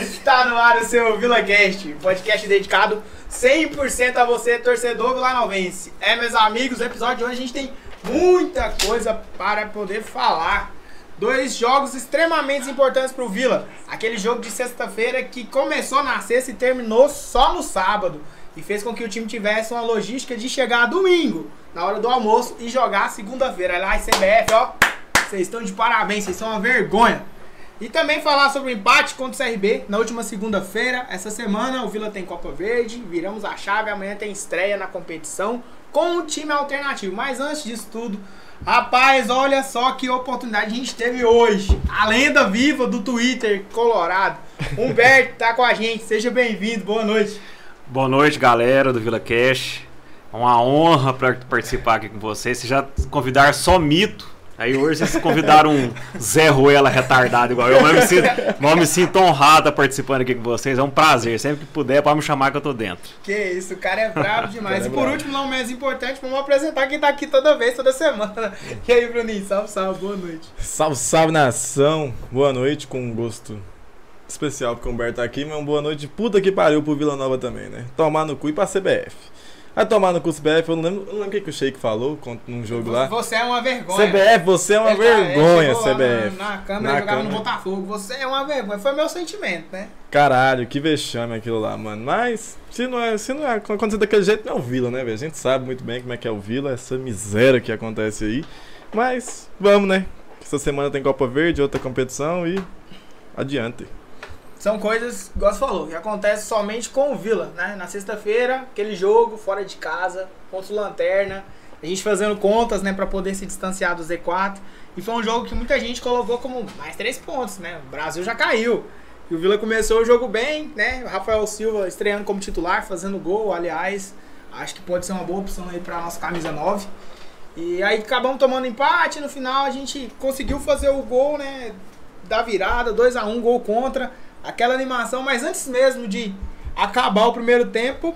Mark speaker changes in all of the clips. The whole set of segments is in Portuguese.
Speaker 1: Está no ar o seu VilaCast, um podcast dedicado 100% a você, torcedor vilanovense. É, meus amigos, o episódio de hoje a gente tem muita coisa para poder falar. Dois jogos extremamente importantes para o Vila. Aquele jogo de sexta-feira que começou na sexta e terminou só no sábado. E fez com que o time tivesse uma logística de chegar domingo, na hora do almoço, e jogar segunda-feira. Lá, CBF, ó, vocês estão de parabéns, vocês são uma vergonha. E também falar sobre o empate contra o CRB na última segunda-feira. Essa semana o Vila tem Copa Verde, viramos a chave, amanhã tem estreia na competição com o time alternativo. Mas antes disso tudo, rapaz, olha só que oportunidade a gente teve hoje. A lenda viva do Twitter Colorado, Humberto, tá com a gente. Seja bem-vindo, boa noite.
Speaker 2: Boa noite, galera do Vila Cash. É uma honra para participar aqui com vocês. Se já convidar só mito, Aí hoje vocês convidaram um Zé Ruela retardado igual eu. Mas me sinto, mas me sinto honrado participando aqui com vocês. É um prazer. Sempre que puder, pode me chamar que eu tô dentro.
Speaker 1: Que isso, o cara é brabo demais. e por último, não menos importante, vamos apresentar quem tá aqui toda vez, toda semana. E aí, Bruninho, salve, salve, boa noite.
Speaker 3: Salve, salve, nação. Boa noite, com um gosto especial porque o Humberto tá aqui, mas uma boa noite de puta que pariu pro Vila Nova também, né? Tomar no cu e pra CBF. Vai tomar no cu CBF, eu não lembro, eu não lembro o que, que o Sheik falou con- num jogo lá.
Speaker 1: Você é uma vergonha.
Speaker 3: CBF, você é uma
Speaker 1: Ele tá- ele
Speaker 3: vergonha,
Speaker 1: chegou lá
Speaker 3: CBF.
Speaker 1: Na, na câmera
Speaker 3: Na
Speaker 1: jogava no
Speaker 3: câmera.
Speaker 1: Botafogo. Você é uma vergonha. Foi meu sentimento, né?
Speaker 3: Caralho, que vexame aquilo lá, mano. Mas, se não é, se não é, quando acontece daquele jeito, não é o Vila, né, velho? A gente sabe muito bem como é que é o Vila, essa miséria que acontece aí. Mas, vamos, né? Essa semana tem Copa Verde, outra competição e. Adiante.
Speaker 1: São coisas, igual você falou, que acontece somente com o Vila, né? Na sexta-feira, aquele jogo fora de casa, contra o Lanterna, a gente fazendo contas, né, para poder se distanciar do Z4. E foi um jogo que muita gente colocou como mais três pontos, né? O Brasil já caiu. E o Vila começou o jogo bem, né? O Rafael Silva estreando como titular, fazendo gol, aliás. Acho que pode ser uma boa opção aí para nossa camisa 9. E aí acabamos tomando empate, no final a gente conseguiu fazer o gol, né? Da virada, 2 a 1 gol contra, aquela animação, mas antes mesmo de acabar o primeiro tempo,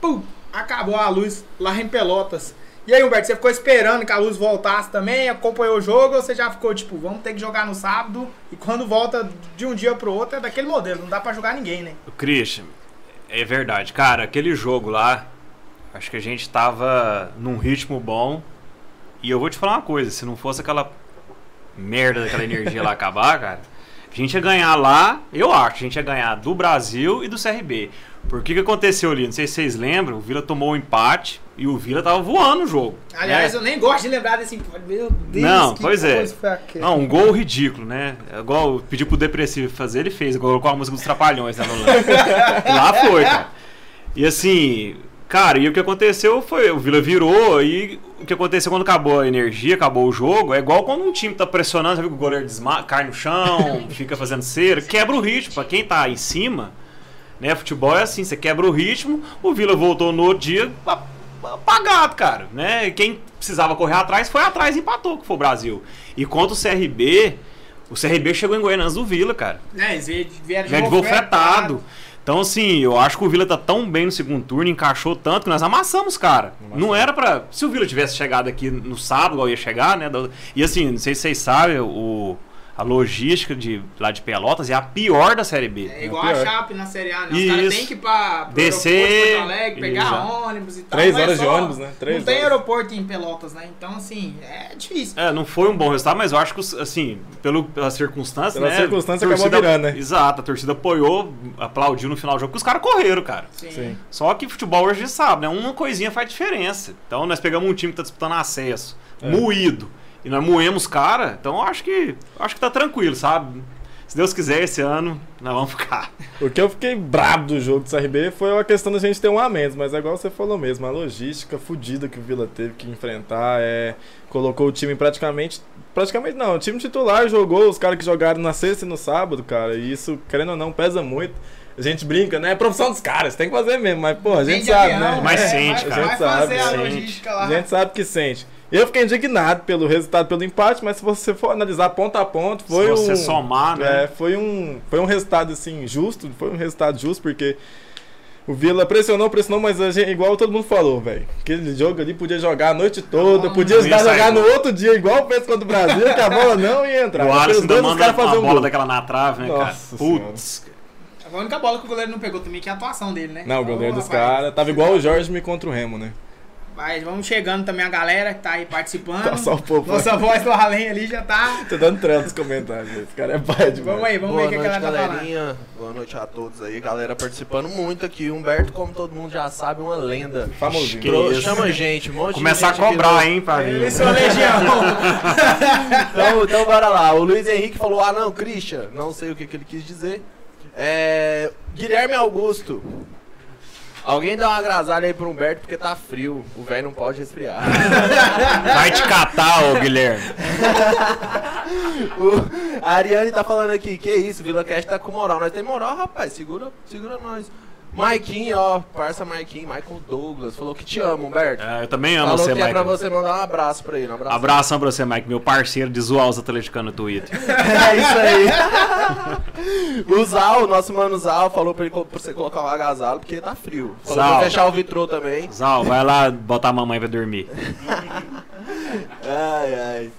Speaker 1: pum, acabou a luz lá em Pelotas. E aí, Humberto, você ficou esperando que a luz voltasse também, acompanhou o jogo, ou você já ficou tipo, vamos ter que jogar no sábado, e quando volta de um dia pro outro é daquele modelo, não dá pra jogar ninguém, né?
Speaker 2: O Christian, é verdade. Cara, aquele jogo lá, acho que a gente tava num ritmo bom. E eu vou te falar uma coisa, se não fosse aquela merda daquela energia lá acabar, cara, a gente ia ganhar lá, eu acho, a gente ia ganhar do Brasil e do CRB. Porque que aconteceu ali? Não sei se vocês lembram, o Vila tomou o empate e o Vila tava voando o jogo.
Speaker 1: Aliás,
Speaker 2: né?
Speaker 1: eu nem gosto de lembrar desse empate, meu Deus,
Speaker 2: Não,
Speaker 1: que
Speaker 2: pois é.
Speaker 1: coisa foi aquela.
Speaker 2: Não, um gol ridículo, né? É Igual eu pedi pro Depressivo fazer, ele fez. Colocou a música dos Trapalhões né, no lance. Lá foi, cara. E assim, cara, e o que aconteceu foi, o Vila virou e o que aconteceu quando acabou a energia, acabou o jogo, é igual quando um time tá pressionando, sabe que o goleiro desma cai no chão, fica fazendo cera, quebra o ritmo. Pra quem tá em cima, né, futebol é assim, você quebra o ritmo, o Vila voltou no outro dia a- apagado, cara, né? E Quem precisava correr atrás foi atrás e empatou, que foi o Brasil. E contra o CRB, o CRB chegou em Goiânia antes do Vila, cara.
Speaker 1: Né, eles vieram de- vieram de né?
Speaker 2: Já é de
Speaker 1: gol
Speaker 2: gol fretado. Então, assim, eu acho que o Vila tá tão bem no segundo turno, encaixou tanto que nós amassamos, cara. Não era pra. Se o Vila tivesse chegado aqui no sábado, igual ia chegar, né? da- E assim, não sei se vocês sabem, o... a logística de... lá de Pelotas é a pior da Série B.
Speaker 1: É igual
Speaker 3: É o
Speaker 1: a
Speaker 3: pior.
Speaker 1: Chape na Série A, né? Os caras
Speaker 2: Isso.
Speaker 1: têm que ir pra, pro
Speaker 2: Descer,
Speaker 1: aeroporto de Porto Alegre, pegar
Speaker 2: exato.
Speaker 1: ônibus e tal.
Speaker 3: Três
Speaker 1: não é
Speaker 3: horas de
Speaker 1: só-
Speaker 3: ônibus, né? Três
Speaker 1: não tem
Speaker 3: horas.
Speaker 1: aeroporto em Pelotas, né? Então, assim, é difícil.
Speaker 2: É, não foi um bom resultado, mas eu acho que, assim, pelo, pela circunstância,
Speaker 3: Pela
Speaker 2: né?
Speaker 3: circunstância
Speaker 2: a torcida-
Speaker 3: acabou virando, né?
Speaker 2: Exato, a torcida apoiou, aplaudiu no final do jogo, porque os caras correram, cara.
Speaker 1: Sim.
Speaker 3: Sim.
Speaker 2: Só que futebol hoje sabe, né? Uma coisinha faz diferença. Então nós pegamos um time que tá disputando acesso,
Speaker 3: É.
Speaker 2: moído, e nós moemos cara, então eu acho que acho que tá tranquilo, sabe? Se Deus quiser, esse ano nós vamos ficar.
Speaker 3: O que eu fiquei brabo do jogo do CRB foi a questão da gente ter um a menos, mas é igual você falou mesmo, a logística fodida que o Vila teve que enfrentar, é, colocou o time praticamente, praticamente não, o time titular jogou os caras que jogaram na sexta e no sábado, cara, e isso, querendo ou não, pesa muito. A gente brinca, né? É profissão dos caras, tem que fazer mesmo, mas pô, a gente
Speaker 1: Vem de
Speaker 3: sabe,
Speaker 1: avião,
Speaker 3: né?
Speaker 2: Mas
Speaker 1: é,
Speaker 2: sente,
Speaker 1: vai-
Speaker 2: cara.
Speaker 1: Vai
Speaker 3: A gente
Speaker 1: fazer
Speaker 2: sabe,
Speaker 1: a
Speaker 2: sente.
Speaker 1: logística lá.
Speaker 3: A gente sabe que sente. Eu fiquei indignado pelo resultado, pelo empate, mas se você for analisar ponto a ponto, foi
Speaker 2: Se você
Speaker 3: um...
Speaker 1: Ah,
Speaker 2: somar, né?
Speaker 3: É, foi um, foi um resultado assim justo, foi um resultado justo porque o Vila pressionou, pressionou, mas a gente, igual todo mundo falou, velho. Aquele jogo ali podia jogar a noite toda,
Speaker 1: Não,
Speaker 3: podia
Speaker 2: Ah, não ia
Speaker 3: ajudar a jogar
Speaker 2: sair
Speaker 3: no
Speaker 2: gol.
Speaker 3: outro dia, igual fez contra o Brasil, que a bola não ia entrar.
Speaker 2: o
Speaker 3: Mas
Speaker 2: Alisson
Speaker 3: pelos
Speaker 2: ainda
Speaker 3: dois, os
Speaker 2: manda
Speaker 3: caras
Speaker 2: uma
Speaker 3: faziam um
Speaker 2: bola
Speaker 3: gol.
Speaker 2: daquela na trave, né,
Speaker 3: Nossa
Speaker 2: cara? Putz,
Speaker 1: A única bola que o goleiro não pegou também, que é a atuação dele, né?
Speaker 3: Não, o goleiro
Speaker 1: Ô,
Speaker 3: dos
Speaker 1: rapaz,
Speaker 3: caras tava igual o Jorge me contra o Remo, né?
Speaker 1: Mas vamos chegando também a galera que tá aí participando.
Speaker 3: Tá só o povo.
Speaker 1: Nossa voz lá além ali já tá.
Speaker 3: Tô dando trela nos comentários. Esse cara é pai demais.
Speaker 1: Vamos aí, vamos
Speaker 4: Boa
Speaker 1: ver o que
Speaker 4: noite,
Speaker 1: a galera tá falando.
Speaker 4: galerinha. Boa noite a todos aí, galera participando muito aqui. Humberto, como todo mundo já sabe, é uma lenda.
Speaker 3: Famosinho.
Speaker 2: Que
Speaker 4: Trouxe-
Speaker 2: isso.
Speaker 4: Chama gente, um monte
Speaker 2: Começar a
Speaker 4: de gente aqui
Speaker 2: cobrar,
Speaker 4: no-
Speaker 2: hein, pra mim.
Speaker 1: Esse é o Legião.
Speaker 4: Então, então bora lá. O Luiz Henrique falou: Ah, não, Christian. Não sei o que, que ele quis dizer. É, Guilherme Augusto. Alguém dá uma agasalho aí pro Humberto porque tá frio. O velho não pode resfriar.
Speaker 2: Vai te catar, ô Guilherme.
Speaker 4: O- a Ariane tá falando aqui: Que isso, Vila Cast tá com moral. Nós tem moral, rapaz. Segura, segura nós. Maiquinho, ó, parça Maiquinho, Michael Douglas, falou que te ama, Humberto.
Speaker 2: É, eu também amo
Speaker 4: falou
Speaker 2: você,
Speaker 4: que é pra
Speaker 2: Mike.
Speaker 4: você mandar um abraço pra ele. Um abraço.
Speaker 2: Abração pra você, Mike, meu parceiro de zoar os atleticanos no Twitter.
Speaker 4: É isso aí. o Zal, nosso mano Zal, falou pra, ele, co- pra você colocar um agasalho porque tá frio. Falou
Speaker 2: Zal.
Speaker 4: pra fechar o vitrô também.
Speaker 2: Zal, vai lá botar a mamãe pra dormir.
Speaker 4: Ai, ai.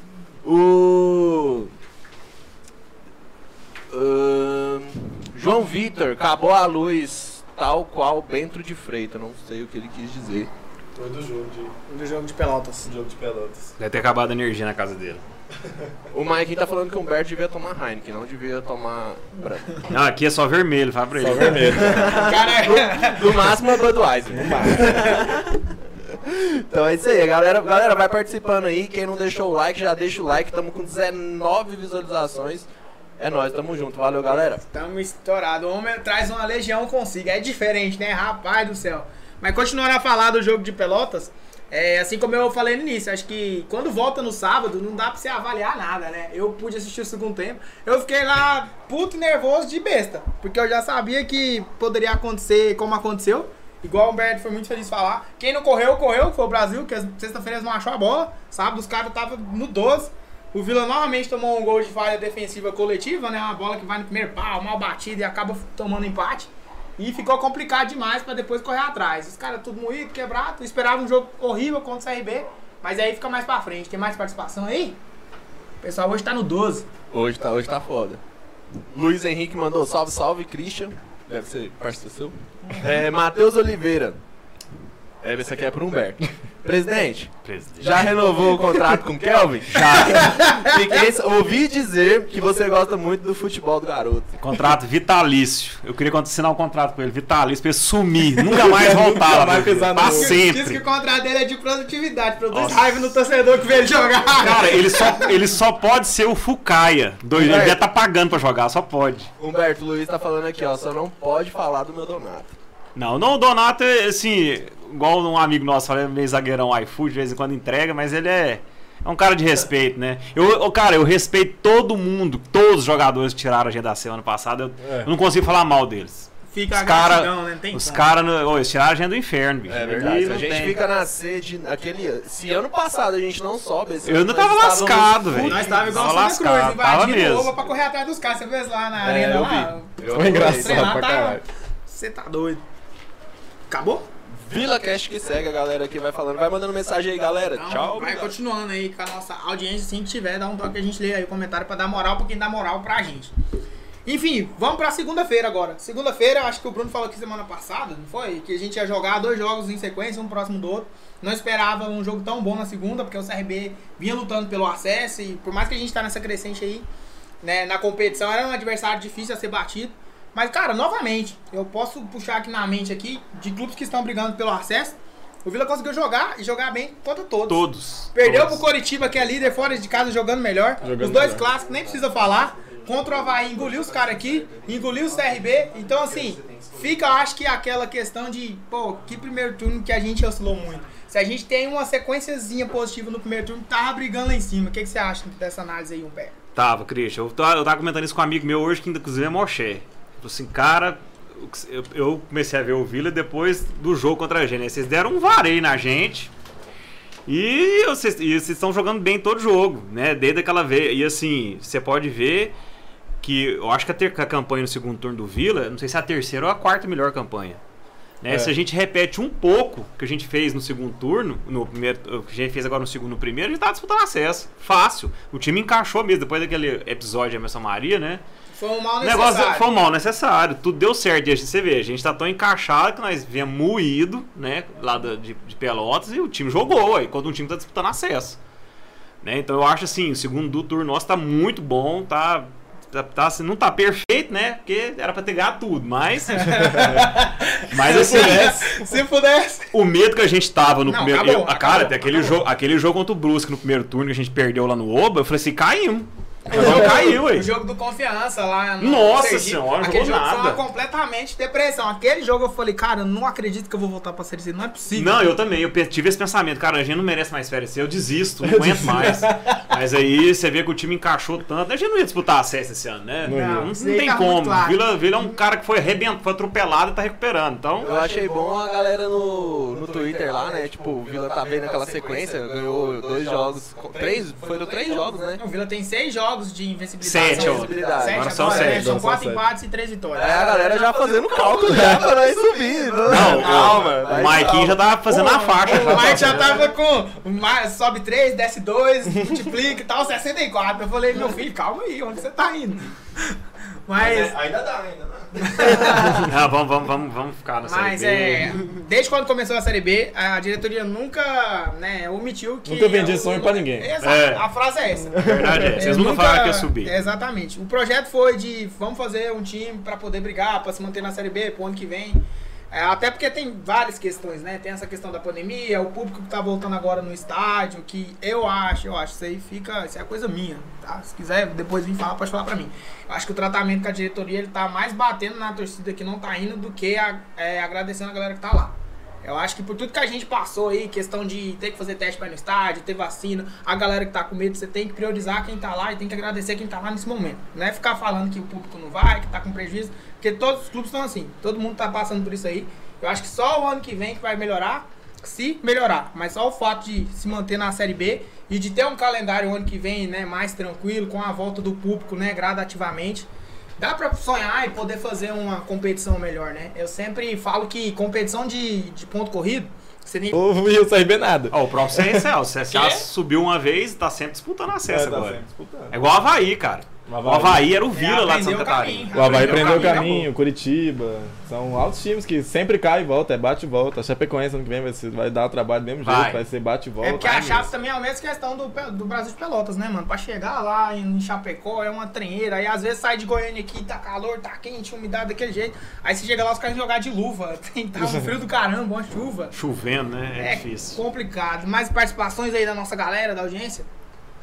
Speaker 4: O. Ahn, João Vitor, acabou a luz, tal qual Bento de Freitas. Não sei o que ele quis dizer.
Speaker 3: Foi do jogo de,
Speaker 1: Do jogo de pelotas.
Speaker 3: jogo de pelotas.
Speaker 2: Deve ter acabado a energia na casa dele.
Speaker 4: O Mike tá falando que o Humberto devia tomar Heineken, não devia tomar branco.
Speaker 2: Não, aqui é só vermelho, fala pra ele.
Speaker 3: Só vermelho.
Speaker 1: Cara,
Speaker 4: No máximo é Budweiser. então é isso aí, galera. Galera, vai participando aí. Quem não deixou o like, já deixa o like. Tamo com 19 visualizações. É nóis, tamo junto. Valeu, galera.
Speaker 1: tamo estourado. O homem traz uma legião consigo. É diferente, né? Rapaz do céu. Mas continuando a falar do jogo de pelotas, é, assim como eu falei no início, acho que quando volta no sábado, não dá pra você avaliar nada, né? Eu pude assistir o segundo tempo. Eu fiquei lá puto e nervoso de besta. Porque eu já sabia que poderia acontecer como aconteceu. Igual o Humberto foi muito feliz de falar. Quem não correu, correu, que foi o Brasil, que as- sexta-feira eles não achou a bola. Sábado os caras estavam no 12. O Vila novamente tomou um gol de falha defensiva coletiva, né? Uma bola que vai no primeiro pau, mal batida e acaba tomando empate. E ficou complicado demais pra depois correr atrás. Os caras tudo moído, quebrado. Esperava um jogo horrível contra o CRB. Mas aí fica mais pra frente. Tem mais participação aí? O pessoal hoje tá no 12.
Speaker 4: Hoje tá, hoje tá foda. Luiz Henrique mandou salve, salve, Christian. Deve ser parceiro seu. É, Matheus Oliveira. É, esse aqui é pro Humberto. Presidente,
Speaker 2: Presidente.
Speaker 4: Já renovou o contrato com o Kelvin? Já. Fiquei, ouvi dizer que você gosta muito do futebol do garoto.
Speaker 2: Contrato vitalício. Eu queria assinar um contrato com ele, vitalício, pra ele sumir, nunca mais voltar lá. meu
Speaker 3: Nunca mais
Speaker 2: filho.
Speaker 3: pisar no
Speaker 2: pra
Speaker 3: jogo.
Speaker 1: Diz que o
Speaker 2: sempre.
Speaker 1: contrato dele é de produtividade. Produz
Speaker 2: Nossa.
Speaker 1: raiva no torcedor que vê ele jogar.
Speaker 2: Cara, ele só, ele só pode ser o Fucaia.
Speaker 3: É.
Speaker 2: Dois, ele
Speaker 4: Humberto.
Speaker 2: já tá pagando pra jogar, só pode.
Speaker 4: Humberto Luiz tá falando aqui, ó, só não pode falar do meu Donato.
Speaker 2: Não, não, o Donato, é, assim, igual um amigo nosso, fala, é meio zagueirão iFood, de vez em quando entrega, mas ele é, é um cara de respeito, né? Eu, eu- cara, eu respeito todo mundo, todos os jogadores que tiraram a gente da semana passada, eu,
Speaker 3: É.
Speaker 2: eu não consigo falar mal deles.
Speaker 1: Fica
Speaker 2: Os
Speaker 1: a gratidão,
Speaker 2: cara-
Speaker 1: né? Não tem
Speaker 2: Os
Speaker 1: como.
Speaker 2: caras, eles tiraram a gente do inferno, bicho. E
Speaker 4: Se
Speaker 2: não
Speaker 4: a gente
Speaker 2: tem.
Speaker 4: fica na sede, aquele. Se ano passado a gente não sobe, esse
Speaker 2: Eu
Speaker 4: ano
Speaker 2: não
Speaker 4: nós
Speaker 2: tava
Speaker 4: estávamos
Speaker 2: lascado, velho.
Speaker 1: Nós tava igual
Speaker 2: Tava
Speaker 1: o Santa Cruz,
Speaker 2: lascado, tava
Speaker 1: invadindo o
Speaker 2: mesmo.
Speaker 1: Oba pra correr atrás dos caras. Você fez lá na
Speaker 4: É,
Speaker 1: arena
Speaker 4: eu
Speaker 1: lá?
Speaker 4: vi. Eu
Speaker 3: Foi engraçado
Speaker 1: Treinar
Speaker 3: pra
Speaker 1: tá-
Speaker 3: caralho.
Speaker 1: Você tá doido. Acabou?
Speaker 4: Vila Cast que segue a galera aqui, vai falando, vai mandando mensagem aí, galera.
Speaker 1: Então,
Speaker 4: Tchau.
Speaker 1: Vai
Speaker 4: obrigado.
Speaker 1: continuando aí com a nossa audiência. Se tiver, dá um toque que a gente lê aí o comentário pra dar moral pra quem dá moral pra gente. Enfim, vamos pra segunda-feira agora. Segunda-feira, acho que o Bruno falou aqui semana passada, não foi? Que a gente ia jogar dois jogos em sequência, um próximo do outro. Não esperava um jogo tão bom na segunda, porque o CRB vinha lutando pelo acesso e por mais que a gente tá nessa crescente aí, né, na competição, era um adversário difícil a ser batido. Mas, cara, novamente, eu posso puxar aqui na mente aqui de clubes que estão brigando pelo acesso. O Vila conseguiu jogar e jogar bem contra todos.
Speaker 2: Todos.
Speaker 1: Perdeu
Speaker 2: todos.
Speaker 1: pro Coritiba, que é líder fora de casa, jogando melhor.
Speaker 3: Jogando
Speaker 1: os dois
Speaker 3: melhor.
Speaker 1: clássicos, nem precisa falar. Contra o Havaí, engoliu os caras aqui, engoliu os CRB. Então, assim, fica, eu acho que aquela questão de, pô, que primeiro turno que a gente oscilou muito. Se a gente tem uma sequenciazinha positiva no primeiro turno, tava brigando lá em cima. O que, que você acha dessa análise aí, Humberto?
Speaker 2: Tava, Christian. Eu, tava- eu tava comentando isso com um amigo meu hoje, que inclusive é Moché. Ele Falou assim, cara, eu, eu comecei a ver o Vila depois do jogo contra a gente. né? Vocês deram um vareio na gente. E vocês e vocês estão jogando bem todo jogo, né? Desde aquela vez. E assim, você pode ver que eu acho que a, ter- a campanha no segundo turno do Vila, não sei se é a terceira ou a quarta melhor campanha. Né?
Speaker 3: É.
Speaker 2: Se a gente repete um pouco o que a gente fez no segundo turno, no primeiro, o que a gente fez agora no segundo no primeiro, a gente tá disputando acesso. Fácil. O time encaixou mesmo, depois daquele episódio de Emerson Maria, né?
Speaker 1: Foi um mal
Speaker 2: O
Speaker 1: necessário.
Speaker 2: negócio foi mal necessário, tudo deu certo. E a gente, você vê, a gente tá tão encaixado que nós viemos moído, né, lá da- de, de Pelotas, e o time jogou, aí, quando um time tá disputando acesso. Né, então eu acho assim, o segundo turno nosso tá muito bom, tá. tá, tá assim, não tá perfeito, né? Porque era pra ter ganhado tudo, mas. mas assim,
Speaker 1: Se pudesse.
Speaker 2: o medo que a gente tava no
Speaker 1: Não,
Speaker 2: primeiro.
Speaker 1: acabou,
Speaker 2: eu- a cara,
Speaker 1: acabou,
Speaker 2: até aquele
Speaker 1: acabou.
Speaker 2: jogo, aquele jogo contra o Brusque no primeiro turno que a gente perdeu lá no Oba, eu falei assim, caímos.
Speaker 1: É
Speaker 2: Não caiu, ué.
Speaker 1: O jogo do confiança lá. no
Speaker 2: Nossa
Speaker 1: Sergipe.
Speaker 2: senhora,
Speaker 1: Aquele
Speaker 2: jogou
Speaker 1: jogo foi
Speaker 2: nada.
Speaker 1: uma completamente depressão. Aquele jogo eu falei, cara, eu não acredito que eu vou voltar pra Série C. Não é possível.
Speaker 2: Não, eu também. Eu pe- tive esse pensamento, cara, a gente não merece mais férias. Eu desisto, não aguento mais. Mas aí você vê que o time encaixou tanto. A gente não ia disputar acesso esse ano, né?
Speaker 3: Não ia.
Speaker 2: Não, não
Speaker 1: Isso aí
Speaker 2: tem
Speaker 1: tá muito
Speaker 2: como.
Speaker 1: claro.
Speaker 2: Vila, Vila é um cara que foi arrebentado, foi atropelado e tá recuperando. Então.
Speaker 4: Eu achei bom a galera no, no Twitter lá, né? Tipo, o Vila tá vendo aquela sequência, ganhou dois jogos, co- três, foram três jogos, né?
Speaker 1: O Vila tem seis jogos de invencibilidade.
Speaker 2: Sete,
Speaker 1: São
Speaker 2: ó.
Speaker 1: Sete
Speaker 4: Agora
Speaker 1: agora,
Speaker 2: são
Speaker 1: né?
Speaker 2: sete.
Speaker 1: São
Speaker 3: Agora
Speaker 1: quatro
Speaker 3: são
Speaker 1: empates e três vitórias.
Speaker 4: É, a galera já fazendo cálculo já pra nós subir. né?
Speaker 2: Não,
Speaker 4: calma.
Speaker 2: o
Speaker 4: vai,
Speaker 2: Maiquinho já tava fazendo a faixa. tá?
Speaker 1: O Mike já tá. tava com. ma- Sobe 3, desce 2, multiplica e tal, 64. Eu falei, meu filho, calma aí, onde você tá indo?
Speaker 2: é,
Speaker 1: Mas.
Speaker 5: Ainda dá, ainda dá.
Speaker 2: Ah, vamos, vamos, vamos, vamos ficar na série
Speaker 1: Mas
Speaker 2: B.
Speaker 1: é. Desde quando começou a Série B, a diretoria nunca né, omitiu que.
Speaker 3: Nunca vendi
Speaker 1: o-
Speaker 3: sonho pra ninguém.
Speaker 1: Exato,
Speaker 2: É.
Speaker 1: a frase é essa.
Speaker 2: Verdade é. Vocês
Speaker 1: É,
Speaker 2: nunca falaram que ia subir.
Speaker 1: Exatamente. O projeto foi de vamos fazer um time pra poder brigar, pra se manter na Série B pro ano que vem. É, até porque tem várias questões, né? Tem essa questão da pandemia, o público que tá voltando agora no estádio, que eu acho, eu acho, isso aí fica, isso é coisa minha, tá? Se quiser depois vir falar, pode falar pra mim. Eu acho que o tratamento com a diretoria, ele tá mais batendo na torcida que não tá indo do que a- é, agradecendo a galera que tá lá. Eu acho que por tudo que a gente passou aí, questão de ter que fazer teste pra ir no estádio, ter vacina, a galera que tá com medo, você tem que priorizar quem tá lá e tem que agradecer quem tá lá nesse momento. Não é ficar falando que o público não vai, que tá com prejuízo, porque todos os clubes estão assim, todo mundo tá passando por isso aí. Eu acho que só o ano que vem que vai melhorar, se melhorar. Mas só o fato de se manter na Série B e de ter um calendário o ano que vem, né, mais tranquilo, com a volta do público, né, gradativamente, Dá pra sonhar e poder fazer uma competição melhor, né? Eu sempre falo que competição de, de ponto corrido, você nem.
Speaker 3: Ou ia sair bem nada.
Speaker 2: Ó, o próprio CSA, o CSA
Speaker 1: Quê?
Speaker 2: subiu uma vez e tá sempre disputando acesso
Speaker 3: É, tá
Speaker 2: agora.
Speaker 3: sempre disputando.
Speaker 2: É igual o Havaí, cara.
Speaker 3: O Havaí.
Speaker 2: O Havaí era o Vila lá de
Speaker 1: aprendeu
Speaker 2: Santa
Speaker 1: o caminho.
Speaker 2: Catarina.
Speaker 3: O Havaí prendeu o
Speaker 1: Prendeu o
Speaker 3: caminho, Curitiba. São altos times que sempre cai e volta, é bate e volta. A Chapecoense ano que vem vai, ser- vai dar trabalho do mesmo jeito,
Speaker 2: Vai.
Speaker 3: vai, ser bate e volta.
Speaker 1: É porque a chave também é a mesma questão do, Pe- do Brasil de Pelotas, né, mano? Pra chegar lá em Chapecó é uma trenheira. Aí às vezes sai de Goiânia aqui, tá calor, tá quente, umidade daquele jeito. Aí você chega lá, os caras jogar de luva. Tem tá um frio do caramba, uma chuva.
Speaker 2: Chovendo, né? Uhum. É,
Speaker 1: É
Speaker 2: difícil.
Speaker 1: complicado. Mais participações aí da nossa galera, da audiência?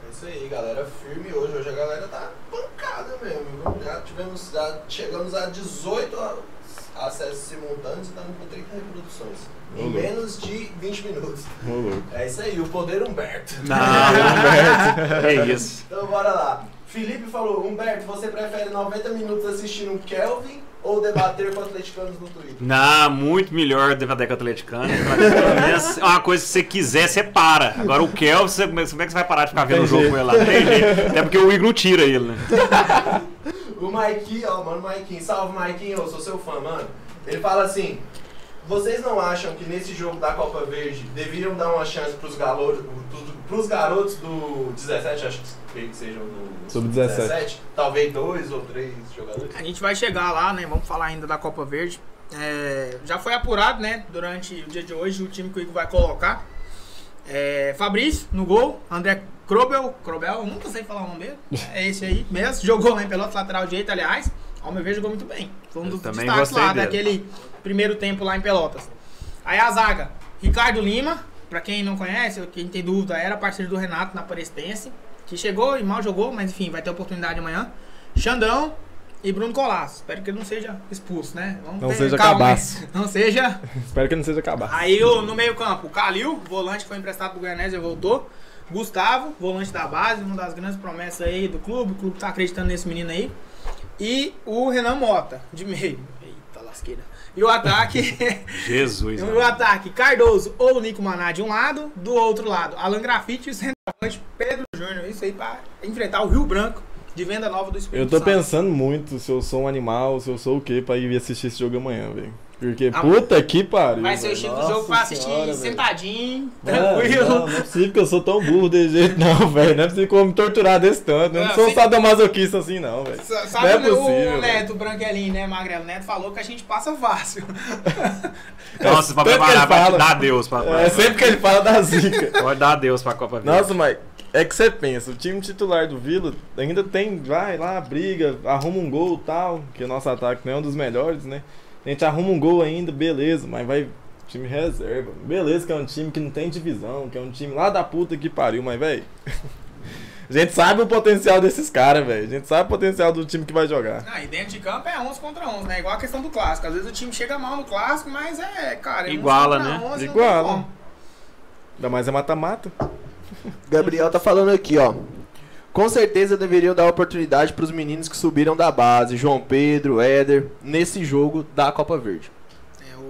Speaker 5: É isso aí, galera firme hoje. Hoje a galera tá pancada mesmo. viu? Já tivemos, já chegamos a 18 a- acessos simultâneos e estamos com 30 reproduções. Em
Speaker 3: Ô, louco.
Speaker 5: menos de 20 minutos.
Speaker 3: Ô, louco.
Speaker 5: É isso aí, o poder Humberto.
Speaker 2: Não, é isso.
Speaker 5: Então bora lá. Felipe falou, Humberto, você prefere 90 minutos assistindo um Kelvin ou debater com atleticanos no Twitter?
Speaker 2: Não, muito melhor debater com o atleticano. Pelo menos É uma coisa que você quiser, você para. Agora o Kelvin, você- como é que você vai parar de ficar vendo o
Speaker 3: Tem
Speaker 2: jogo
Speaker 3: jeito.
Speaker 2: com ele lá? Não Tem jeito. Até porque o Igor não tira ele, né?
Speaker 5: O Maikinho, ó, mano, Maikinho, salve Maikinho, eu sou seu fã, mano. Ele fala assim: vocês não acham que nesse jogo da Copa Verde deveriam dar uma chance pros, galo, pros, pros garotos do 17, acho que creio que sejam do
Speaker 3: Sub-17.
Speaker 5: Talvez dois ou três jogadores.
Speaker 1: A gente vai chegar lá, né? Vamos falar ainda da Copa Verde. É, já foi apurado, né? Durante o dia de hoje, o time que o Igor vai colocar. É, Fabrício no gol, André Krobel, Krobel, eu nunca sei falar o nome dele. É esse aí mesmo. Jogou lá em Pelotas, lateral direito, aliás. Ao meu ver, jogou muito bem. Foi um
Speaker 2: Eu
Speaker 1: dos
Speaker 2: também
Speaker 1: destaques
Speaker 2: gostei
Speaker 1: lá
Speaker 2: dele.
Speaker 1: daquele primeiro tempo lá em Pelotas. Aí a zaga, Ricardo Lima, pra quem não conhece, ou quem tem dúvida, era parceiro do Renato na Parestense, que chegou e mal jogou, mas enfim, vai ter oportunidade amanhã. Xandão e Bruno Colasso. Espero que ele não seja expulso, né? Vamos
Speaker 3: Não seja
Speaker 1: né?
Speaker 3: cabaço.
Speaker 1: Não seja
Speaker 3: Espero que não seja acabar.
Speaker 1: Aí o- no meio-campo, o Calil, volante que foi emprestado pro Goianésia, voltou. Gustavo, volante da base, uma das grandes promessas aí do clube. O clube tá acreditando nesse menino aí. E o Renan Mota, de meio. Eita lasqueira. E o ataque.
Speaker 2: Jesus.
Speaker 1: o
Speaker 2: Né?
Speaker 1: Um ataque, Cardoso ou Nico Maná de um lado, do outro lado, Alan Grafite e o centroavante Pedro Júnior. Isso aí pra enfrentar o Rio Branco de venda nova do Espírito
Speaker 3: Eu tô
Speaker 1: Santo.
Speaker 3: pensando muito se eu sou um animal, se eu sou o quê pra ir assistir esse jogo amanhã, velho. Porque
Speaker 1: Ah,
Speaker 3: puta que pariu.
Speaker 1: Vai ser o estilo do
Speaker 3: Nossa
Speaker 1: jogo pra assistir
Speaker 3: senhora, velho.
Speaker 1: sentadinho,
Speaker 3: Mano,
Speaker 1: tranquilo.
Speaker 3: Não, não é possível que eu sou tão burro desse jeito, não, velho. Não é possível que eu vou me torturar desse tanto. Eu não
Speaker 1: Não,
Speaker 3: sou um
Speaker 1: sim.
Speaker 3: sadomasoquista assim, não, velho.
Speaker 1: Sa-
Speaker 3: Não é
Speaker 1: Sabe né, o-
Speaker 3: possível,
Speaker 1: o Neto Branquelinho, né, Magrelo? Neto falou que a gente passa fácil.
Speaker 2: Nossa, pra
Speaker 3: Tanto que ele
Speaker 2: preparar, vai
Speaker 3: fala.
Speaker 2: te dar Deus. Pra...
Speaker 3: É sempre que ele fala da zica.
Speaker 2: Pode dar Deus pra Copa Verde.
Speaker 3: Nossa, mas é que você pensa, o time titular do Vila ainda tem, vai lá, briga, arruma um gol e tal, que o nosso ataque não é um dos melhores, né? A gente arruma um gol ainda, beleza, mas vai time reserva. Beleza que é um time que não tem divisão, que é um time lá da puta que pariu, mas velho. A gente sabe o potencial desses caras, velho. A gente sabe o potencial do time que vai jogar.
Speaker 1: Ah, e dentro de campo é 11 contra 11, né? Igual a questão do clássico. Às vezes o time chega mal no clássico, mas é, cara, é 11
Speaker 2: Iguala,
Speaker 1: contra
Speaker 2: né?
Speaker 1: 11, não tem
Speaker 3: Iguala.
Speaker 1: como.
Speaker 3: Ainda mais é mata-mata.
Speaker 4: Gabriel tá falando aqui, ó. Com certeza deveriam dar oportunidade pros meninos que subiram da base, João Pedro, Éder, nesse jogo da Copa Verde.
Speaker 1: É, o,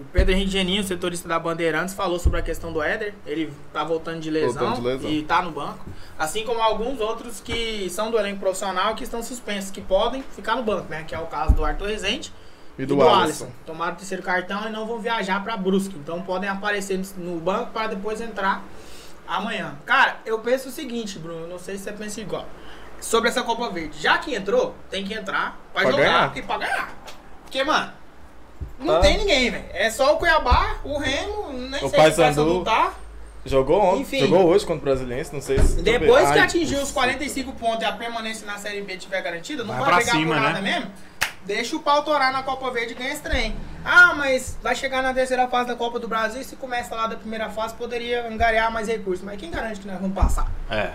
Speaker 1: o Pedro Henrique Geninho, setorista da Bandeirantes, falou sobre a questão do Éder. Ele tá voltando de lesão,
Speaker 3: Voltando de lesão.
Speaker 1: e tá no banco. Assim como alguns outros que são do elenco profissional que estão suspensos, que podem ficar no banco, né? Que é o caso do Arthur Rezende
Speaker 3: E do, Alisson.
Speaker 1: Tomaram o terceiro cartão e não vão viajar pra Brusque. Então podem aparecer no no banco para depois entrar amanhã. Cara, eu penso o seguinte, Bruno, não sei se você pensa igual. Sobre essa Copa Verde. Já que entrou, tem que entrar pra,
Speaker 3: Pra
Speaker 1: jogar
Speaker 3: ganhar.
Speaker 1: e pra ganhar. Porque, mano, não
Speaker 3: Ah.
Speaker 1: tem ninguém, velho. É só o Cuiabá, o tá. Remo, nem
Speaker 3: O
Speaker 1: sei se vai
Speaker 3: Paysandu.
Speaker 1: lutar.
Speaker 3: Jogou ontem,
Speaker 1: Enfim.
Speaker 3: jogou hoje contra o Brasiliense, não sei se...
Speaker 1: Depois que
Speaker 3: Ai,
Speaker 1: atingir os
Speaker 3: putz.
Speaker 1: 45 pontos e a permanência na Série B tiver garantida, não
Speaker 2: Vai
Speaker 1: vai,
Speaker 2: pra
Speaker 1: brigar
Speaker 2: cima,
Speaker 1: por nada
Speaker 2: né?
Speaker 1: mesmo. Deixa o pau torar na Copa Verde e ganha esse trem. Ah, mas vai chegar na terceira fase da Copa do Brasil e se começa lá da primeira fase, poderia angariar mais recursos. Mas quem garante que nós vamos passar?
Speaker 2: É.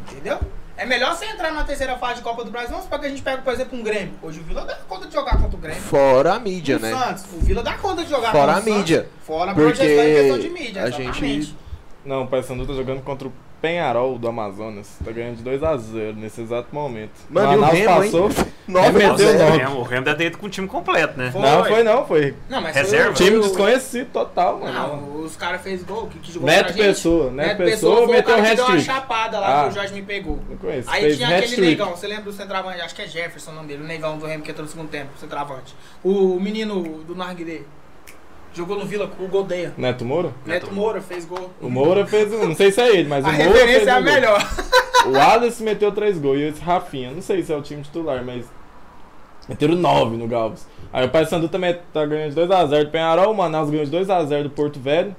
Speaker 1: Entendeu? É melhor você entrar na terceira fase de Copa do Brasil, vamos supor que a gente pega, por exemplo, um Grêmio. Hoje o Vila dá conta de jogar contra o Grêmio.
Speaker 4: Fora a mídia,
Speaker 1: o
Speaker 4: né?
Speaker 1: Santos, o Vila dá conta de jogar
Speaker 4: Fora
Speaker 1: contra
Speaker 4: a
Speaker 1: o Santos.
Speaker 4: mídia.
Speaker 1: Fora a
Speaker 4: Porque
Speaker 1: projeção e questão de mídia,
Speaker 4: a gente-
Speaker 1: exatamente.
Speaker 3: Não, o Paysandu tá jogando contra o Penharol do Amazonas. Tá ganhando de 2x0 nesse exato momento.
Speaker 4: Mano, e o
Speaker 3: Manaus
Speaker 4: Remo, hein?
Speaker 3: passou.
Speaker 4: Nove
Speaker 3: É Meteu
Speaker 4: a zero.
Speaker 3: nove.
Speaker 2: é O Remo- O Remo deve ter ido com o time completo, né?
Speaker 1: Foi.
Speaker 3: Não, foi não, foi.
Speaker 1: Não, mas
Speaker 2: Reserva?
Speaker 1: foi o- Ah,
Speaker 3: Time desconhecido total, mano.
Speaker 1: Não, os caras fez gol, que, que jogou
Speaker 3: Neto
Speaker 1: pra gente.
Speaker 3: Pessoa, Neto Pessoa
Speaker 1: foi
Speaker 3: meteu
Speaker 1: o cara que deu uma
Speaker 3: hat-trick.
Speaker 1: chapada lá
Speaker 3: Ah.
Speaker 1: que o Jorge me pegou.
Speaker 3: Não conheço.
Speaker 1: Aí
Speaker 3: Fez
Speaker 1: tinha aquele
Speaker 3: hat-trick.
Speaker 1: negão, você lembra do centroavante, acho que é Jefferson o nome dele, o negão do Remo que entrou no segundo tempo, centroavante. O menino do Narguilé, jogou no Vila com o Godeia.
Speaker 3: Neto Moura?
Speaker 1: Neto Moura fez gol.
Speaker 3: O Moura fez um. Não sei se é ele, mas
Speaker 1: A
Speaker 3: o Moura. fez
Speaker 1: referência é a
Speaker 3: um gol.
Speaker 1: melhor.
Speaker 3: O Alisson meteu 3 gols e esse Rafinha. Não sei se é o time titular, mas. Meteram 9 no Galvez. Aí o Paysandu também tá ganhando de 2x0 do Penharol. O Manaus ganhou de 2x0 do Porto Velho.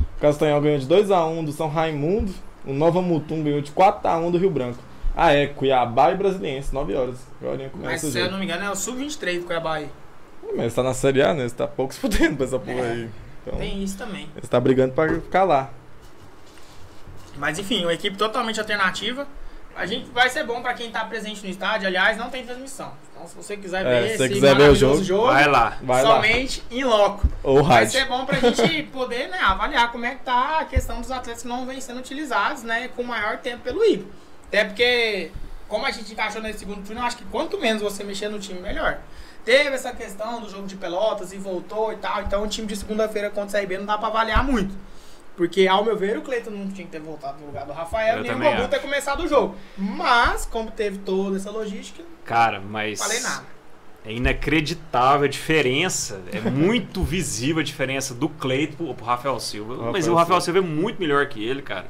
Speaker 3: O Castanhal ganhou de 2x1 do São Raimundo. O Nova Mutum ganhou de 4x1 do Rio Branco. Ah, é. Cuiabá e Brasiliense, 9 horas. Agora
Speaker 1: Mas
Speaker 3: começa o
Speaker 1: se eu
Speaker 3: jogo.
Speaker 1: não me engano é o Sub-23 do Cuiabá aí.
Speaker 3: Mas tá na Série A, né? Você tá pouco se fudendo pra essa porra aí. Então,
Speaker 1: É. Tem isso também.
Speaker 3: você tá brigando pra ficar lá.
Speaker 1: Mas enfim, uma equipe totalmente alternativa. A gente vai ser bom pra quem tá presente no estádio. Aliás, não tem transmissão. Então, se você quiser
Speaker 3: É,
Speaker 1: ver
Speaker 3: se
Speaker 1: esse
Speaker 3: você quiser ver o
Speaker 1: maravilhoso
Speaker 3: jogo,
Speaker 1: jogo
Speaker 2: Vai lá.
Speaker 3: Vai
Speaker 1: somente em loco.
Speaker 3: lá. Ou
Speaker 1: Vai
Speaker 3: rádio.
Speaker 1: ser bom pra gente poder né, avaliar como é que tá a questão dos atletas que não vêm sendo utilizados, né? Com maior tempo pelo IB. Até porque, como a gente encaixou nesse segundo turno, eu acho que quanto menos você mexer no time, melhor. Teve essa questão do jogo de pelotas e voltou e tal. Então o time de segunda-feira contra o CRB não dá pra avaliar muito. Porque, ao meu ver, o Cleiton não tinha que ter voltado no lugar do Rafael,
Speaker 2: Eu
Speaker 1: nem o
Speaker 2: também
Speaker 1: Bobu
Speaker 2: acho.
Speaker 1: ter começado o jogo. Mas, como teve toda essa logística, não
Speaker 2: Cara, mas.
Speaker 1: falei nada.
Speaker 2: É inacreditável a diferença. É muito visível a diferença do Cleito pro, pro Rafael Silva.
Speaker 3: Rafael
Speaker 2: Mas o Rafael Silva é muito melhor que ele, cara.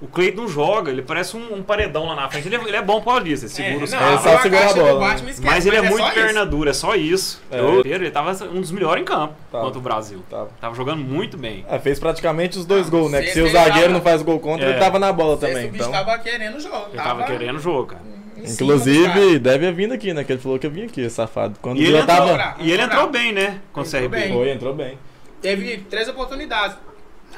Speaker 2: O Cleito não joga, ele parece um, um paredão lá na frente. Ele é, ele é bom paulista, ele segura os
Speaker 1: não,
Speaker 3: É
Speaker 2: caras.
Speaker 3: só
Speaker 1: abriu a
Speaker 3: segurar a
Speaker 1: caixa do
Speaker 3: bola, né?
Speaker 1: Batman, esquece,
Speaker 2: Mas ele é,
Speaker 1: só
Speaker 2: muito
Speaker 1: isso.
Speaker 2: perna dura, é só isso.
Speaker 3: É.
Speaker 2: Eu- ele tava um dos melhores em campo
Speaker 3: Tá.
Speaker 2: contra o Brasil.
Speaker 3: Tá.
Speaker 2: Tava jogando muito bem.
Speaker 3: É, fez praticamente os
Speaker 1: Ah,
Speaker 3: dois gols, né? Que se o
Speaker 1: Sexta ele
Speaker 3: zagueiro
Speaker 1: tava-
Speaker 3: não faz gol contra,
Speaker 2: É.
Speaker 3: ele tava na bola
Speaker 1: Esse
Speaker 3: também.
Speaker 1: bicho
Speaker 3: Então.
Speaker 1: tava querendo o jogo.
Speaker 2: Ele tava querendo o jogo, cara.
Speaker 3: Um
Speaker 1: em cima dos caras.
Speaker 3: Inclusive, deve ter vindo aqui, né? Que ele falou que eu vim aqui, safado. Quando
Speaker 2: E ele,
Speaker 3: eu
Speaker 2: entrou,
Speaker 3: tava.
Speaker 2: e ele entrou bem, né? Com o
Speaker 1: Entrou
Speaker 2: CRB.
Speaker 1: bem.
Speaker 3: Foi, entrou bem.
Speaker 1: Teve três oportunidades.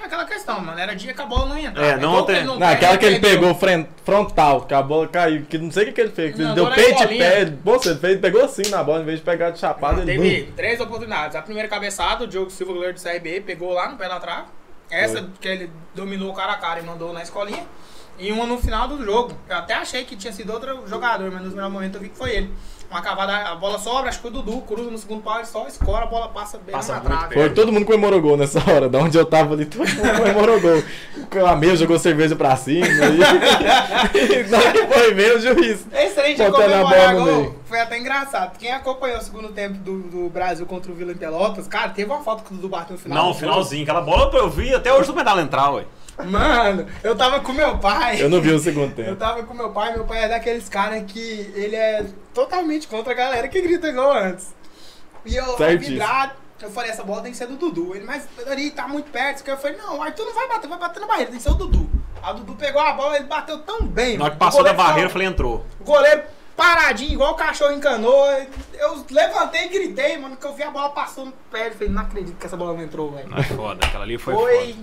Speaker 1: É Aquela questão, mano. Era dia que a bola não ia entrar.
Speaker 2: É,
Speaker 1: né?
Speaker 2: não
Speaker 1: Gol que
Speaker 2: tem-
Speaker 1: ele
Speaker 3: Não, aquela que ele
Speaker 1: perdeu.
Speaker 3: pegou fren- frontal, que a bola caiu, que não sei o que, que ele fez. que Ele
Speaker 1: Não,
Speaker 3: deu
Speaker 1: dou na
Speaker 3: peito e
Speaker 1: bolinha.
Speaker 3: pé. ele- Pô, ele fez, pegou assim na bola, em vez de pegar de chapada,
Speaker 1: Não,
Speaker 3: ele.
Speaker 1: Ah, teve
Speaker 3: bum.
Speaker 1: três oportunidades. A primeira cabeçada, o Diogo Silva, goleiro do CRB, pegou lá no pé da trave. Essa
Speaker 3: Foi.
Speaker 1: que ele dominou cara a cara e mandou na escolinha. E uma no final do jogo. Eu até achei que tinha sido outro jogador, mas no melhor momento eu vi que foi ele. Uma cavada, a bola sobra, acho que foi o Dudu, cruza no segundo pau, ele só escora, a bola passa bem
Speaker 2: Passa
Speaker 1: na
Speaker 2: muito
Speaker 1: trave.
Speaker 3: Foi, todo mundo comemorou gol nessa hora, da onde eu tava ali, todo mundo comemorou gol. O Clameu jogou cerveja pra cima, e. e na hora que foi ver o juiz.
Speaker 1: Esse trem de
Speaker 3: Botando a
Speaker 1: É comemorar
Speaker 3: bola no
Speaker 1: gol
Speaker 3: meio.
Speaker 1: um foi até engraçado. Quem acompanhou o segundo tempo do, do Brasil contra o Vila em Pelotas, cara, teve uma foto que o Dudu bateu no final.
Speaker 2: Não, finalzinho. Aquela bola eu vi até hoje do medalha entrar, ué.
Speaker 1: Mano, eu tava com meu pai.
Speaker 3: Eu não vi o segundo
Speaker 1: Eu
Speaker 3: tempo.
Speaker 1: tava com meu pai, meu pai é daqueles caras que ele é totalmente contra a galera que grita gol antes. E eu
Speaker 3: Certíssimo.
Speaker 1: vibrado, eu falei, essa bola tem que ser do Dudu. Ele, mas ali tá muito perto. Eu falei, não, o Arthur não vai bater, vai bater na barreira, tem que ser o Dudu. Aí o Dudu pegou a bola, ele bateu tão bem.
Speaker 2: Na hora que
Speaker 1: mano.
Speaker 2: passou
Speaker 1: O
Speaker 2: da
Speaker 1: goleiro
Speaker 2: barreira, eu
Speaker 1: ficou-
Speaker 2: falei, entrou.
Speaker 1: o goleiro paradinho, igual o cachorro em canoa. Eu levantei e gritei, mano, que eu vi a bola passando perto. Eu falei, não acredito que essa bola não entrou, velho.
Speaker 2: Não, é foda. Aquela ali foi,
Speaker 1: Foi,
Speaker 2: foda.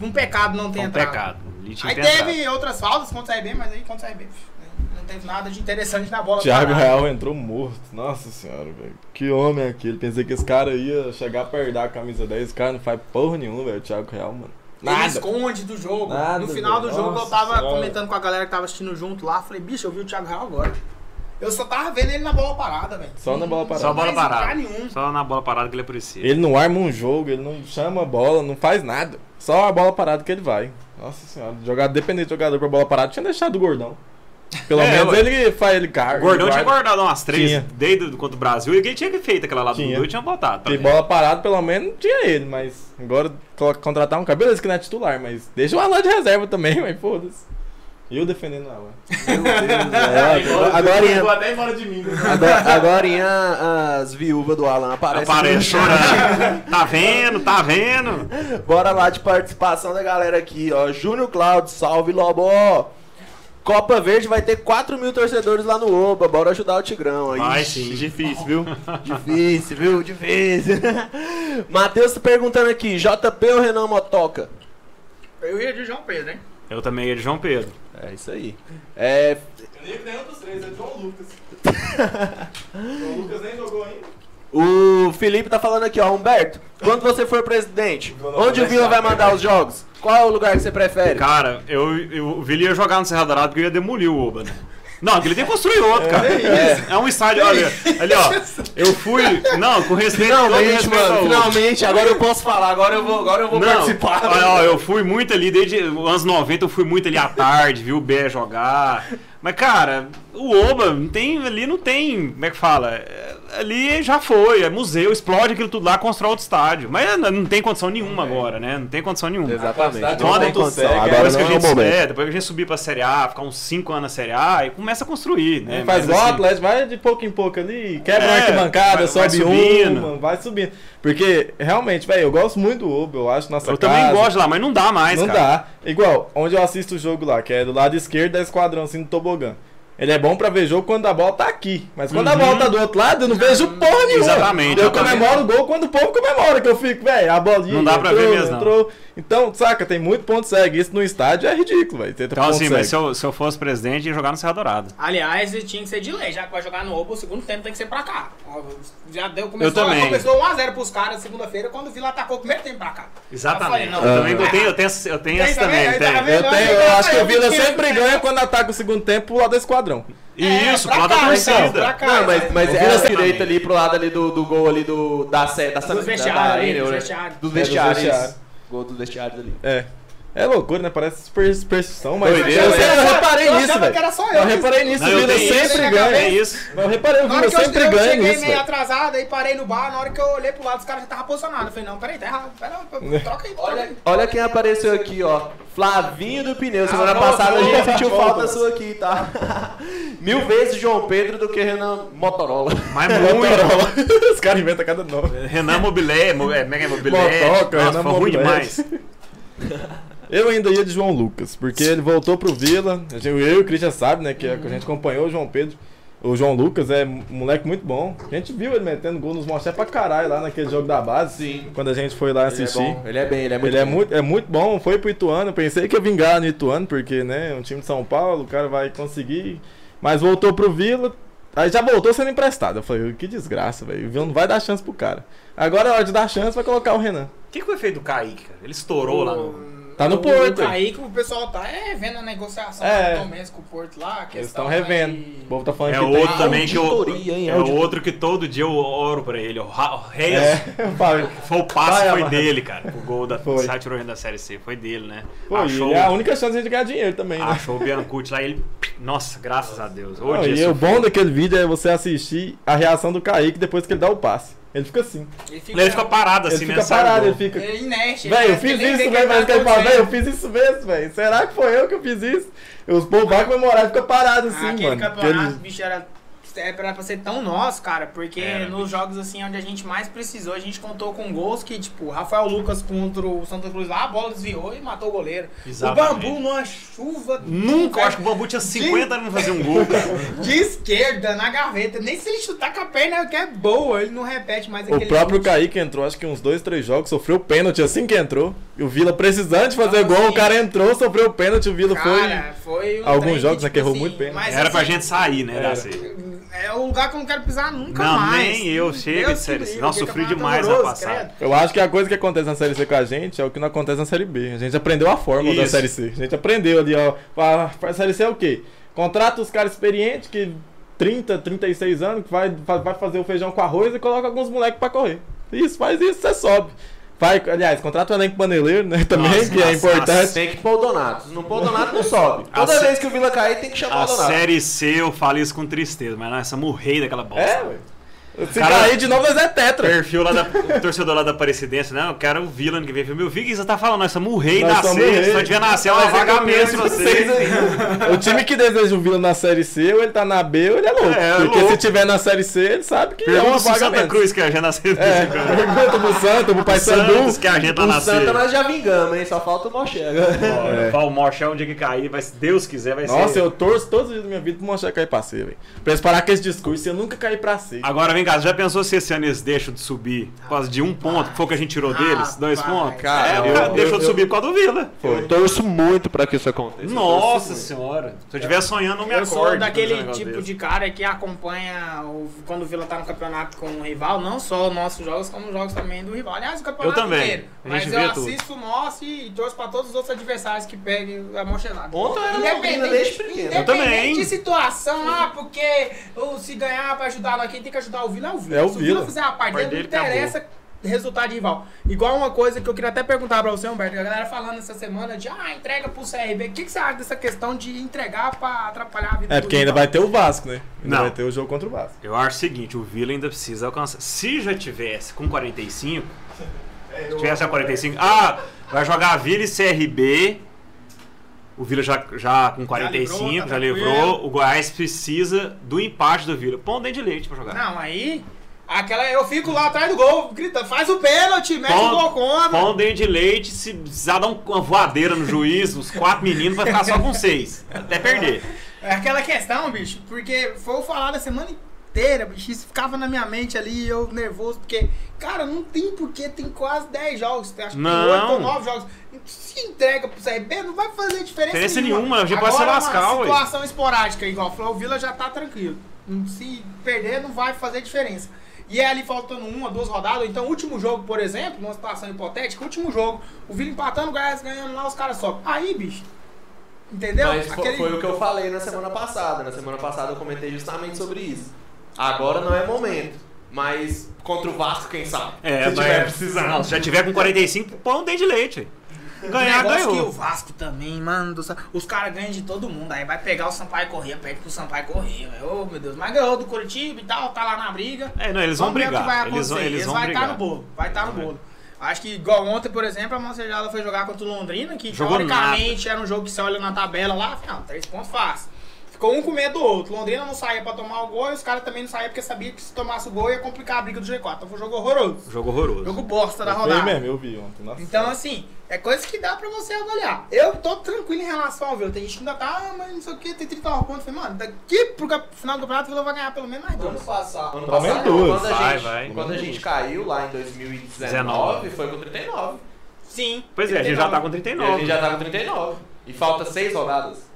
Speaker 1: um pecado não ter
Speaker 2: Foi um
Speaker 1: entrado.
Speaker 2: pecado. Ali tinha
Speaker 1: Aí
Speaker 2: que ter entrado.
Speaker 1: teve outras faltas contra a RB, mas aí contra a RB pff, né, não teve nada de interessante na bola.
Speaker 3: Thiago
Speaker 1: parada.
Speaker 3: Real entrou morto. Nossa senhora, velho. Que homem é aquele. Pensei que esse cara ia chegar pra herdar a camisa 10. Esse cara não faz porra nenhuma, velho. Thiago Real, mano.
Speaker 1: Ele
Speaker 3: Nada.
Speaker 1: esconde do jogo.
Speaker 3: Nada,
Speaker 1: no final do
Speaker 3: velho.
Speaker 1: jogo eu
Speaker 3: Nossa
Speaker 1: tava
Speaker 3: Senhora.
Speaker 1: comentando com a galera que tava assistindo junto lá. Falei, bicho, eu vi o Thiago Real agora. Eu só tava vendo ele na bola parada, velho.
Speaker 3: Só na bola
Speaker 2: Só a
Speaker 3: parada.
Speaker 2: bola
Speaker 1: Mas lugar
Speaker 2: parada.
Speaker 1: nenhum.
Speaker 2: Só na bola parada que ele é aparecia.
Speaker 3: Ele não arma um jogo, ele não chama a bola, não faz nada. Só a bola parada que ele vai. Nossa senhora. Jogador dependente do jogador com a bola parada tinha deixado o gordão. Pelo
Speaker 2: É,
Speaker 3: menos
Speaker 2: ué.
Speaker 3: ele faz ele
Speaker 2: O
Speaker 3: carga.
Speaker 2: Gordão
Speaker 3: ele
Speaker 2: tinha
Speaker 3: guarda.
Speaker 2: guardado umas três
Speaker 3: Tinha.
Speaker 2: desde o- contra o Brasil. E quem tinha feito aquela lá do
Speaker 3: Tinha.
Speaker 2: Dudu tinha botado.
Speaker 3: Tem
Speaker 2: também.
Speaker 3: bola parada, pelo menos tinha ele, mas agora coloca- contratar um cabelo que não é titular, mas deixa o Alan de reserva também, mas foda-se. E eu defendendo o Alan.
Speaker 4: é, Agora-
Speaker 5: Agora
Speaker 4: agora
Speaker 5: eu
Speaker 4: em-
Speaker 5: tô até embora de mim.
Speaker 4: Agora, agora em a- as viúvas do Alan aparecem.
Speaker 2: Aparece chorando. tá vendo, tá vendo?
Speaker 4: Bora lá de participação da galera aqui, ó. Júnior Cláudio, salve Lobo! Copa Verde vai ter 4 mil torcedores lá no Oba, bora ajudar o Tigrão aí.
Speaker 2: Vai sim.
Speaker 4: Difícil, viu? Difícil, viu? Difícil. Matheus tá perguntando aqui, JP ou Renan Motoca?
Speaker 1: Eu ia de João Pedro, hein?
Speaker 2: Eu também ia de João Pedro.
Speaker 4: É isso aí. É,
Speaker 5: Eu nem nenhum dos três, é o João Lucas. João Lucas nem jogou ainda.
Speaker 4: o Felipe tá falando aqui, ó, Humberto, quando você for presidente, onde o Vila vai mandar os jogos? Qual é o lugar que você prefere?
Speaker 2: Cara, eu, eu o Vili ia jogar no Serra Dourada porque eu ia demolir o Oba, né? Não, ele tem que construir outro, cara. É, é um estádio, olha. Ali, ó. Eu fui. Não, com respeito todo
Speaker 4: Finalmente,
Speaker 2: respeito
Speaker 4: mano,
Speaker 2: ao Oba.
Speaker 4: finalmente, agora eu posso falar, agora eu vou, agora eu vou participar. né?
Speaker 2: Olha, ó, eu fui muito ali, desde os anos 90 eu fui muito ali à tarde, vi o Bé jogar. Mas, cara, o Oba não tem, ali não tem, como é que fala? É, Ali já foi, é museu, explode aquilo tudo lá, constrói outro estádio. Mas não tem condição nenhuma agora, né? Não tem condição nenhuma.
Speaker 4: Exatamente.
Speaker 2: Não tem
Speaker 3: condição, agora
Speaker 2: Depois que, a
Speaker 4: não é o
Speaker 2: gente,
Speaker 4: momento.
Speaker 2: é, depois que a gente subir pra Série A, ficar uns 5 anos na Série A, e começa a construir, né?
Speaker 3: Ele faz
Speaker 2: Mas,
Speaker 3: igual o
Speaker 2: assim,
Speaker 3: Atlético, vai de pouco em pouco ali, quebra uma
Speaker 2: É, vai-
Speaker 3: arquibancada,
Speaker 2: vai
Speaker 3: sobe
Speaker 2: subindo.
Speaker 3: uma, vai subindo. Porque, realmente, velho, eu gosto muito do Oba, eu acho nossa
Speaker 2: Eu
Speaker 3: casa.
Speaker 2: também gosto lá, mas não dá mais,
Speaker 3: Não
Speaker 2: cara.
Speaker 3: dá. Igual, onde eu assisto o jogo lá, que é do lado esquerdo da esquadrão, assim, do tobogã. Ele é bom pra ver jogo quando a bola tá aqui. Mas quando a
Speaker 2: Uhum.
Speaker 3: bola tá do outro lado, eu não vejo porra nenhuma.
Speaker 2: Exatamente,
Speaker 3: Eu
Speaker 2: exatamente.
Speaker 3: comemoro o gol quando o povo comemora, que eu fico, velho, a bolinha.
Speaker 2: Não dá pra ver mesmo, não.
Speaker 3: Então, saca, tem muito ponto cego. Isso no estádio é ridículo, velho. ter
Speaker 2: Então,
Speaker 3: ponto
Speaker 2: assim,
Speaker 3: cego.
Speaker 2: mas se eu, se eu fosse presidente, ia jogar no Serra Dourada.
Speaker 1: Aliás, ele tinha que ser de lei, já que vai jogar no Obo, o segundo tempo tem que ser pra cá. Ó, Já deu,
Speaker 2: Eu
Speaker 1: começou,
Speaker 2: também.
Speaker 1: começou 1x0 pros caras segunda-feira, quando o Vila atacou o primeiro tempo pra cá.
Speaker 2: Exatamente.
Speaker 1: Eu falei,
Speaker 2: Eu,
Speaker 1: não,
Speaker 2: também
Speaker 1: não.
Speaker 2: eu tenho, eu tenho, essa- eu tenho
Speaker 1: Tem
Speaker 2: essa
Speaker 1: também,
Speaker 2: também.
Speaker 1: aí
Speaker 2: tem.
Speaker 1: tá vendo?
Speaker 3: Eu, tenho, eu acho que o Vila
Speaker 1: Porque-
Speaker 3: sempre ganha quando ataca o segundo tempo lá do esquadrão.
Speaker 2: E isso,
Speaker 1: pra
Speaker 2: pro lado da
Speaker 1: cá, então, pra
Speaker 2: torcida.
Speaker 1: cá.
Speaker 4: Não, mas, mas
Speaker 2: Eu vi
Speaker 4: era
Speaker 2: assim,
Speaker 4: direito ali pro lado ali do, do gol ali do, da sé, da, da,
Speaker 1: Dos vestiários
Speaker 4: da
Speaker 1: ali,
Speaker 4: arena,
Speaker 1: dos
Speaker 4: né?
Speaker 1: vestiários.
Speaker 4: Dos
Speaker 3: É, dos
Speaker 4: vestiários.
Speaker 3: vestiários.
Speaker 4: Gol dos vestiários ali.
Speaker 3: É. É loucura, né? Parece super superstição, mas.
Speaker 2: Doideira,
Speaker 3: eu,
Speaker 2: né?
Speaker 3: sei, eu reparei
Speaker 1: Eu
Speaker 3: nisso,
Speaker 1: achava que
Speaker 3: velho.
Speaker 1: era só eu.
Speaker 3: Eu reparei nisso,
Speaker 2: Não,
Speaker 3: o
Speaker 2: eu
Speaker 3: Vila
Speaker 2: tenho isso.
Speaker 3: sempre
Speaker 2: É
Speaker 3: ganha.
Speaker 2: isso.
Speaker 3: Eu reparei, o
Speaker 1: Na hora
Speaker 3: Vila
Speaker 1: que eu,
Speaker 3: sempre
Speaker 1: eu
Speaker 3: ganha
Speaker 1: cheguei
Speaker 3: nisso.
Speaker 1: meio
Speaker 3: velho.
Speaker 1: atrasado, aí parei no bar, na hora que eu olhei pro lado, os caras já estavam posicionados. Eu falei, não, peraí, tá errado.
Speaker 3: É.
Speaker 1: Peraí, troca aí, troca aí.
Speaker 4: Olha quem apareceu aqui, ó. Flavinho do Pneu. Semana
Speaker 1: Ah,
Speaker 4: passada a
Speaker 1: voltou,
Speaker 4: gente sentiu
Speaker 1: voltou.
Speaker 4: falta sua aqui, tá? Mil vezes João Pedro do que Renan Motorola.
Speaker 2: Mas
Speaker 3: É,
Speaker 2: muito.
Speaker 3: Um Os caras inventam cada nome.
Speaker 2: Renan Mobilé, Mo- é, Mega Mobilé.
Speaker 3: Motoca,
Speaker 2: Nossa,
Speaker 3: Renan
Speaker 2: foi ruim
Speaker 3: Mobilé.
Speaker 2: demais.
Speaker 3: Eu ainda ia de João Lucas, porque ele voltou pro Vila. A gente- Eu e o Christian sabe, né? Que a gente acompanhou o João Pedro. O João Lucas é um moleque muito bom. A gente viu ele metendo gol nos Moché pra caralho lá naquele jogo da base.
Speaker 4: Sim.
Speaker 3: Quando a gente foi lá assistir.
Speaker 4: Ele é, bom. ele é bem, ele é muito
Speaker 3: ele é
Speaker 4: bom.
Speaker 3: muito, é muito bom, foi pro Ituano, pensei que ia vingar no Ituano, porque, né, é um time de São Paulo, o cara vai conseguir. Mas voltou pro Vila, aí já voltou sendo emprestado. Eu falei, que desgraça, velho. O Vila não vai dar chance pro cara. Agora é hora de dar chance, vai colocar o Renan.
Speaker 2: O que, que foi feito do Kaique, cara? Ele estourou lá no.
Speaker 3: Tá no
Speaker 1: O
Speaker 3: Porto.
Speaker 1: Kaique, o pessoal tá é, vendo a negociação
Speaker 3: É.
Speaker 1: do Tomense com o Porto lá. né,
Speaker 3: Eles estão revendo. O povo tá falando
Speaker 2: É
Speaker 3: que
Speaker 2: outro também que eu.
Speaker 4: auditoria, hein?
Speaker 2: É
Speaker 4: Auditoria.
Speaker 2: outro que todo dia eu oro pra ele. O Ra- o
Speaker 3: tem.
Speaker 2: Reyes.
Speaker 3: É, Fábio.
Speaker 2: Foi o passe,
Speaker 3: Vai,
Speaker 2: foi
Speaker 3: Amado.
Speaker 2: dele, cara. O gol da
Speaker 3: Foi.
Speaker 2: Sá tirou ele da Série C. Foi dele, né?
Speaker 3: Pô,
Speaker 2: achou,
Speaker 3: e é a única chance de ganhar dinheiro também, né?
Speaker 2: achou o Biancucci lá e ele. Nossa, graças a Deus. Ô,
Speaker 3: Não, e
Speaker 2: Jesus.
Speaker 3: o bom daquele vídeo é você assistir a reação do Kaique depois que ele dá o passe. Ele fica assim.
Speaker 1: Ele fica,
Speaker 2: Ele fica parado
Speaker 3: Ele
Speaker 2: assim, né?
Speaker 3: fica
Speaker 2: Sai o
Speaker 3: parado,
Speaker 2: gol.
Speaker 3: ele fica.
Speaker 1: ele inerte. ele
Speaker 3: Véi, eu
Speaker 1: parece
Speaker 3: fiz
Speaker 1: que nem vê
Speaker 3: isso,
Speaker 1: que
Speaker 3: velho.
Speaker 1: tá
Speaker 3: Mas que ele fala, véi, eu
Speaker 1: acontecendo.
Speaker 3: fiz isso mesmo, velho. Será que foi eu que eu fiz isso? Os povos vai comemorar e fica parado assim,
Speaker 1: Ah, Aquele
Speaker 3: mano. Porque
Speaker 1: campeonato,
Speaker 3: ele-
Speaker 1: bicho, era, era pra ser tão nosso, cara, porque
Speaker 2: Era,
Speaker 1: nos jogos, assim, onde a gente mais precisou, a gente contou com gols que, tipo, Rafael Lucas contra o Santa Cruz lá, a bola desviou e matou o goleiro.
Speaker 2: Exatamente.
Speaker 1: O Bambu numa chuva...
Speaker 2: Nunca, eu
Speaker 1: cara,
Speaker 2: acho que o Bambu tinha 50 anos pra fazer um gol, cara.
Speaker 1: De esquerda, na gaveta. Nem se ele chutar com a perna, que é boa, ele não repete mais
Speaker 3: O
Speaker 1: aquele...
Speaker 3: próprio
Speaker 1: chute.
Speaker 3: Kaique entrou, acho que uns dois, três jogos, sofreu pênalti assim que entrou. E o Vila precisando de fazer
Speaker 1: Não,
Speaker 3: gol,
Speaker 1: sim.
Speaker 3: o cara entrou, sofreu pênalti, o Vila foi.
Speaker 1: Cara, foi um
Speaker 3: Alguns
Speaker 1: trem
Speaker 3: jogos, né, que errou muito bem, né?
Speaker 1: mas,
Speaker 2: Era pra
Speaker 1: assim,
Speaker 2: gente sair, né? Da
Speaker 3: Era.
Speaker 2: C.
Speaker 1: É o lugar que eu não quero pisar nunca
Speaker 2: Não,
Speaker 1: mais.
Speaker 2: nem eu, chega
Speaker 1: Deus
Speaker 2: de
Speaker 1: que
Speaker 2: Série C.
Speaker 1: livre,
Speaker 2: Nossa,
Speaker 1: que
Speaker 2: sofri
Speaker 1: campeonato
Speaker 2: demais na
Speaker 1: horroroso,
Speaker 2: passada.
Speaker 1: credo.
Speaker 3: Eu acho que a coisa que acontece na Série C com a gente é o que não acontece na Série B. A gente aprendeu a fórmula da
Speaker 2: Isso.
Speaker 3: Série C. A gente aprendeu ali, ó. A, a Série C é o quê? Contrata os caras experientes que 30, 36 anos, que vai, fa- vai fazer o feijão com arroz e coloca alguns moleques pra correr. Isso, faz isso, você sobe. Vai, aliás, contrata o elenco paneleiro, né? Também,
Speaker 2: Nossa,
Speaker 3: que é
Speaker 2: nossa,
Speaker 3: importante.
Speaker 4: Tem que pôr o Donato. Se não pôr o Donato, não sobe.
Speaker 2: A
Speaker 4: Toda
Speaker 2: sé-
Speaker 4: vez que o Vila cair, tem que chamar
Speaker 2: A
Speaker 4: o Donato.
Speaker 2: Série C, eu falo isso com tristeza, mas nós somos o rei daquela bosta.
Speaker 3: É, ué. Se
Speaker 2: Cara,
Speaker 3: cair de novo, nós é tetra.
Speaker 2: Perfil lá da o torcedor lá da Aparecidense, né? Eu quero o Vila ano que vem. Meu, o que você tá falando? Nós somos o rei
Speaker 3: Nós
Speaker 2: da
Speaker 3: somos o
Speaker 2: C.
Speaker 3: rei.
Speaker 2: Se nós tiver na C, é uma
Speaker 4: Nós
Speaker 2: vaga
Speaker 4: somos
Speaker 2: mesmo pra vocês.
Speaker 3: O time que deseja o Vila na Série C, ou ele tá na B, ou ele é louco.
Speaker 2: É, é
Speaker 3: Porque
Speaker 2: louco.
Speaker 3: se tiver na Série C, ele sabe que é
Speaker 2: Pergunta
Speaker 3: uma
Speaker 2: pro
Speaker 3: vaga
Speaker 2: Santa
Speaker 3: menos.
Speaker 2: Cruz, que é já nasceu
Speaker 3: É, pergunta pro Santos, pro
Speaker 2: Santos,
Speaker 3: Paysandu.
Speaker 2: que a gente tá
Speaker 4: O Santa
Speaker 2: nascendo.
Speaker 4: nós já vingamos, hein? Só falta o Mochega.
Speaker 3: É.
Speaker 2: O Morchão, um dia que cair, vai, se Deus quiser, vai
Speaker 3: Nossa,
Speaker 2: ser.
Speaker 3: eu torço todos os dias da minha vida pra mostrar cair pra C, velho. Pra eles parar com esse discurso, eu nunca caí pra C.
Speaker 2: Agora vem cá, você já pensou se esse ano eles deixam de subir por causa de um ponto, que foi o que a gente tirou deles? Dois
Speaker 1: Rapaz,
Speaker 2: pontos?
Speaker 3: cara,
Speaker 2: é, o
Speaker 3: eu-
Speaker 2: cara
Speaker 3: eu-
Speaker 2: deixou de
Speaker 3: eu-
Speaker 2: subir por causa do Vila.
Speaker 3: Foi.
Speaker 4: torço muito pra que isso aconteça.
Speaker 2: Nossa senhora. Se eu estiver sonhando, não me
Speaker 1: Eu
Speaker 2: acorde.
Speaker 1: sou
Speaker 2: com um
Speaker 1: daquele
Speaker 2: negócio
Speaker 1: tipo
Speaker 2: desse.
Speaker 1: de cara que acompanha o- quando o Vila tá no campeonato com o rival, não só os nossos jogos, como os jogos também do rival. Aliás, o campeonato
Speaker 2: Eu também.
Speaker 1: inteiro.
Speaker 2: A
Speaker 1: Mas
Speaker 2: gente
Speaker 1: eu
Speaker 2: vê tudo.
Speaker 1: assisto o nosso e torço pra todos os outros adversários que peguem a mochilada.
Speaker 4: Ontem eu era Londrina desde pequeno.
Speaker 2: Eu também.
Speaker 1: independente de situação, ah, porque ou se ganhar pra ajudar lá, quem tem que ajudar o Vila é o Vila.
Speaker 3: É o
Speaker 1: Se
Speaker 3: Vila.
Speaker 1: o Vila fizer a parte
Speaker 2: A parte
Speaker 1: dele, não
Speaker 2: dele acabou.
Speaker 1: interessa resultado de rival. Igual uma coisa que eu queria até perguntar pra você, Humberto, que a galera falando essa semana de, ah, entrega pro CRB. O que, que você acha dessa questão de entregar pra atrapalhar a vida
Speaker 3: É
Speaker 1: do
Speaker 3: porque ainda
Speaker 1: rival?
Speaker 3: vai ter o Vasco, né? Ainda
Speaker 2: Não.
Speaker 3: vai ter o jogo contra o Vasco.
Speaker 2: Eu acho o seguinte, o Vila ainda precisa alcançar. Se já tivesse com 45,
Speaker 1: É,
Speaker 2: se tivesse a 45, ah, vai jogar Vila e CRB. O Vila já, já com 45, já
Speaker 1: livrou,
Speaker 2: livrou,
Speaker 1: tá tranquilo.
Speaker 2: O Goiás precisa do empate do Vila. Pão dente de leite pra jogar.
Speaker 1: Não, aí. Aquela, eu fico lá atrás do gol, grita, faz o pênalti, mete o gol contra.
Speaker 2: Pão dente de leite, se precisar dar um- uma voadeira no juiz, os quatro meninos vai ficar só com seis. Até perder.
Speaker 1: É aquela questão, bicho, porque foi falado a semana inteira, bicho, isso ficava na minha mente ali, eu nervoso, porque, cara, não tem porquê, tem quase 10 jogos, tem, acho que
Speaker 2: Não.
Speaker 1: 8 ou 9 jogos. Se entrega pro CRB, não vai fazer diferença,
Speaker 2: Diferença nenhuma, a gente
Speaker 1: Agora, é
Speaker 2: pode se lascar,
Speaker 1: uma
Speaker 2: ué.
Speaker 1: situação esporádica, igual falou, o Vila já tá tranquilo. Não- Se perder, não vai fazer diferença. E é ali faltando uma, duas rodadas, ou então último jogo, por exemplo, numa situação hipotética, último jogo, o Vila empatando, o Goiás ganhando lá, os caras sobem. Aí, bicho, entendeu?
Speaker 4: Mas fo- foi o que eu falei na semana passada. Na semana passada eu comentei justamente sobre isso. Agora não é momento. Mas contra o Vasco, quem sabe?
Speaker 2: É,
Speaker 4: Se
Speaker 2: mas
Speaker 4: tiver precisando.
Speaker 2: Não, se já tiver com 45, pão dente de leite. Ganhar,
Speaker 1: Um negócio
Speaker 2: ganhou.
Speaker 1: que o Vasco também, mano. do Sa- Os caras ganham de todo mundo. Aí vai pegar o Sampaio Corrêa, perde pro Sampaio Corrêa. velho. Ô, meu Deus. Mas ganhou do Curitiba e tal, tá lá na briga.
Speaker 2: É, não, eles vão
Speaker 1: Vamos ver o que vai
Speaker 2: brigar. Eles vão,
Speaker 1: acontecer.
Speaker 2: eles vão
Speaker 1: vai
Speaker 2: brigar.
Speaker 1: estar no bolo. Vai estar no bolo. Acho que igual ontem, por exemplo, a Monserjada foi jogar contra o Londrina, que
Speaker 2: Jogou
Speaker 1: teoricamente era um jogo que você olha na tabela lá, fala, não, três pontos fácil. Ficou um com medo do outro. Londrina não saía pra tomar o gol e os caras também não saíam porque sabia que se tomasse o gol ia complicar a briga do G4. Então foi um jogo horroroso.
Speaker 2: Jogo horroroso.
Speaker 1: Jogo bosta da
Speaker 3: Foi
Speaker 1: rodada.
Speaker 3: mesmo, eu vi ontem. Nossa.
Speaker 1: Então, assim, é coisa que dá pra você avaliar. Eu tô tranquilo em relação ao Vila. Tem gente que ainda tá, ah, mas não sei o que, tem 39 pontos. Eu Falei, mano, daqui pro cap- final do campeonato, o Vila vai ganhar pelo menos mais
Speaker 4: Ano
Speaker 1: dois.
Speaker 4: passado, ano
Speaker 3: Pelo menos
Speaker 4: passado não,
Speaker 3: duas.
Speaker 4: quando, a
Speaker 2: Vai,
Speaker 4: gente,
Speaker 2: vai.
Speaker 4: quando a gente caiu lá em 2019,
Speaker 2: 19.
Speaker 4: foi com 39.
Speaker 1: Sim.
Speaker 2: Pois é, a gente já tá com
Speaker 4: E a gente
Speaker 2: 39.
Speaker 4: já tá com 39. E falta 6 rodadas.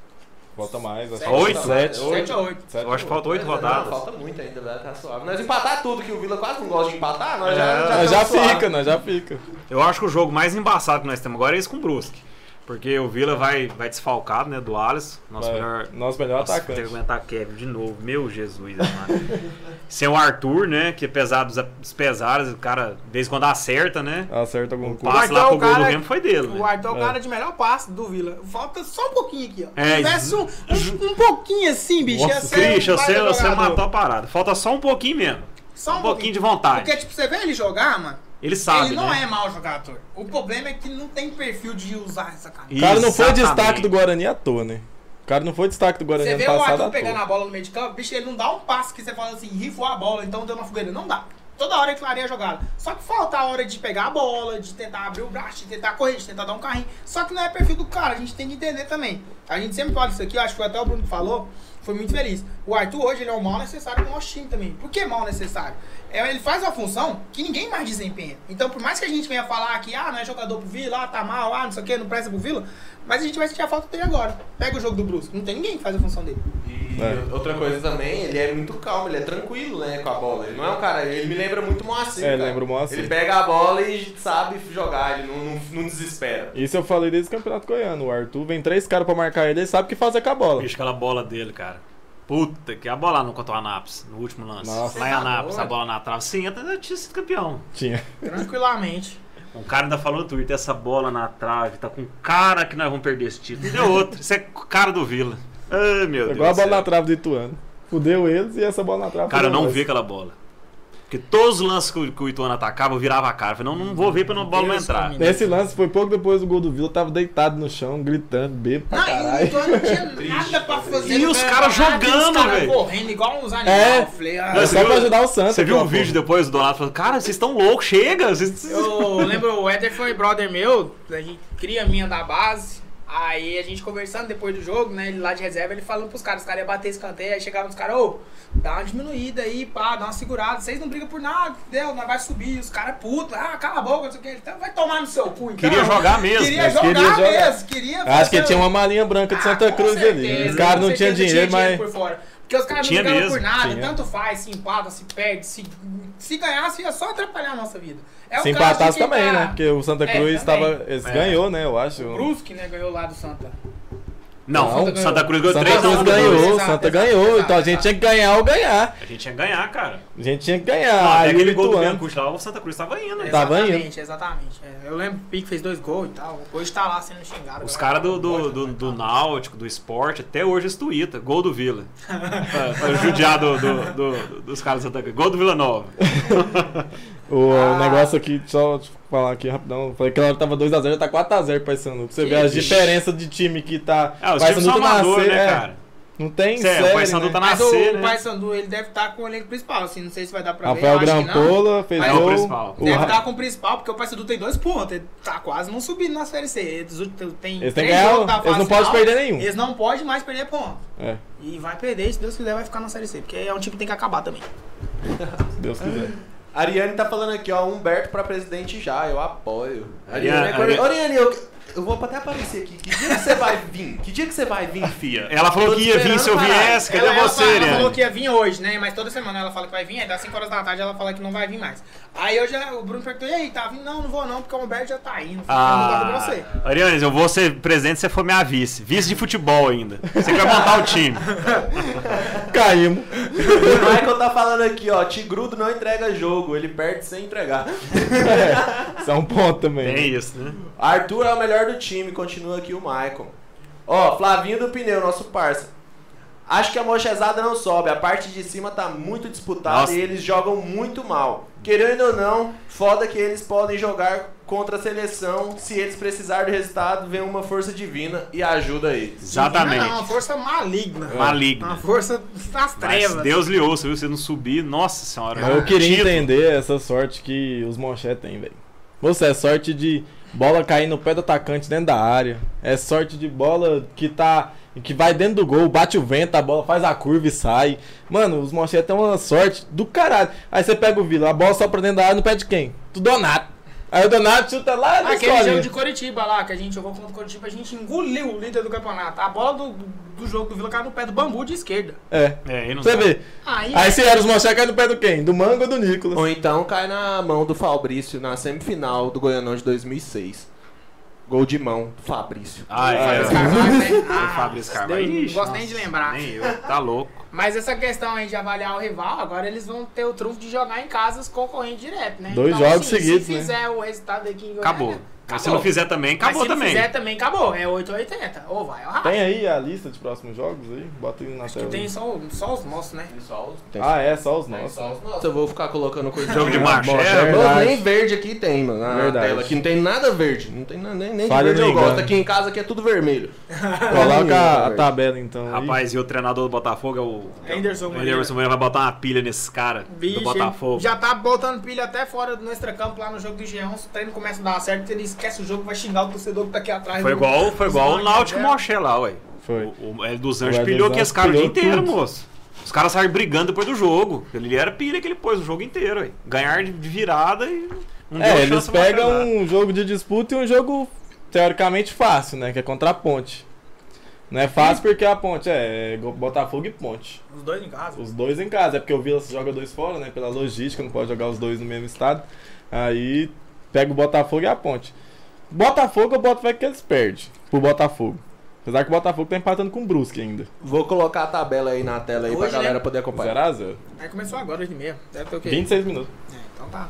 Speaker 3: Volta mais. acho
Speaker 1: Sete,
Speaker 3: que
Speaker 2: oito?
Speaker 3: Sete.
Speaker 1: 7 a tá 8.
Speaker 3: Sete,
Speaker 2: Eu acho que falta
Speaker 4: Pois
Speaker 2: 8
Speaker 4: é, Não,
Speaker 2: rodadas.
Speaker 4: falta muito ainda, vai tá suave. Nós empatar tudo, que o Vila quase não gosta de empatar, nós já,
Speaker 2: É,
Speaker 4: já,
Speaker 1: Tá
Speaker 3: Nós já
Speaker 4: estamos suave.
Speaker 3: fica, nós já fica.
Speaker 2: Eu acho que o jogo mais embaçado que nós temos agora é esse com o Brusque. Porque o Vila vai, vai desfalcado, né? Do Alisson. Nosso
Speaker 3: Vai.
Speaker 2: melhor.
Speaker 3: Nosso melhor
Speaker 2: Nossa, tem que
Speaker 3: atacante.
Speaker 2: aguentar Kevin de novo. Meu Jesus, amado. Sem o Arthur, né? Que apesar dos, dos pesares, o cara, desde quando acerta, né?
Speaker 3: Acerta algum
Speaker 2: O
Speaker 3: curso.
Speaker 1: Arthur
Speaker 2: passe
Speaker 1: é
Speaker 2: lá
Speaker 1: o
Speaker 2: pro gol do
Speaker 1: cara-
Speaker 2: Remo foi dele,
Speaker 1: O
Speaker 2: né?
Speaker 1: Arthur é o cara de melhor passe do Vila. Falta só um pouquinho aqui, ó.
Speaker 2: É,
Speaker 1: Se tivesse um, um, um pouquinho assim, bicho, ia
Speaker 3: Nossa,
Speaker 1: ser. um
Speaker 2: Christian, você, é-
Speaker 1: baita
Speaker 2: você
Speaker 1: jogador.
Speaker 2: matou a parada. Falta só um pouquinho mesmo.
Speaker 1: Só
Speaker 2: Um pouquinho de vontade.
Speaker 1: Porque, tipo, você vê ele jogar, mano.
Speaker 2: Ele sabe,
Speaker 1: ele não
Speaker 2: né?
Speaker 1: é mau jogador. O problema é que não tem perfil de usar essa camisa.
Speaker 3: O cara não foi
Speaker 2: Exatamente.
Speaker 3: destaque do Guarani à toa, né? O cara não foi destaque do Guarani
Speaker 1: Você
Speaker 3: ano
Speaker 1: vê o
Speaker 3: passado
Speaker 1: Arthur
Speaker 3: à
Speaker 1: pegando
Speaker 3: toa.
Speaker 1: a bola no meio de campo, bicho, ele não dá um passe que você fala assim, rifou a bola, então deu uma fogueira. Não dá. Toda hora ele clareia a jogada. Só que falta a hora de pegar a bola, de tentar abrir o braço, de tentar correr, de tentar dar um carrinho. Só que não é perfil do cara, a gente tem que entender também. A gente sempre fala isso aqui, eu acho que foi até o Bruno que falou, foi muito feliz. O Arthur hoje ele é um mal necessário pro nosso time também. Por que mal necessário? É, ele faz uma função que ninguém mais desempenha. Então, por mais que a gente venha falar que ah, não é jogador pro Vila, ah, tá mal, ah, não sei o que, não presta pro Vila, mas a gente vai sentir a falta dele agora. Pega o jogo do Brusco, não tem ninguém que faz a função dele.
Speaker 5: E
Speaker 3: É.
Speaker 5: outra coisa também, ele é muito calmo, ele é tranquilo, né, com a bola. Ele não é um cara, ele me lembra muito o Moacir.
Speaker 3: É,
Speaker 5: cara.
Speaker 3: lembra o Moacir.
Speaker 5: Ele pega a bola e sabe jogar, ele não, não, não desespera.
Speaker 3: Isso eu falei desde o Campeonato Goiano. O Arthur vem três caras pra marcar ele, ele sabe o que fazer com a bola.
Speaker 2: Bicho, aquela bola dele, cara. Puta, que a bola não contra o Anápolis, no último lance.
Speaker 3: Nossa.
Speaker 2: Lá em
Speaker 1: Tá
Speaker 2: Anápolis, a
Speaker 1: doido.
Speaker 2: bola na trave. Sim, até eu tinha sido campeão.
Speaker 3: Tinha.
Speaker 1: Tranquilamente.
Speaker 2: Um cara ainda falou no Twitter, essa bola na trave, tá com cara que nós vamos perder esse título. E deu outro. Isso é cara do Vila. Ai, meu Deus.
Speaker 3: Igual a
Speaker 2: do
Speaker 3: bola
Speaker 2: céu.
Speaker 3: na trave do Ituano. Fudeu eles e essa bola na trave.
Speaker 2: Cara, eu
Speaker 3: fudeu
Speaker 2: não
Speaker 3: nós.
Speaker 2: vi aquela bola. Porque todos os lances que o, que o Ituano atacava, eu virava a cara. Eu Falei, não, não vou ver pra não a bola não
Speaker 1: Deus
Speaker 2: entrar.
Speaker 1: comigo.
Speaker 3: Nesse lance foi pouco depois do gol do Vila, tava deitado no chão, gritando, bêbado pra
Speaker 1: Não, e o
Speaker 3: caralho.
Speaker 1: Ituano não tinha nada
Speaker 5: Triste,
Speaker 1: pra fazer.
Speaker 2: E
Speaker 1: não
Speaker 2: os
Speaker 1: tinha
Speaker 2: caras
Speaker 1: nada, e
Speaker 2: jogando,
Speaker 1: os caras
Speaker 2: velho.
Speaker 1: correndo igual uns animais.
Speaker 3: É.
Speaker 1: Eu falei, ah,
Speaker 3: É
Speaker 2: Você
Speaker 3: só pra
Speaker 2: viu-
Speaker 3: ajudar o Santos.
Speaker 2: Você viu
Speaker 3: aquela
Speaker 2: um vídeo
Speaker 3: porra.
Speaker 2: depois do Donato falando, cara, vocês estão loucos, chega! Vocês...
Speaker 1: Eu lembro, o Éder foi brother meu, a gente cria minha da base. Aí a gente conversando depois do jogo, né? Ele lá de reserva, ele falando pros caras, os caras iam bater escanteio, aí chegavam os caras, ô, dá uma diminuída aí, pá, dá uma segurada, vocês não brigam por nada, entendeu? Nós vai subir, os caras putos, ah, cala a boca, não sei o que, então vai tomar no seu cu, então.
Speaker 2: Queria jogar mesmo, né?
Speaker 1: Queria
Speaker 3: mas
Speaker 1: jogar,
Speaker 3: queria jogar.
Speaker 1: mesmo, queria
Speaker 3: Acho que
Speaker 1: fazer-
Speaker 3: tinha uma malinha branca de Santa
Speaker 1: Ah, com
Speaker 3: Cruz ali.
Speaker 1: certeza,
Speaker 3: Os caras não
Speaker 1: com
Speaker 3: tinham
Speaker 1: certeza É
Speaker 3: dinheiro, mas.
Speaker 1: por fora. Porque os caras não
Speaker 2: Tinha
Speaker 1: ligavam por
Speaker 2: mesmo,
Speaker 1: nada,
Speaker 3: tinha.
Speaker 1: tanto faz, se empata, se perde, se, se ganhasse ia só atrapalhar a nossa vida. É o caso
Speaker 3: Se
Speaker 1: de
Speaker 3: empatasse
Speaker 1: quem
Speaker 3: também,
Speaker 1: tá-
Speaker 3: né? Porque o Santa
Speaker 1: É,
Speaker 3: Cruz
Speaker 1: também.
Speaker 3: tava. Eles ganhou, né? Eu acho.
Speaker 1: O Brusque, né, ganhou lá do Santa.
Speaker 2: Não,
Speaker 3: Não.
Speaker 2: Santa Cruz ganhou
Speaker 3: Santa
Speaker 2: 3
Speaker 3: Cruz
Speaker 1: um,
Speaker 3: ganhou,
Speaker 1: exato,
Speaker 3: Santa
Speaker 1: exato,
Speaker 3: ganhou.
Speaker 1: exato,
Speaker 3: Então a gente
Speaker 1: exato.
Speaker 3: tinha que ganhar ou ganhar.
Speaker 2: A gente ia ganhar, cara.
Speaker 3: A gente tinha que
Speaker 2: Não,
Speaker 3: ganhar.
Speaker 2: até
Speaker 3: Aí o
Speaker 2: aquele gol do
Speaker 3: Ituano.
Speaker 2: Biancuch lá, o Santa Cruz tava indo.
Speaker 1: É.
Speaker 2: né?
Speaker 3: Tá. Tava indo.
Speaker 1: exatamente, exatamente. É, eu lembro que o Pique fez dois gols e tal. Hoje tá lá sendo xingado.
Speaker 2: Os
Speaker 1: agora.
Speaker 2: caras do, do,
Speaker 1: Pode,
Speaker 2: do,
Speaker 1: né?
Speaker 2: do Náutico, do esporte, até hoje eles tuitam. Gol do Vila. pra, pra judiar do, do- do- dos caras do Santa Cruz. Gol do Vila Nova.
Speaker 3: O
Speaker 1: Ah.
Speaker 3: negócio aqui, só te falar aqui rapidão. Falei que ela tava 2x0, já tá 4x0 pra Sandu. Pra você
Speaker 1: Que
Speaker 3: ver as
Speaker 1: bicho.
Speaker 3: diferenças de time que tá.
Speaker 2: É, os
Speaker 3: Pai
Speaker 2: times
Speaker 3: Sandu
Speaker 2: são
Speaker 3: tá na
Speaker 2: amador,
Speaker 3: C,
Speaker 2: né,
Speaker 3: é.
Speaker 2: cara?
Speaker 3: Não tem
Speaker 2: Sério,
Speaker 3: série,
Speaker 2: o Paysandu
Speaker 3: né?
Speaker 2: tá na
Speaker 1: Mas
Speaker 2: C,
Speaker 1: o
Speaker 2: né?
Speaker 1: Paysandu, ele deve estar com o elenco principal, assim, não sei se vai dar pra ver.
Speaker 3: Rafael
Speaker 1: eu acho que não.
Speaker 3: Grampola fez
Speaker 1: Mas
Speaker 2: é o
Speaker 3: gol.
Speaker 2: principal.
Speaker 3: O
Speaker 1: Deve tá-
Speaker 3: Ra-
Speaker 1: estar com o principal, porque o Paysandu tem dois pontos. Ele tá quase não subindo na Série C. Eles tem, tem
Speaker 3: Eles têm
Speaker 1: três
Speaker 3: que ganhar, um.
Speaker 1: jogos da
Speaker 3: eles
Speaker 1: fase
Speaker 3: não podem
Speaker 1: final.
Speaker 3: perder nenhum.
Speaker 1: Eles não podem mais perder ponto.
Speaker 3: É,
Speaker 1: E vai perder, se Deus quiser, vai ficar na Série C. Porque é um time que tem que acabar também.
Speaker 3: se Deus quiser.
Speaker 5: Ariane tá falando aqui, ó, Humberto pra presidente já, eu apoio. Ariane,
Speaker 2: Ariane-
Speaker 5: é quando-
Speaker 2: Ariane-
Speaker 5: Ariane, eu, eu vou até aparecer aqui. Que dia que você vai vir? Que dia que você vai vir, fia?
Speaker 2: Ela falou
Speaker 5: Tô
Speaker 2: que ia vir
Speaker 5: esperando
Speaker 2: se eu
Speaker 5: parar.
Speaker 2: viesse. Cadê
Speaker 1: ela, ela
Speaker 2: você,
Speaker 1: fala- ela
Speaker 2: Ariane?
Speaker 1: falou que ia vir hoje, né? Mas toda semana ela fala que vai vir, aí dá 5 horas da tarde ela fala que não vai vir mais. Aí hoje o Bruno perguntou: e aí, tá vindo? Não, não vou não, porque o Humberto já tá indo. Fica no lugar
Speaker 2: Ah,
Speaker 1: de você.
Speaker 2: Ariane, eu vou ser presidente se você for minha vice. Vice de futebol ainda. Você quer montar o time.
Speaker 3: Caímos.
Speaker 5: O Michael tá falando aqui, ó, Tigrudo não entrega jogo, ele perde sem entregar.
Speaker 3: É, isso é um ponto também.
Speaker 2: É isso, né?
Speaker 5: Arthur é o melhor do time, continua aqui o Michael. Ó, Flavinho do Pneu, nosso parça. Acho que a mochezada não sobe, a parte de cima tá muito disputada
Speaker 2: Nossa.
Speaker 5: e eles jogam muito mal. Querendo ou não, foda que eles podem jogar contra a seleção. Se eles precisarem do resultado, vem uma força divina e ajuda eles.
Speaker 1: Divina Não, é uma
Speaker 2: Exatamente.
Speaker 1: força maligna. Uma
Speaker 2: Maligna.
Speaker 1: força das
Speaker 2: Mas
Speaker 1: trevas.
Speaker 2: Deus lhe ouça, viu? Se não subir, nossa senhora. tipo,
Speaker 3: Mas eu queria
Speaker 2: Título.
Speaker 3: entender essa sorte que os Monché têm, velho. Moça, é sorte de bola cair no pé do atacante dentro da área. É sorte de bola que tá. que vai dentro do gol, bate o vento, a bola faz a curva e sai. Mano, os Monché têm uma sorte do caralho. Aí você pega o Vila, a bola só pra dentro da área no pé de quem? Do Donato. Aí o Donato chuta lá na
Speaker 1: Aquele jogo
Speaker 3: escolinha.
Speaker 1: de Curitiba lá, que a gente jogou contra o Curitiba, a gente engoliu o líder do campeonato. A bola do, do jogo do Vila caiu no pé do bambu de esquerda.
Speaker 3: É.
Speaker 2: É, aí não
Speaker 3: Você
Speaker 2: dá.
Speaker 3: vê.
Speaker 1: Aí, é.
Speaker 3: Aí você era os Monché cai no pé do quem? Do Mango ou do Nicolas?
Speaker 5: Ou então cai na mão do Fabrício na semifinal do Goianão de 2006.
Speaker 4: Gol de mão, do Fabrício.
Speaker 2: Ah, é.
Speaker 1: Fabrício Carvalho, né?
Speaker 2: O Fabrício Carvalho.
Speaker 1: Deus,
Speaker 2: Ixi,
Speaker 1: Ah, não gosto nem de lembrar.
Speaker 2: Nem eu. Tá louco.
Speaker 1: Mas essa questão aí de avaliar o rival, agora eles vão ter o trunfo de jogar em casa os concorrentes direto, né?
Speaker 3: Dois jogos
Speaker 1: se,
Speaker 3: seguidos,
Speaker 1: Se
Speaker 3: né?
Speaker 1: fizer o resultado aqui em Goiânia,
Speaker 2: Acabou. Mas se não fizer também,
Speaker 1: Mas
Speaker 2: acabou
Speaker 1: se
Speaker 2: também.
Speaker 1: fizer também, acabou. É 880. Ou vai, ou racha.
Speaker 3: Tem aí a lista de próximos jogos aí? Bota aí na
Speaker 1: Acho que
Speaker 3: tela.
Speaker 1: tem só, só os nossos, né?
Speaker 5: Só os-
Speaker 3: Ah, é, só os
Speaker 5: tem
Speaker 3: nossos.
Speaker 5: só os
Speaker 4: Nossa,
Speaker 5: nossos.
Speaker 4: eu vou ficar colocando coisa
Speaker 2: Jogo de
Speaker 4: Não,
Speaker 2: macho.
Speaker 3: bom,
Speaker 2: é,
Speaker 3: né? Verdade.
Speaker 4: nem verde aqui tem, mano. Na
Speaker 3: Verdade.
Speaker 4: tela aqui não tem nada verde. Não tem na- nem, nem de
Speaker 3: Falha
Speaker 4: verde
Speaker 3: no
Speaker 4: eu gosto.
Speaker 3: engano.
Speaker 4: Aqui em casa aqui é tudo vermelho.
Speaker 3: Coloca a tabela então. aí.
Speaker 2: Rapaz, e o treinador do Botafogo é o.
Speaker 1: Anderson
Speaker 2: O
Speaker 1: Moreira.
Speaker 2: Anderson Moreira vai botar uma pilha nesses caras
Speaker 1: Bicho,
Speaker 2: do
Speaker 1: ele
Speaker 2: Botafogo.
Speaker 1: já tá botando pilha até fora do nosso campo lá no jogo do G1. Se o treino começa a dar certo, ele esquece o jogo, vai xingar o torcedor que tá aqui atrás.
Speaker 2: Foi
Speaker 1: do-
Speaker 2: igual, foi
Speaker 1: dos
Speaker 2: igual o
Speaker 1: nove,
Speaker 2: Náutico
Speaker 1: né?
Speaker 2: Moché lá, ué.
Speaker 3: Foi.
Speaker 2: O, o L dos
Speaker 3: O
Speaker 2: Anjos
Speaker 3: Hélio dos
Speaker 2: pilhou aqui
Speaker 3: Anjos
Speaker 2: esse cara o dia
Speaker 3: pilhou
Speaker 2: inteiro,
Speaker 3: tudo.
Speaker 2: moço. Os caras saíram brigando depois do jogo. Ele era pilha que ele pôs o jogo inteiro, ué. Ganhar de virada e.
Speaker 1: um
Speaker 2: Não deu
Speaker 3: É,
Speaker 2: chance
Speaker 3: eles
Speaker 2: pro Mochê
Speaker 3: pegam
Speaker 2: lá.
Speaker 3: um jogo de disputa e um jogo teoricamente fácil, né? Que é contra a ponte. Não é fácil porque a ponte é Go- Botafogo e ponte.
Speaker 1: Os dois em casa.
Speaker 3: Os dois em casa. É porque o Vila joga dois fora, né? Pela logística, não pode jogar os dois no mesmo estado. Aí pega o Botafogo e a ponte. Botafogo eu boto fé que eles perdem pro Botafogo. Apesar que o Botafogo tá empatando com o Brusque ainda.
Speaker 4: Vou colocar a tabela aí na tela aí
Speaker 1: Hoje,
Speaker 4: pra galera
Speaker 1: né?
Speaker 4: poder acompanhar.
Speaker 3: 0x0.
Speaker 1: Aí começou agora, hoje mesmo. Deve ter o quê?
Speaker 3: 26 minutos.
Speaker 1: É, então tá.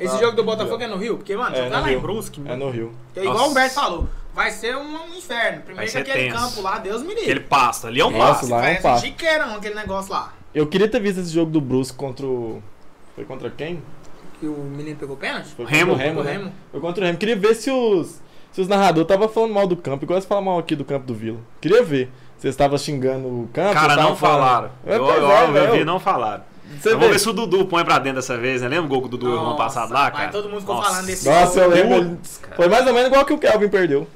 Speaker 1: Esse jogo do Botafogo é no Rio? Porque, mano,
Speaker 3: É,
Speaker 1: jogar
Speaker 3: no
Speaker 1: lá em
Speaker 3: Rio.
Speaker 1: Brusque,
Speaker 3: É no Rio.
Speaker 1: É igual
Speaker 2: Nossa.
Speaker 1: o Humberto falou, vai ser um, um inferno.
Speaker 2: Vai
Speaker 1: Primeiro que
Speaker 2: ser
Speaker 1: aquele
Speaker 2: tenso.
Speaker 1: campo lá, Deus me livre.
Speaker 2: Aquele pasta, ali é um
Speaker 3: Nossa,
Speaker 2: pasta.
Speaker 3: lá é um
Speaker 1: Parece
Speaker 3: passo.
Speaker 1: chiqueirão aquele negócio lá.
Speaker 3: Eu queria ter visto esse jogo do Brusque contra o. Foi contra quem?
Speaker 1: Que o menino pegou pênalti?
Speaker 3: Foi
Speaker 2: Remo.
Speaker 3: contra o Remo,
Speaker 1: Pegou
Speaker 3: né?
Speaker 1: Remo.
Speaker 3: Eu contra o Remo. Queria ver se os, se os narradores estavam falando mal do campo, igual eles falam mal aqui do campo do Vila. Queria ver. Vocês estavam xingando o campo.
Speaker 2: Cara,
Speaker 3: vocês
Speaker 2: não
Speaker 3: tavam falando-
Speaker 2: falaram.
Speaker 3: É,
Speaker 2: Eu,
Speaker 3: pois
Speaker 2: eu,
Speaker 3: é,
Speaker 2: eu vi,
Speaker 3: velho.
Speaker 2: não falaram.
Speaker 3: Você
Speaker 2: Vamos
Speaker 3: vê.
Speaker 2: ver se o Dudu põe pra dentro dessa vez, né? Lembra o gol que o Dudu errou ano
Speaker 1: Nossa,
Speaker 2: passado lá,
Speaker 1: mas
Speaker 2: cara?
Speaker 1: todo mundo ficou
Speaker 2: Nossa.
Speaker 1: falando desse
Speaker 3: Nossa, eu
Speaker 1: jogo.
Speaker 3: lembro. Foi mais ou menos igual que o Kelvin perdeu.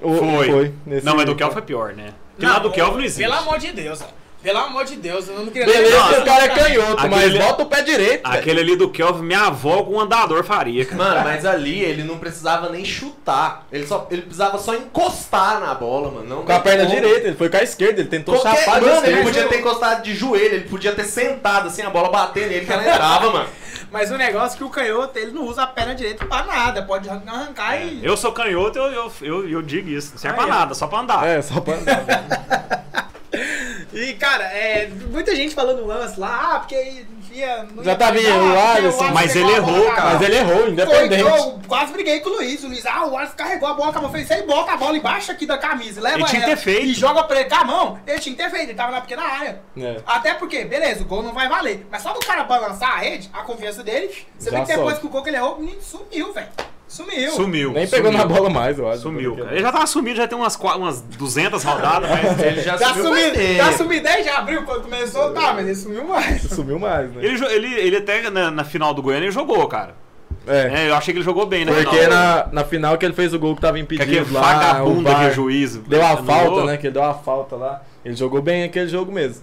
Speaker 3: O-
Speaker 2: Foi.
Speaker 3: nesse
Speaker 2: Não, mas do Kelvin foi pior, né? Porque lá do Kelvin não existe.
Speaker 1: Pelo amor de Deus, ó. pelo amor de Deus, eu não queria
Speaker 4: Beleza, que o cara é
Speaker 1: Nossa,
Speaker 4: canhoto, mas
Speaker 2: Aquele-
Speaker 4: bota o pé direito. velho.
Speaker 2: Aquele ali do Kelvin, minha avó com um andador faria, cara.
Speaker 4: Mano, mas ali ele não precisava nem chutar. Ele, só, ele precisava só encostar na bola, mano. Não
Speaker 3: Com a
Speaker 4: tem
Speaker 3: perna
Speaker 4: como.
Speaker 3: direita, ele foi com a esquerda, ele tentou
Speaker 4: Qualquer-
Speaker 3: chapar de
Speaker 4: mano, ele
Speaker 3: esquerda.
Speaker 4: podia ter encostado de joelho, ele podia ter sentado assim, a bola batendo nele que ela entrava, mano.
Speaker 1: Mas o negócio é que o canhoto, ele não usa a perna direita pra nada. Pode arrancar e...
Speaker 2: Eu sou canhoto, eu, eu, eu, eu digo isso. Não serve
Speaker 1: Ah,
Speaker 2: pra
Speaker 1: é.
Speaker 2: nada, só pra andar.
Speaker 3: É, só pra andar. velho.
Speaker 1: E, cara, é, muita gente falando um lance lá, ah, porque ia, não
Speaker 3: Já
Speaker 1: ia
Speaker 3: tá
Speaker 1: pegar,
Speaker 3: vindo o
Speaker 1: porque
Speaker 3: Alisson.
Speaker 1: Alisson
Speaker 2: Mas
Speaker 1: pegou
Speaker 2: ele é
Speaker 1: a bola,
Speaker 2: errou, cara.
Speaker 3: Mas ele errou,
Speaker 1: Foi,
Speaker 3: independente.
Speaker 1: eu quase briguei com o Luiz. O Luiz, ah, o Alisson carregou a bola com a mão, fez, você bota a bola embaixo aqui da camisa, leva
Speaker 2: Ele tinha que
Speaker 1: ela
Speaker 2: ter feito.
Speaker 1: e joga pra ele com a mão. Ele tinha que ter feito, ele tava na pequena área.
Speaker 3: É.
Speaker 1: Até porque, beleza, o gol não vai valer. Mas só do cara balançar a rede, a confiança dele, você
Speaker 3: Já
Speaker 1: vê que depois
Speaker 3: sobe.
Speaker 1: que o gol que ele errou, o menino sumiu, velho. Sumiu.
Speaker 2: Sumiu.
Speaker 3: Nem pegou
Speaker 2: sumiu.
Speaker 3: na bola mais, eu acho.
Speaker 2: Sumiu, cara. Ele já tava sumido, já tem umas, qua- umas 200 rodadas, mas ele já
Speaker 1: Já
Speaker 4: sumiu faz
Speaker 1: sumiu,
Speaker 4: tempo.
Speaker 1: já sumiu 10, já abriu quando começou, tá, mas ele sumiu mais.
Speaker 3: Sumiu mais, né?
Speaker 2: Ele, jo- ele, ele até na, na final do Goiânia ele jogou, cara.
Speaker 3: É.
Speaker 2: É, eu achei que ele jogou bem, né?
Speaker 3: Porque na, na final que ele fez o gol que tava
Speaker 2: Que
Speaker 3: impedido
Speaker 2: aquele
Speaker 3: lá, o
Speaker 2: vagabundo
Speaker 3: VAR
Speaker 2: que é juízo.
Speaker 3: Deu a
Speaker 2: Anulou.
Speaker 3: falta, né? Que ele deu a falta lá. Ele jogou bem aquele jogo mesmo.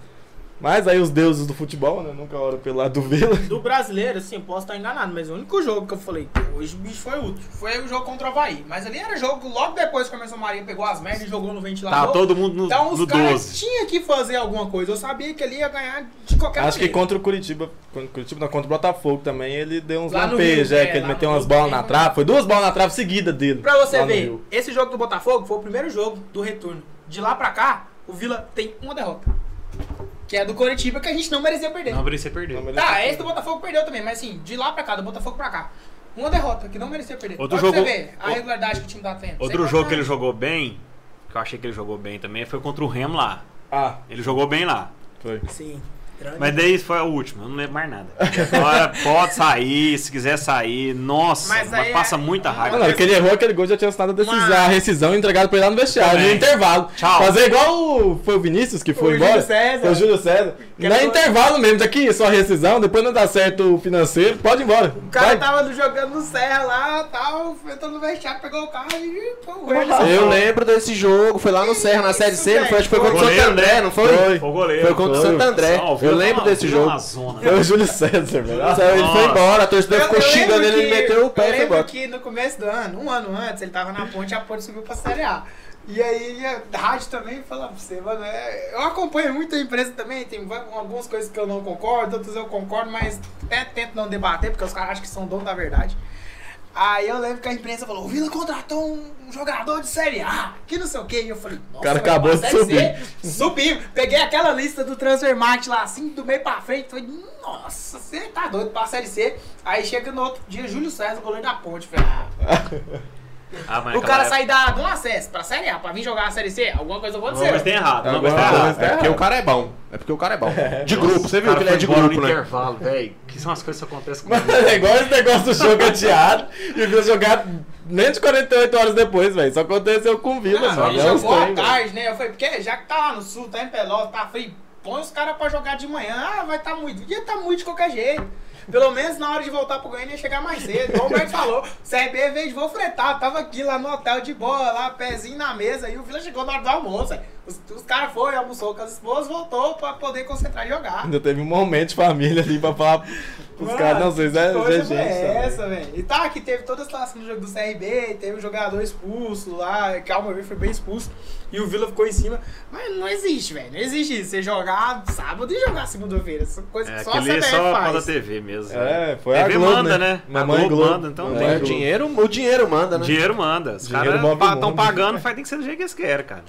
Speaker 3: Mas aí os deuses do futebol, né? Nunca oram pelo lado do Vila.
Speaker 1: Do brasileiro, assim, posso estar enganado, mas o único jogo que eu falei, hoje o bicho foi útil, foi o jogo contra o Havaí. Mas ali era jogo, logo depois que começou o Marinho, pegou as merdas e jogou no ventilador.
Speaker 2: Tá todo mundo no,
Speaker 1: Então
Speaker 2: no
Speaker 1: os caras
Speaker 2: 12.
Speaker 1: tinham que fazer alguma coisa. Eu sabia que ele ia ganhar de qualquer
Speaker 3: Acho que
Speaker 1: maneira.
Speaker 3: contra o Curitiba, contra o Curitiba não, contra o Botafogo também, ele deu uns
Speaker 1: Lá no
Speaker 3: lampejos,
Speaker 1: Rio,
Speaker 3: é,
Speaker 1: é,
Speaker 3: que ele
Speaker 1: lá
Speaker 3: meteu
Speaker 1: no
Speaker 3: umas
Speaker 1: Rio
Speaker 3: bolas
Speaker 1: também.
Speaker 3: na trave. Foi duas bolas na trave seguida dele.
Speaker 1: Pra você
Speaker 3: lá no
Speaker 1: ver,
Speaker 3: Rio.
Speaker 1: esse jogo do Botafogo foi o primeiro jogo do retorno. De lá pra cá, o Vila tem uma derrota. Que é do Coritiba, que a gente não merecia perder.
Speaker 2: Não, você perdeu.
Speaker 3: Não, mas ele-
Speaker 1: tá, esse do Botafogo perdeu também, mas assim, de lá pra cá, do Botafogo pra cá. Uma derrota, que não merecia perder.
Speaker 2: Outro
Speaker 1: Olha pra
Speaker 2: jogo-
Speaker 1: você ver a regularidade que o time tá tendo.
Speaker 2: Outro jogo que ele jogou bem, que eu achei que ele jogou bem também, foi contra o Remo lá.
Speaker 3: Ah,
Speaker 2: Ele jogou bem lá.
Speaker 3: foi.
Speaker 1: Sim. Grande.
Speaker 2: Mas daí foi a última, eu não lembro mais nada. Agora pode sair, se quiser sair. Nossa,
Speaker 1: Mas
Speaker 2: mas,
Speaker 1: aí é-
Speaker 2: passa muita
Speaker 3: Ah,
Speaker 2: raiva.
Speaker 3: não, que ele errou aquele gol, já tinha assinado a decisão,
Speaker 1: Mas-
Speaker 3: a rescisão e entregado pra ele lá no vestiário,
Speaker 2: Também.
Speaker 3: no intervalo.
Speaker 2: Tchau.
Speaker 3: Fazer igual o, foi o Vinícius que foi
Speaker 1: O
Speaker 3: embora.
Speaker 1: Júlio César.
Speaker 3: Foi o Júlio César.
Speaker 1: Que
Speaker 3: Na
Speaker 1: era-
Speaker 3: intervalo mesmo, daqui, só rescisão, depois não dá certo o financeiro, pode ir embora.
Speaker 1: O cara tá-
Speaker 3: Vai.
Speaker 1: tava jogando no Serra lá, tal, entrou no vestiário, pegou o carro e... Pô,
Speaker 4: Eu lembro desse jogo, foi lá no Serra, na Série C, não foi, acho que foi contra o
Speaker 2: Goleiro,
Speaker 4: Santo André,
Speaker 2: né?
Speaker 4: não foi?
Speaker 3: Foi.
Speaker 2: Foi o goleiro.
Speaker 4: Foi contra o
Speaker 3: Foi.
Speaker 4: Santo André.
Speaker 2: Não, o Vila
Speaker 4: Eu
Speaker 2: tá
Speaker 4: lembro
Speaker 2: uma-
Speaker 4: desse
Speaker 2: Vila é uma
Speaker 4: jogo.
Speaker 2: zona, né?
Speaker 3: Foi o Júlio César, velho.
Speaker 4: Nossa, Ele foi
Speaker 2: Nossa.
Speaker 4: embora, a torcida ficou
Speaker 1: lembro
Speaker 4: xingando ele, ele
Speaker 1: que-
Speaker 4: meteu o
Speaker 1: eu
Speaker 4: pé e foi
Speaker 1: lembro
Speaker 4: embora.
Speaker 1: que no começo do ano, um ano antes, ele tava na ponte, a ponte subiu pra Série A. E aí, a rádio também fala pra você, mano, é, eu acompanho muito a imprensa também, tem va- algumas coisas que eu é, não concordo, outras eu concordo, mas até tento não debater, porque os caras acham que são dono da verdade. Aí eu lembro que a imprensa falou: o Vila contratou um jogador de Série A, que não sei o quê. E eu falei: nossa,
Speaker 3: cara
Speaker 1: vai
Speaker 3: acabou
Speaker 1: pra
Speaker 3: de
Speaker 1: Série C? Subimos. Peguei aquela lista do Transfermarkt lá, assim, do meio pra frente. Falei: nossa, você tá doido pra Série C. Aí chega no outro dia, Júlio César, goleiro da Ponte. Falei: ah,
Speaker 2: Ah, mas
Speaker 1: o
Speaker 2: aquela
Speaker 1: cara
Speaker 2: época-
Speaker 1: sair da, do acesso pra Série A, pra vir jogar a Série C, alguma coisa
Speaker 2: Não, mas
Speaker 1: aconteceu.
Speaker 2: tem errado. Não, mas
Speaker 3: Agora-
Speaker 2: tem errado.
Speaker 3: tá
Speaker 4: É porque
Speaker 3: errado.
Speaker 4: o cara é bom. É porque o cara é bom. De
Speaker 2: Nossa,
Speaker 4: grupo, você viu
Speaker 2: o
Speaker 4: que
Speaker 2: cara
Speaker 4: ele é
Speaker 2: foi
Speaker 4: de
Speaker 2: embora
Speaker 4: grupo,
Speaker 2: no
Speaker 4: né?
Speaker 2: intervalo, velho. Que são as coisas que acontecem comigo.
Speaker 3: É igual esse negócio do jogo adiado e o Vila jogar menos de 48 horas depois, velho. Isso aconteceu com o Vila,
Speaker 1: Ah,
Speaker 3: mano.
Speaker 1: ele
Speaker 3: É uns
Speaker 1: jogou à
Speaker 3: trem, velho.
Speaker 1: tarde, né? Eu falei, porque já que tá lá no sul, tá em Pelotas, tá frio, põe os caras pra jogar de manhã. Ah, vai tá muito. Ia tá muito de qualquer jeito. Pelo menos na hora de voltar pro Goiânia ia chegar mais cedo. Igual o Humberto falou, CRB veio de voo fretar. Tava aqui lá no hotel de boa, lá, pezinho na mesa. E o Vila chegou na hora do almoço. velho. Os, os caras foram, almoçou com as esposas, voltou pra poder concentrar e jogar.
Speaker 3: Ainda teve um momento de família ali pra falar pros
Speaker 1: Mano,
Speaker 3: caras. Não, vocês é,
Speaker 1: que coisa
Speaker 3: vocês é
Speaker 1: foi
Speaker 3: gente. sabe?
Speaker 1: essa, velho? E tá, que teve toda a situação do jogo do CRB, teve um jogador expulso lá, que Calma Verde foi bem expulso, e o Vila ficou em cima. Mas não existe, velho, não existe isso. Você jogar sábado e jogar segunda-feira, essa coisa
Speaker 2: É,
Speaker 1: que só a
Speaker 2: aquele
Speaker 1: CBF
Speaker 2: só fala
Speaker 1: faz.
Speaker 2: TV mesmo.
Speaker 3: É, foi
Speaker 2: TV
Speaker 3: a Globo,
Speaker 2: manda,
Speaker 3: né?
Speaker 2: né?
Speaker 4: é
Speaker 3: Mamãe
Speaker 2: a Globo,
Speaker 3: Globo. É.
Speaker 2: manda, então
Speaker 3: Mamãe
Speaker 2: tem-
Speaker 4: O
Speaker 3: Globo.
Speaker 4: dinheiro, o dinheiro manda, né?
Speaker 2: Dinheiro manda. Os
Speaker 3: Dinheiro
Speaker 2: caras
Speaker 3: move o
Speaker 2: estão
Speaker 3: mundo.
Speaker 2: pagando, faz, tem que ser do jeito que eles querem, cara.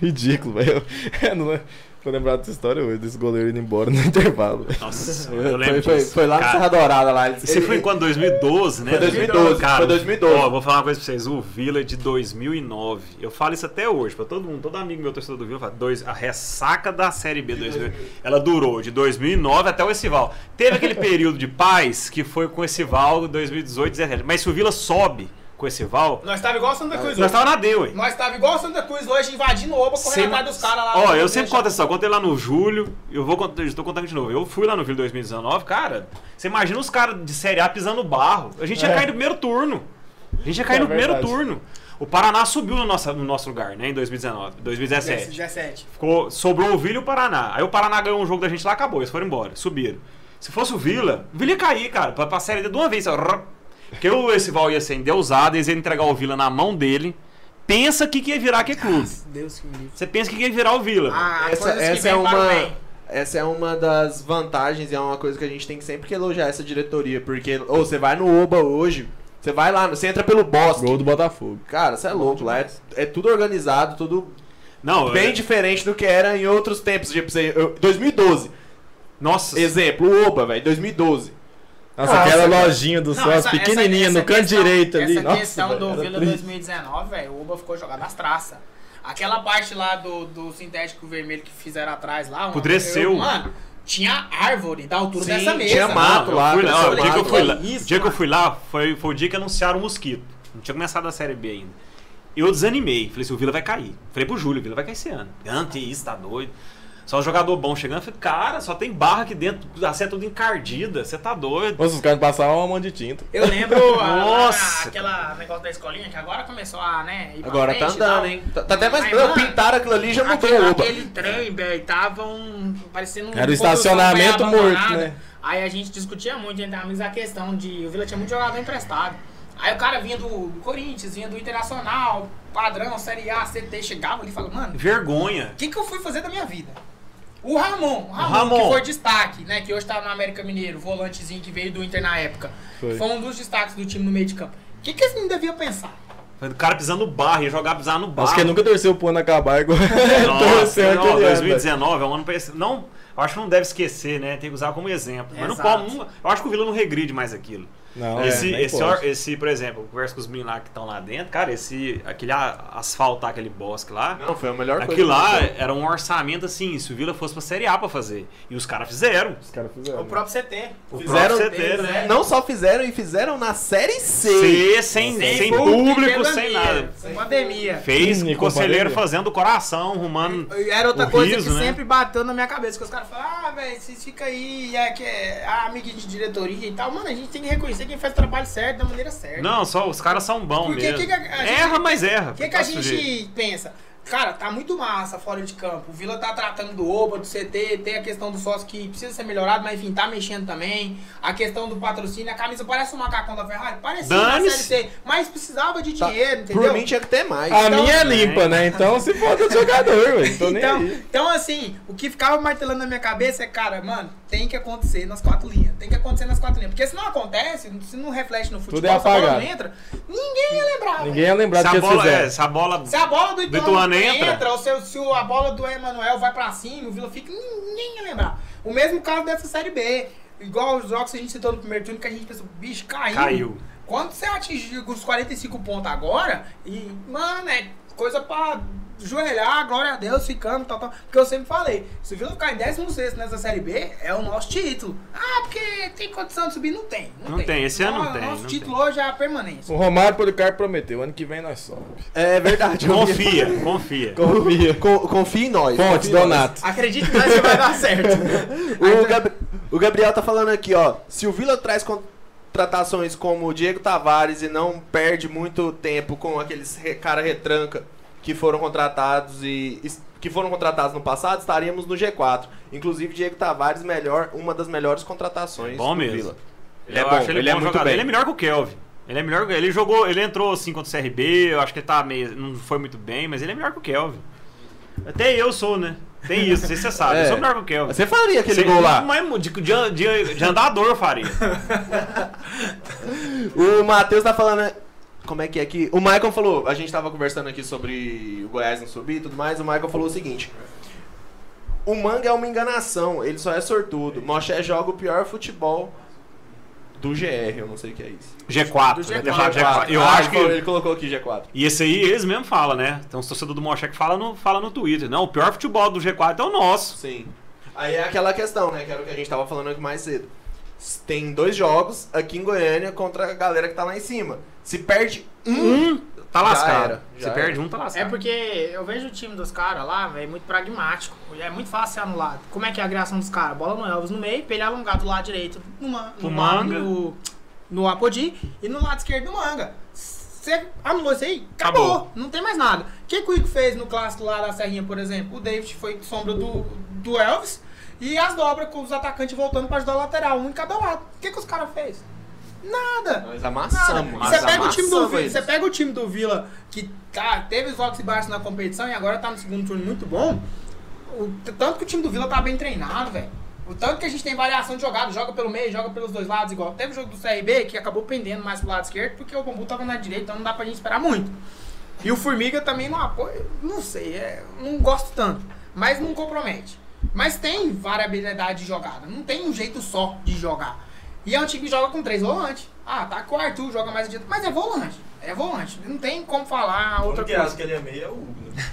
Speaker 3: Ridículo, velho. Eu não lembro- Tô lembrado dessa história hoje, desse goleiro indo embora no intervalo.
Speaker 2: Nossa,
Speaker 4: Foi-
Speaker 2: eu lembro
Speaker 4: foi,
Speaker 2: disso.
Speaker 4: foi lá no
Speaker 2: Cara,
Speaker 4: Serra Dourada lá. Ele,
Speaker 2: Isso
Speaker 4: ele-
Speaker 2: foi em quando? 2012, né?
Speaker 4: Foi 2012,
Speaker 2: Cara,
Speaker 4: foi 2012.
Speaker 2: Ó, vou falar uma coisa pra vocês. O Vila de 2009. Eu falo isso até hoje pra todo mundo. Todo amigo meu torcedor do Vila fala. Dois, a ressaca da Série B 2000. Ela durou de 2009 até o Essival. Teve aquele período de paz que foi com o Essival 2018, 2017. Mas se o Vila sobe com o Essival,
Speaker 1: Nós tava igual Santa Cruz
Speaker 2: É,
Speaker 1: hoje.
Speaker 2: nós tava na D, ué.
Speaker 1: Nós tava igual Santa Cruz hoje, invadindo o Oba, correndo
Speaker 2: Sem-
Speaker 1: atrás dos caras lá.
Speaker 2: Ó,
Speaker 1: Pra
Speaker 2: eu
Speaker 1: poder
Speaker 2: sempre
Speaker 1: achar-
Speaker 2: conto essa, eu contei lá no julho, eu vou contar, estou contando de novo. Eu fui lá no Vila 2019, cara, você imagina os caras de Série A pisando barro. A gente ia
Speaker 3: É.
Speaker 2: cair no primeiro turno. A gente ia cair
Speaker 3: É
Speaker 2: no primeiro
Speaker 3: verdade.
Speaker 2: turno. O Paraná subiu no nosso, no nosso lugar, né, em 2019, 2017.
Speaker 1: 17.
Speaker 2: Ficou, sobrou o Vila e o Paraná. Aí o Paraná ganhou um jogo da gente lá, acabou, eles foram embora, subiram. Se fosse o Vila, o Vila ia cair, cara, pra, pra Série D de uma vez. Ó, rrr. porque o Esival ia ser endeusado, eles iam entregar o Vila na mão dele. Pensa que que ia virar que é clube.
Speaker 1: Deus que me livre.
Speaker 2: Você pensa que quem virar o Vila.
Speaker 1: Ah,
Speaker 4: Essa,
Speaker 1: coisas que
Speaker 4: essa
Speaker 1: vêm
Speaker 4: é
Speaker 1: para o
Speaker 4: uma,
Speaker 1: bem.
Speaker 4: essa é uma das vantagens e é uma coisa que a gente tem que sempre que elogiar essa diretoria. Porque, ou você vai no Oba hoje, você vai lá, você entra pelo bosque.
Speaker 3: Gol do Botafogo.
Speaker 4: Cara, você é louco lá. É, é tudo organizado, tudo
Speaker 2: não,
Speaker 4: bem
Speaker 2: eu-
Speaker 4: diferente do que era em outros tempos. Tipo, você- eu- 2012.
Speaker 2: Nossa,
Speaker 4: Exemplo, o Oba, velho, 2012.
Speaker 3: Nossa,
Speaker 1: Nossa,
Speaker 3: aquela
Speaker 1: cara.
Speaker 3: lojinha do
Speaker 1: Ah, Não,
Speaker 3: Celso,
Speaker 1: essa- essa-
Speaker 3: pequenininha,
Speaker 1: essa
Speaker 3: no canto
Speaker 1: questão-
Speaker 3: direito ali.
Speaker 1: Essa
Speaker 3: Nossa,
Speaker 1: questão
Speaker 3: velho,
Speaker 1: do
Speaker 3: era
Speaker 1: Vila
Speaker 3: triste.
Speaker 1: 2019, velho, o Uba ficou jogado nas traças. Aquela parte lá do, do sintético vermelho que fizeram atrás lá. mano,
Speaker 2: Apodreceu.
Speaker 1: eu- Mano, tinha árvore da altura
Speaker 4: Sim,
Speaker 1: dessa mesa.
Speaker 4: tinha mato.
Speaker 2: eu
Speaker 4: lá,
Speaker 2: fui lá,
Speaker 4: cresceu
Speaker 2: ó, o dia que eu
Speaker 4: mato.
Speaker 2: fui lá,
Speaker 1: Isso,
Speaker 2: o dia que eu
Speaker 1: mano.
Speaker 2: fui lá foi, foi o dia que anunciaram o mosquito. Não tinha começado a série B ainda. Eu desanimei, falei assim, o Vila vai cair. Falei pro Júlio, o Vila vai cair esse ano. Ah, que isso, tá doido. Só um jogador bom chegando, eu falei, cara, só tem barra aqui dentro, a série é tudo encardida, você tá doido.
Speaker 3: Nossa, os caras passavam uma mão de tinta.
Speaker 1: Eu lembro a,
Speaker 2: Nossa.
Speaker 1: a- aquela negócio da escolinha que agora começou a, né? ir pra
Speaker 4: Agora tá
Speaker 1: frente e tal.
Speaker 4: andando, hein? Tá, tá até mais
Speaker 1: Mas,
Speaker 4: branco.
Speaker 1: mano,
Speaker 4: Pintaram aquilo ali e já mudou
Speaker 1: Aquele,
Speaker 4: o Oba.
Speaker 1: aquele trem, velho, tava um. parecendo um.
Speaker 3: Era o
Speaker 1: construção
Speaker 3: estacionamento
Speaker 1: meio abandonada.
Speaker 3: morto, né?
Speaker 1: Aí a gente discutia muito entre amigos a questão de. O Vila tinha muito jogador emprestado. Aí o cara vinha do do Corinthians, vinha do Internacional, padrão, Série A, CT, chegava ali e falava, mano,
Speaker 2: Vergonha.
Speaker 1: o que, que eu fui fazer da minha vida? O Ramon, o Ramon,
Speaker 2: Ramon.
Speaker 1: que foi destaque, né? Que hoje tá no América Mineiro, volantezinho que veio do Inter na época.
Speaker 3: Foi.
Speaker 1: Foi, um dos destaques do time no meio de campo. O que, que esse menino devia pensar?
Speaker 2: O cara pisando no barro, ia jogar pisar no barro.
Speaker 3: Acho que ele nunca torceu pro ano acabar igual
Speaker 2: Nossa,
Speaker 3: torceu
Speaker 2: não,
Speaker 3: aquele ano, né? velho.
Speaker 2: 2019 é um ano pra esse- não, eu acho que não deve esquecer, né? Tem que usar como exemplo. Mas não
Speaker 1: Exato.
Speaker 2: pode, não- eu acho que o Vila não regride mais aquilo.
Speaker 3: Não, é,
Speaker 2: esse,
Speaker 3: nem
Speaker 2: esse,
Speaker 3: pode.
Speaker 2: or- esse, por exemplo, eu converso com os meninos lá que estão lá dentro, cara, esse aquele a- asfaltar aquele bosque lá,
Speaker 4: Não, foi a melhor coisa.
Speaker 2: aquilo lá
Speaker 4: que
Speaker 2: era um orçamento assim, se o Vila fosse pra Série A pra fazer. E os caras fizeram.
Speaker 3: Os caras fizeram.
Speaker 1: próprio CT.
Speaker 2: O
Speaker 4: Fizeram
Speaker 2: próprio CT, né?
Speaker 1: é-
Speaker 4: Não só fizeram e fizeram na série C.
Speaker 2: C, sem, sem público, sem nada.
Speaker 1: Sem pandemia.
Speaker 2: Fez
Speaker 3: Hum, e
Speaker 2: o conselheiro
Speaker 3: companhia.
Speaker 2: fazendo o coração, rumando.
Speaker 1: E Era outra
Speaker 2: O
Speaker 1: coisa
Speaker 2: riso,
Speaker 1: que
Speaker 2: né?
Speaker 1: sempre bateu na minha cabeça, que os caras falam, ah, velho, vocês ficam aí, é que é a amiga de diretoria e tal. Mano, a gente tem que reconhecer quem faz o trabalho certo, da maneira certa.
Speaker 2: Não, só os caras são bons
Speaker 1: Porque
Speaker 2: mesmo.
Speaker 1: que que a- a gente-
Speaker 2: erra, mas erra.
Speaker 1: O que, que a
Speaker 2: Tá sujeito.
Speaker 1: gente pensa? Cara, tá muito massa fora de campo. O Vila tá tratando do Oba, do CT, tem a questão do sócio que precisa ser melhorado, mas enfim, tá mexendo também. A questão do patrocínio, a camisa parece um macacão da Ferrari, parecia na Série
Speaker 2: Dane-se.
Speaker 1: C, mas precisava de
Speaker 4: Tá.
Speaker 1: dinheiro, entendeu?
Speaker 4: Por mim tinha que ter mais.
Speaker 3: A
Speaker 1: Então-
Speaker 3: minha é limpa, né? Então se foda o jogador, ué. Tô nem
Speaker 1: Então,
Speaker 3: aí.
Speaker 1: então, assim, o que ficava martelando na minha cabeça é, cara, mano, tem que acontecer nas quatro linhas. Tem que acontecer nas quatro linhas. Porque se não acontece, se não reflete no futebol,
Speaker 3: Tudo é
Speaker 1: se a bola não
Speaker 3: apagado.
Speaker 1: entra, ninguém ia lembrar.
Speaker 3: Ninguém ia lembrar
Speaker 2: se
Speaker 3: do
Speaker 2: a
Speaker 3: que eles
Speaker 2: bola,
Speaker 3: fizeram.
Speaker 2: é, se a bola
Speaker 1: Se a bola do
Speaker 2: Do
Speaker 1: Ituano,
Speaker 2: Ituano
Speaker 1: entra,
Speaker 2: entra.
Speaker 1: ou se, se a bola do Emanuel vai pra cima, o Vila fica, ninguém ia lembrar. O mesmo caso dessa Série B. Igual os jogos que a gente citou no primeiro turno, que a gente pensou, bicho, caiu.
Speaker 2: caiu.
Speaker 1: Quando você atingir os 45 pontos agora, e, mano, é coisa pra joelhar, glória a Deus, ficando, tal, tal. Porque eu sempre falei, se o Vila ficar em 16 nessa Série B, é o nosso título. Ah, porque tem condição de subir? Não tem. Não,
Speaker 2: Não tem, esse ano não
Speaker 1: Nosso-
Speaker 2: tem,
Speaker 1: Nosso
Speaker 2: não
Speaker 1: título hoje é a permanência.
Speaker 3: O Romário Policarpo prometeu, ano que vem nós sobe.
Speaker 4: É verdade. eu ia-
Speaker 2: Confia, confia.
Speaker 3: Confia.
Speaker 4: Co- Confia em nós.
Speaker 3: Ponte,
Speaker 4: confia em nós.
Speaker 3: Donato.
Speaker 1: Acredite que você vai dar certo.
Speaker 4: O, Gab- o Gabriel tá falando aqui, ó. Se o Vila traz contratações como o Diego Tavares e não perde muito tempo com aqueles re- cara retranca que foram contratados e es- que foram contratados no passado, estaríamos no G4. Inclusive Diego Tavares melhor, uma das melhores contratações
Speaker 2: É Bom
Speaker 4: do
Speaker 2: mesmo.
Speaker 4: Vila.
Speaker 2: Ele
Speaker 4: é
Speaker 2: é
Speaker 4: bom,
Speaker 2: bom, ele,
Speaker 4: ele é
Speaker 2: é bom
Speaker 4: muito
Speaker 2: jogador.
Speaker 4: bem.
Speaker 2: Ele é melhor que o Kelvin. Ele é melhor, ele jogou, ele entrou assim contra o CRB, eu acho que ele tá meio, não foi muito bem, mas ele é melhor que o Kelvin. Até eu sou, né? Tem isso, não sei se você sabe, eu sou
Speaker 4: É.
Speaker 2: melhor que o Kelvin.
Speaker 4: Você faria aquele
Speaker 2: Você-
Speaker 4: gol lá?
Speaker 2: Mas de, de- de- de andador eu faria.
Speaker 4: O Matheus tá falando. né? Como é que é que. O Michael falou. A gente tava conversando aqui sobre o Goiás não subir e tudo mais. O Michael falou o seguinte: O manga é uma enganação. Ele só é sortudo. Moché joga o pior futebol do GR. Eu não sei o que é isso.
Speaker 2: G4,
Speaker 1: Do
Speaker 2: vai
Speaker 1: G4.
Speaker 2: deixar o G4. Eu
Speaker 4: Ah,
Speaker 2: acho
Speaker 4: ele falou-
Speaker 2: que.
Speaker 4: Ele colocou aqui G4.
Speaker 2: E esse aí eles mesmo falam, né? Então os torcedores do Mochec fala no, fala no Twitter. Não, o pior futebol do G4 é o nosso.
Speaker 4: Sim. Aí é aquela questão, né? Que era o que a gente tava falando aqui mais cedo. S- Tem dois jogos aqui em Goiânia contra a galera que tá lá em cima. Se perde um.
Speaker 2: Um tá lascado.
Speaker 4: era, já
Speaker 2: Você
Speaker 4: era.
Speaker 2: perde um, tá lascado.
Speaker 1: É porque eu vejo o time dos caras lá, velho, muito pragmático. É muito fácil ser anulado. Como é que é a criação dos caras? Bola no Elvis no meio, pra ele alongar do lado direito no, man, no,
Speaker 2: Pro
Speaker 1: ma-
Speaker 2: Manga.
Speaker 1: no, no Apodi e no lado esquerdo no Manga. Você anulou isso aí? Acabou.
Speaker 2: Acabou.
Speaker 1: Não tem mais nada. O que que o Ico fez no clássico lá da Serrinha, por exemplo? O David foi sombra do, do Elvis e as dobras com os atacantes voltando pra ajudar o lateral, um em cada lado. O que que os caras fez? Nada.
Speaker 4: Nós
Speaker 1: Nada.
Speaker 4: amassamos.
Speaker 1: Você pega o time do
Speaker 4: amassamos
Speaker 1: Vila,
Speaker 4: eles.
Speaker 1: você pega o time do Vila que tá, teve os altos e baixos na competição e agora tá no segundo turno muito bom. O t- tanto que o time do Vila tá bem treinado, velho. O tanto que a gente tem variação de jogada, joga pelo meio, joga pelos dois lados, igual teve o jogo do CRB que acabou pendendo mais pro lado esquerdo porque o Bambu tava na direita, então não dá pra gente esperar muito. E o Formiga também não apoia, não sei, é, não gosto tanto, mas não compromete. Mas tem variabilidade de jogada, não tem um jeito só de jogar. E é um time que joga com três volantes. Ah, tá com o Arthur, joga mais adiante, mas é volante, é volante, não tem como falar outra
Speaker 5: que acha
Speaker 1: coisa.
Speaker 5: que ele é meio
Speaker 2: Assim,
Speaker 5: é o Hugo, né?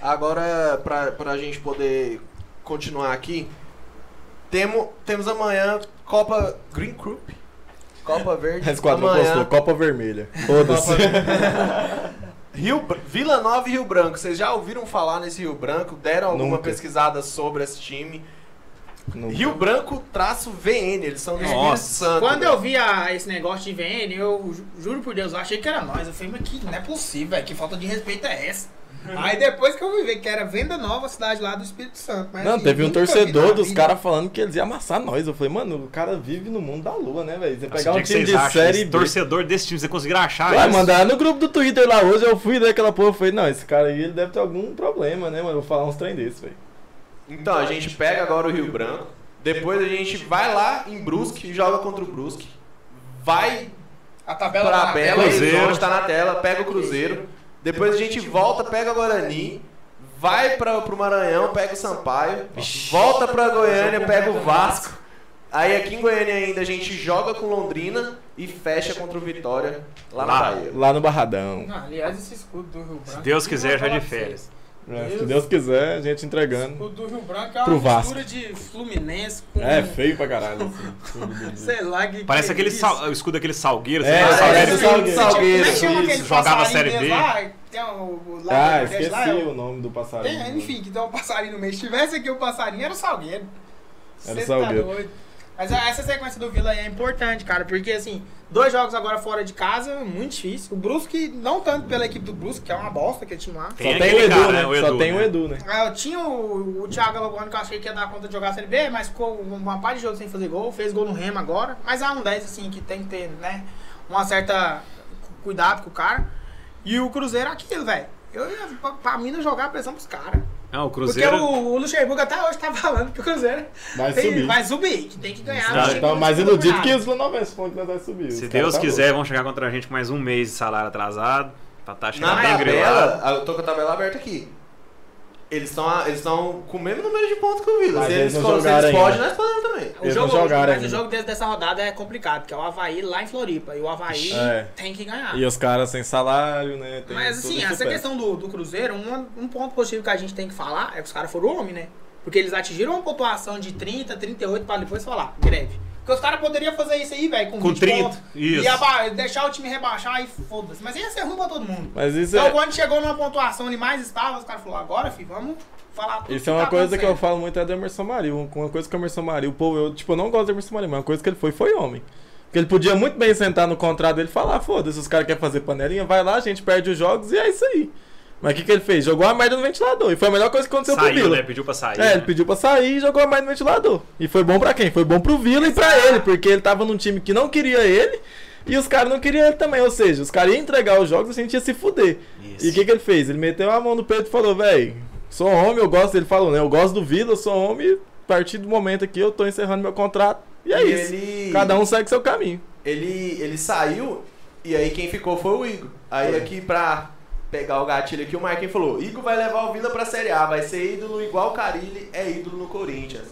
Speaker 4: Agora, pra, pra gente poder continuar aqui, temo, temos amanhã Copa Green Group. Copa Verde.
Speaker 3: A esquadrão postou,
Speaker 4: amanhã,
Speaker 3: Copa Vermelha. Foda-se.
Speaker 4: Rio, Br- Vila Nova e Rio Branco. Vocês já ouviram falar nesse Rio Branco? Deram alguma
Speaker 3: Nunca.
Speaker 4: pesquisada sobre esse time?
Speaker 3: Não-
Speaker 4: Rio Branco traço VN, eles são do Espírito
Speaker 2: Nossa.
Speaker 4: Santo. né?
Speaker 1: Quando
Speaker 4: velho.
Speaker 1: eu vi a- esse negócio de VN, eu ju- juro por Deus, eu achei que era nós. Eu falei, mas que não é possível, velho, que falta de respeito é essa? Aí depois que eu vi ver que era Venda Nova, cidade lá do Espírito Santo. mas,
Speaker 3: Não,
Speaker 1: assim,
Speaker 3: teve um
Speaker 1: nunca vi
Speaker 3: torcedor
Speaker 1: na
Speaker 3: dos
Speaker 1: vida.
Speaker 3: caras falando que eles iam amassar nós. Eu falei, mano, o cara vive no mundo da lua, né, velho? Você
Speaker 2: Nossa,
Speaker 3: pegar
Speaker 2: o
Speaker 3: um
Speaker 2: que
Speaker 3: time
Speaker 2: vocês
Speaker 3: de
Speaker 2: acham?
Speaker 3: série
Speaker 2: Esse
Speaker 3: B.
Speaker 2: torcedor desse time, você conseguir achar
Speaker 3: Vai
Speaker 2: isso?
Speaker 3: mandar no grupo do Twitter lá hoje, eu fui daquela porra, eu falei, não, esse cara aí ele deve ter algum problema, né, mano? Eu vou falar uns trem desse, velho.
Speaker 4: Então, a gente pega agora o Rio Branco, depois a gente vai lá em Brusque, joga contra o Brusque, vai
Speaker 1: A tabela
Speaker 4: pra
Speaker 1: da
Speaker 4: Belo
Speaker 2: Cruzeiro.
Speaker 4: Horizonte, tá na tela, pega o Cruzeiro, depois a gente volta, pega o Guarani, vai pra, pro Maranhão, pega o Sampaio, volta pra Goiânia, pega o Vasco, aí aqui em Goiânia ainda a gente joga com Londrina e fecha contra o Vitória lá na
Speaker 2: Lá.
Speaker 4: Bahia.
Speaker 3: Lá no Barradão.
Speaker 1: Não, aliás, esse escudo do Rio Branco.
Speaker 2: Se Deus quiser, já é
Speaker 1: eu vou
Speaker 2: de
Speaker 1: falar pra
Speaker 2: férias.
Speaker 1: vocês.
Speaker 3: É, Se Deus quiser, a gente entregando.
Speaker 1: O do Rio Branco é uma
Speaker 3: Pro Vasco.
Speaker 1: mistura de Fluminense com.
Speaker 3: É, feio pra caralho. Assim.
Speaker 1: sei lá que.
Speaker 2: Parece
Speaker 1: que
Speaker 2: aquele
Speaker 1: isso.
Speaker 2: sal- o escudo daquele salgueiro,
Speaker 3: É,
Speaker 2: sabe?
Speaker 4: parece
Speaker 2: Salgueiro.
Speaker 4: o Salgueiro.
Speaker 1: Como é que chama aquele
Speaker 2: Isso, jogava
Speaker 1: passarinho
Speaker 2: Série
Speaker 1: deles
Speaker 2: B.
Speaker 1: lá? Ah, Tem o, o, lá no
Speaker 3: ah,
Speaker 1: Nordeste,
Speaker 3: esqueci
Speaker 1: lá, é o-
Speaker 3: o nome do passarinho. né?
Speaker 1: um Tem, enfim, que tem um passarinho no meio. Se tivesse aqui o passarinho, era o Salgueiro.
Speaker 3: Era o
Speaker 1: Cê
Speaker 3: Salgueiro.
Speaker 1: Tá doido. Mas a- essa sequência do Vila aí é importante, cara, porque assim, dois jogos agora fora de casa, muito difícil. O Brusque, não tanto pela equipe do Brusque, que é uma bosta aquele time lá.
Speaker 2: Tem
Speaker 3: Só tem o
Speaker 2: aquele
Speaker 3: Edu,
Speaker 2: cara,
Speaker 3: né?
Speaker 2: né? O
Speaker 3: Só
Speaker 2: Edu,
Speaker 3: tem o
Speaker 2: né?
Speaker 3: Edu, né?
Speaker 1: Ah, Eu tinha o, o Thiago Alogone que eu achei que ia dar conta de jogar a Série B, mas ficou um, uma par de jogos sem fazer gol, fez gol no Remo agora. Mas é um 10, assim, que tem que ter, né, uma certa cu- cuidado com o cara. E o Cruzeiro é aquilo, velho. Eu ia pra, pra Minas jogar a pressão pros caras.
Speaker 2: Não, o
Speaker 1: Porque
Speaker 2: Cruzeiro.
Speaker 1: o, o Luxemburgo até hoje tá falando que o Cruzeiro
Speaker 3: Vai
Speaker 1: tem-
Speaker 3: subir.
Speaker 1: vai subir, que tem que ganhar.
Speaker 2: Não,
Speaker 1: não
Speaker 3: Nós
Speaker 1: tem
Speaker 3: tá
Speaker 1: como
Speaker 3: mais
Speaker 1: ser
Speaker 3: iludido
Speaker 1: campeonato.
Speaker 3: que os Lanovenses falando que nós vai subir.
Speaker 2: Se
Speaker 3: Os caras
Speaker 2: Deus
Speaker 3: tá
Speaker 2: quiser, vão chegar contra a gente com mais um mês de salário atrasado. Pra tá
Speaker 4: Na
Speaker 2: chegando bem grilado.
Speaker 4: tabela, eu tô com a tabela aberta aqui. Eles estão eles tão com o mesmo número de pontos que o Vila.
Speaker 3: Mas
Speaker 4: Se
Speaker 3: eles
Speaker 4: eles,
Speaker 3: não
Speaker 4: for- se
Speaker 3: jogaram
Speaker 4: eles
Speaker 3: ainda.
Speaker 4: podem, nós podemos também.
Speaker 1: O
Speaker 3: Eles não
Speaker 1: jogo,
Speaker 3: jogaram
Speaker 1: mas o
Speaker 3: ainda.
Speaker 1: jogo desde dessa rodada é complicado, que é o Havaí lá em Lourinda. E o Havaí
Speaker 3: É.
Speaker 1: tem que ganhar.
Speaker 3: louco. E os caras sem salário, né? Tem
Speaker 1: Mas
Speaker 3: tudo
Speaker 1: assim,
Speaker 3: isso
Speaker 1: essa
Speaker 3: perto.
Speaker 1: questão do, do Cruzeiro, um, um ponto positivo que a gente tem que falar é que os caras foram homem, né? Porque eles atingiram uma pontuação de 30, 38 pra depois falar, greve. Porque os caras poderiam fazer isso aí, velho, com,
Speaker 2: Com
Speaker 1: 20
Speaker 2: 30,
Speaker 1: pontos.
Speaker 2: isso.
Speaker 1: E aba- deixar o time rebaixar e foda-se. Mas ia ser ruim pra todo mundo.
Speaker 3: Mas isso
Speaker 1: Então
Speaker 3: é,
Speaker 1: quando chegou numa pontuação ali mais estável, os caras falaram, agora, filho, vamos falar tudo
Speaker 3: isso
Speaker 1: que
Speaker 3: é uma
Speaker 1: tá
Speaker 3: coisa que eu
Speaker 1: acontecendo."
Speaker 3: falo muito é do Emerson Mario. Uma coisa que o Emerson Mario, pô, eu tipo, eu não gosto do Emerson Mario, mas uma coisa que ele foi foi homem. Porque ele podia muito bem sentar no contrato dele e falar, "Ah, foda-se, os caras querem fazer panelinha, vai lá, a gente perde os jogos e é isso aí. Mas o que, que ele fez? Jogou a merda no ventilador. E foi a melhor coisa que aconteceu pro
Speaker 2: Saiu,
Speaker 3: Vila.
Speaker 2: né? Pediu pra sair.
Speaker 3: É,
Speaker 2: né?
Speaker 3: ele pediu pra sair e jogou a mais no ventilador. E foi bom pra quem? Foi bom pro Vila e pra ele, porque ele tava num time que não queria ele e os caras não queriam ele também. Ou seja, os caras iam entregar os jogos e a gente ia se fuder.
Speaker 2: Isso.
Speaker 3: E o que, que ele fez? Ele meteu a mão no peito e falou, véi, sou homem, eu gosto. Ele falou, né? Eu gosto do Vila, eu sou homem, e a partir do momento aqui eu tô encerrando meu contrato. E é
Speaker 4: E
Speaker 3: isso.
Speaker 4: Ele,
Speaker 3: Cada um segue seu caminho.
Speaker 4: ele, ele saiu e aí quem ficou foi o Igor. Aí aqui pra pegar o gatilho aqui, o Marquinhos falou: Igor vai levar o Vila pra Série A, vai ser ídolo igual o Carilli é ídolo no Corinthians.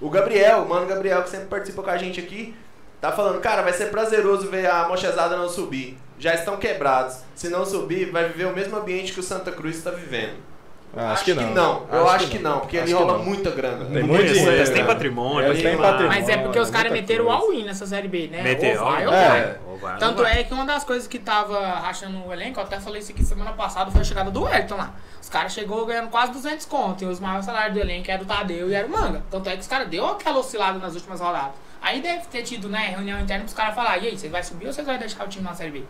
Speaker 4: O Gabriel, o mano Gabriel, que sempre participa com a gente aqui, tá falando: Cara, vai ser prazeroso ver a Mochezada não subir. Já estão quebrados. Se não subir, vai viver o mesmo ambiente que o Santa Cruz está vivendo.
Speaker 3: Acho, que não.
Speaker 4: Eu acho, que, não, porque ele
Speaker 3: Acho que
Speaker 4: rola
Speaker 3: não.
Speaker 4: muita grana.
Speaker 3: Tem
Speaker 2: Não
Speaker 3: muito
Speaker 2: conheço,
Speaker 3: dinheiro,
Speaker 2: Eles têm
Speaker 3: cara.
Speaker 2: patrimônio.
Speaker 3: Eles
Speaker 2: tem
Speaker 3: têm
Speaker 2: lá.
Speaker 3: patrimônio.
Speaker 1: Mas é porque os
Speaker 3: Olha,
Speaker 1: caras
Speaker 3: Ah, muita
Speaker 1: meteram o
Speaker 3: coisa.
Speaker 1: all-in nessa Série B, né?
Speaker 2: Meteu.
Speaker 1: Ou vai, ou
Speaker 3: É.
Speaker 1: vai.
Speaker 2: Ou vai, ou
Speaker 1: Tanto
Speaker 2: vai.
Speaker 1: é que uma das coisas que tava rachando o elenco, eu até falei isso aqui semana passada, foi a chegada do Wellington lá. Os caras chegou ganhando quase 200 conto, e os maiores salários do elenco era o Tadeu e era o Manga. Tanto é que os caras deu aquela oscilada nas últimas rodadas. Aí deve ter tido, né, reunião interna pros caras falar, e aí, vocês vai subir ou vocês vai deixar o time na Série B?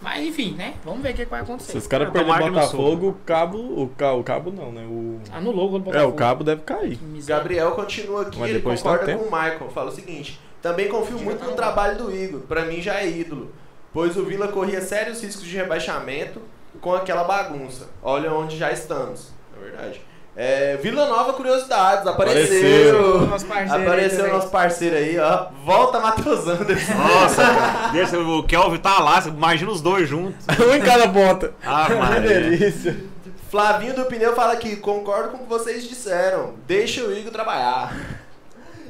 Speaker 1: Mas enfim, né, vamos ver o que que vai
Speaker 3: Se
Speaker 1: acontecer.
Speaker 3: os caras
Speaker 2: Tomara
Speaker 3: perderem
Speaker 2: que
Speaker 3: o
Speaker 2: não suba.
Speaker 3: Botafogo, o cabo, o cabo, o cabo não, né? O...
Speaker 1: Anulou o gol do
Speaker 3: É,
Speaker 1: Botafogo.
Speaker 3: o cabo deve cair.
Speaker 1: Que miséria.
Speaker 4: Gabriel continua aqui,
Speaker 3: Mas
Speaker 4: ele
Speaker 3: depois
Speaker 4: concorda
Speaker 3: tá um
Speaker 4: com o Michael. Fala o seguinte: também confio muito no trabalho do Igor, pra mim já é ídolo, pois o Vila corria sérios riscos de rebaixamento com aquela bagunça. Olha onde já estamos, na verdade. É, Vila Nova Curiosidades, apareceu!
Speaker 1: Nosso parceiro aí né?
Speaker 4: Apareceu
Speaker 1: também.
Speaker 4: nosso parceiro aí, ó. Volta Matheus Anderson.
Speaker 2: Nossa, deixa, o Kelvin tá lá, você imagina os dois juntos.
Speaker 3: um em cada ponta.
Speaker 2: Ah,
Speaker 3: Que
Speaker 2: Maria.
Speaker 3: delícia.
Speaker 4: Flavinho do Pneu fala aqui, concordo com o que vocês disseram, deixa o Igor trabalhar.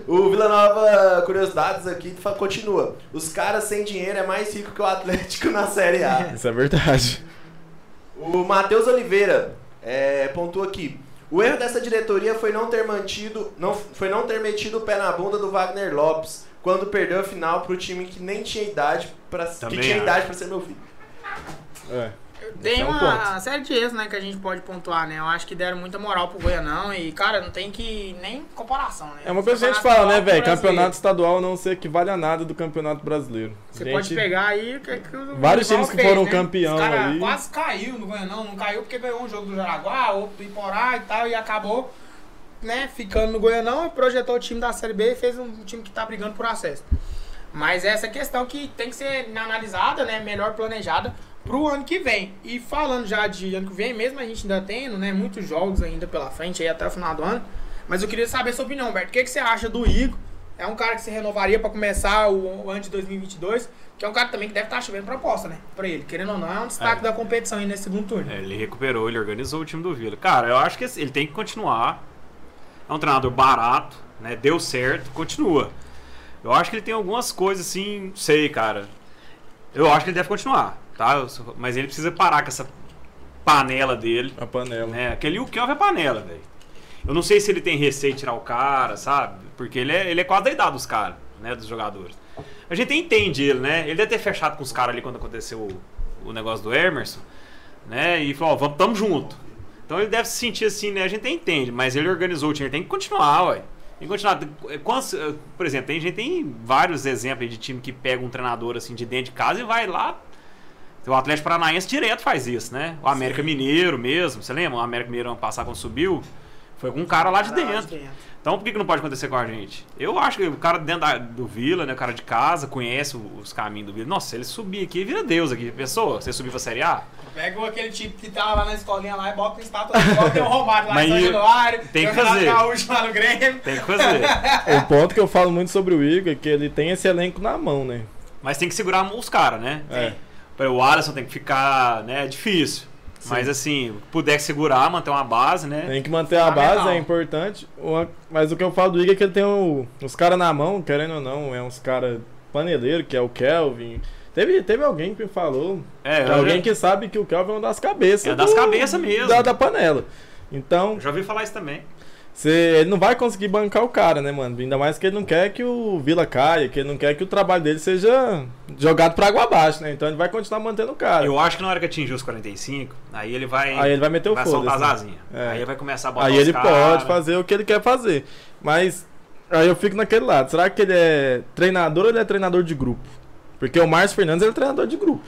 Speaker 4: O Vila Nova Curiosidades aqui fa- continua. Os caras sem dinheiro é mais rico que o Atlético na Série
Speaker 2: Ah,
Speaker 4: A.
Speaker 3: Isso é verdade.
Speaker 4: O Matheus Oliveira é, pontua aqui. O erro dessa diretoria foi não ter mantido, não, foi não ter metido o pé na bunda do Wagner Lopes quando perdeu a final pro time que nem tinha idade para que
Speaker 2: Também
Speaker 4: tinha
Speaker 2: acho.
Speaker 4: idade para ser meu filho.
Speaker 3: É.
Speaker 1: Tem
Speaker 3: Esse é um
Speaker 1: uma série de erros, né, que a gente pode pontuar, né? Eu acho que deram muita moral pro Goianão e, cara, não tem que nem comparação, né?
Speaker 3: É uma coisa que a gente
Speaker 1: Campeonato
Speaker 3: fala, né,
Speaker 1: estadual
Speaker 3: velho?
Speaker 1: pro brasileiro.
Speaker 3: Campeonato estadual não se equivale a nada do campeonato brasileiro.
Speaker 1: Você
Speaker 3: Gente,
Speaker 1: pode pegar aí o que, que o
Speaker 3: Vários
Speaker 1: rival
Speaker 3: times que
Speaker 1: fez,
Speaker 3: foram
Speaker 1: né?
Speaker 3: campeão
Speaker 1: Os cara
Speaker 3: aí.
Speaker 1: quase caiu no Goianão, não caiu porque ganhou um jogo do Jaraguá, outro do Iporá e tal, e acabou, né, ficando no Goianão e projetou o time da Série B e fez um time que tá brigando por acesso. Mas é essa questão que tem que ser analisada, né, melhor planejada pro ano que vem. E falando já de ano que vem mesmo, a gente ainda tendo, né, muitos jogos ainda pela frente aí até o final do ano. Mas eu queria saber sua opinião, Humberto. O que, que você acha do Igor? É um cara que se renovaria pra começar o, o ano de 2022, que é um cara também que deve estar chovendo proposta, né? Pra ele, querendo ou não, é um destaque
Speaker 2: É.
Speaker 1: da competição aí nesse segundo turno.
Speaker 2: É, Ele recuperou, ele organizou o time do Vila. Cara, eu acho que esse- ele tem que continuar. É um treinador barato, né? Deu certo, continua. Eu acho que ele tem algumas coisas assim, não sei, cara. Eu acho que ele deve continuar, tá? Eu sou- Mas ele precisa parar com essa panela dele,
Speaker 3: A panela.
Speaker 2: né? Aquele o Kelvin é panela, velho. Eu não sei se ele tem receio de tirar o cara, sabe? Porque ele é, ele é quase da idade dos caras, né? Dos jogadores. A gente entende ele, né? Ele deve ter fechado com os caras ali quando aconteceu o, o negócio do Emerson, né? E falou, ó, vamos, tamo junto. Então ele deve se sentir assim, né? A gente entende, mas ele organizou o time, ele tem que continuar, ué. E continuar, quantos, eh, por exemplo, tem gente tem vários exemplos aí de time que pega um treinador assim de dentro de casa e vai lá. O Atlético Paranaense direto faz isso, né? O América Mineiro mesmo, você lembra? O América Mineiro ano passado quando subiu, foi com um cara lá de dentro. Então por que, que não pode acontecer com a gente? Eu acho que o cara dentro da- do Vila, né? O cara de casa, conhece o- os caminhos do Vila. Nossa, se ele subir aqui, vira Deus aqui. Pessoa, você subir pra Série A?
Speaker 1: Pega aquele tipo que tava lá na escolinha lá e bota uma estátua lá, igual tem o Romário lá
Speaker 2: Mas
Speaker 1: em São
Speaker 2: e-
Speaker 1: Januário,
Speaker 2: tem que
Speaker 1: o Renato
Speaker 2: fazer.
Speaker 1: Gaúcho lá no Grêmio.
Speaker 2: Tem que fazer. É.
Speaker 3: O Um ponto que eu falo muito sobre o Igor é que ele tem esse elenco na mão, né?
Speaker 2: Mas tem que segurar a mão os caras, né?
Speaker 3: É.
Speaker 2: Pra- O Alisson tem que ficar, né? É difícil. Mas assim, puder segurar, manter uma base,
Speaker 1: É.
Speaker 2: né?
Speaker 3: Tem que manter a base,
Speaker 1: Fundamental.
Speaker 3: é importante. Uma- Mas o que eu falo do Igor é que ele tem o- os caras na mão, querendo ou não, é uns caras paneleiro, que é o Kelvin. Teve, teve alguém que me falou,
Speaker 2: É,
Speaker 3: é
Speaker 2: eu
Speaker 3: alguém
Speaker 2: já-
Speaker 3: que sabe que o Kelvin é uma das cabeças.
Speaker 2: É das cabeças mesmo.
Speaker 3: Da, da panela. Então,
Speaker 2: eu já ouvi falar isso também.
Speaker 3: Cê- ele não vai conseguir bancar o cara, né, mano? Ainda mais que ele não quer que o Vila caia, que ele não quer que o trabalho dele seja jogado pra água abaixo, né? Então ele vai continuar mantendo o cara.
Speaker 2: Eu acho que na hora que atingir os 45, aí ele vai.
Speaker 3: Aí ele vai meter o
Speaker 2: vai soltar as
Speaker 3: foda-se.
Speaker 2: asinhas.
Speaker 3: É.
Speaker 2: Aí ele vai começar a
Speaker 3: né?
Speaker 2: botar
Speaker 3: Aí
Speaker 2: os
Speaker 3: ele
Speaker 2: cara.
Speaker 3: pode fazer o que ele quer fazer. Mas aí eu fico naquele lado. Será que ele é treinador ou ele é treinador de grupo? Porque o Márcio Fernandes ele é treinador de grupo.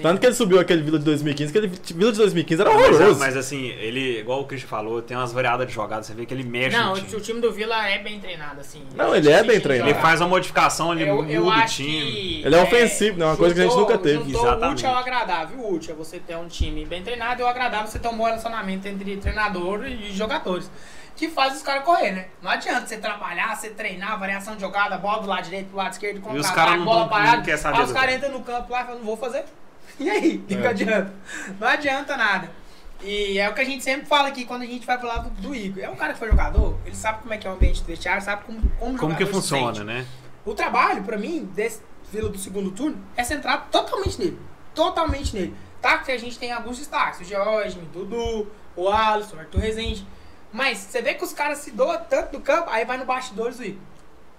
Speaker 3: Tanto que ele subiu aquele Vila de 2015, que ele Vila de 2015 era
Speaker 2: Mas,
Speaker 3: É horroroso.
Speaker 2: mas, assim, ele, igual o Christian falou, tem umas variadas de jogada, você vê que ele mexe
Speaker 6: Não,
Speaker 2: no
Speaker 6: o,
Speaker 2: time.
Speaker 6: o time do Vila é bem treinado, assim.
Speaker 3: Não, ele é
Speaker 6: Sim,
Speaker 3: bem
Speaker 6: sim,
Speaker 3: treinado.
Speaker 2: Ele
Speaker 6: joga.
Speaker 2: faz uma modificação, ele
Speaker 6: Eu,
Speaker 2: muda
Speaker 6: eu
Speaker 2: o
Speaker 6: acho
Speaker 2: time.
Speaker 6: que.
Speaker 3: Ele é ofensivo, né? Uma coisa que a gente nunca teve.
Speaker 6: Juntou
Speaker 2: Exatamente.
Speaker 6: O útil ao agradável. O útil é você ter um time bem treinado e o agradável é você ter um bom relacionamento entre treinador e jogadores. Que faz os caras correr, né? Não adianta você trabalhar, você treinar, variação de jogada, bola do lado direito, do lado esquerdo,
Speaker 2: os
Speaker 6: contra
Speaker 2: caras
Speaker 6: a
Speaker 2: não
Speaker 6: bola
Speaker 2: tão- não quer
Speaker 6: parada.
Speaker 2: saber
Speaker 6: Aí os
Speaker 2: do É.
Speaker 6: caras
Speaker 2: jogo.
Speaker 6: entram no campo lá e falam, não vou fazer. E aí? O que, que adianta? Não adianta nada. E é o que a gente sempre fala aqui quando a gente vai pro lado do Igor. É um cara que foi jogador, ele sabe como é que é o ambiente do vestiário, sabe como, como,
Speaker 2: Como que
Speaker 6: jogador se
Speaker 2: funciona,
Speaker 6: sente.
Speaker 2: né?
Speaker 6: O trabalho, pra mim, desse Vila do segundo turno, é centrado totalmente nele. Totalmente nele. Tá? Que a gente tem alguns destaques. O George, o Dudu, o Alisson, o Arthur Rezende. Mas você vê que os caras se doam tanto do campo, aí vai no bastidores do Igor.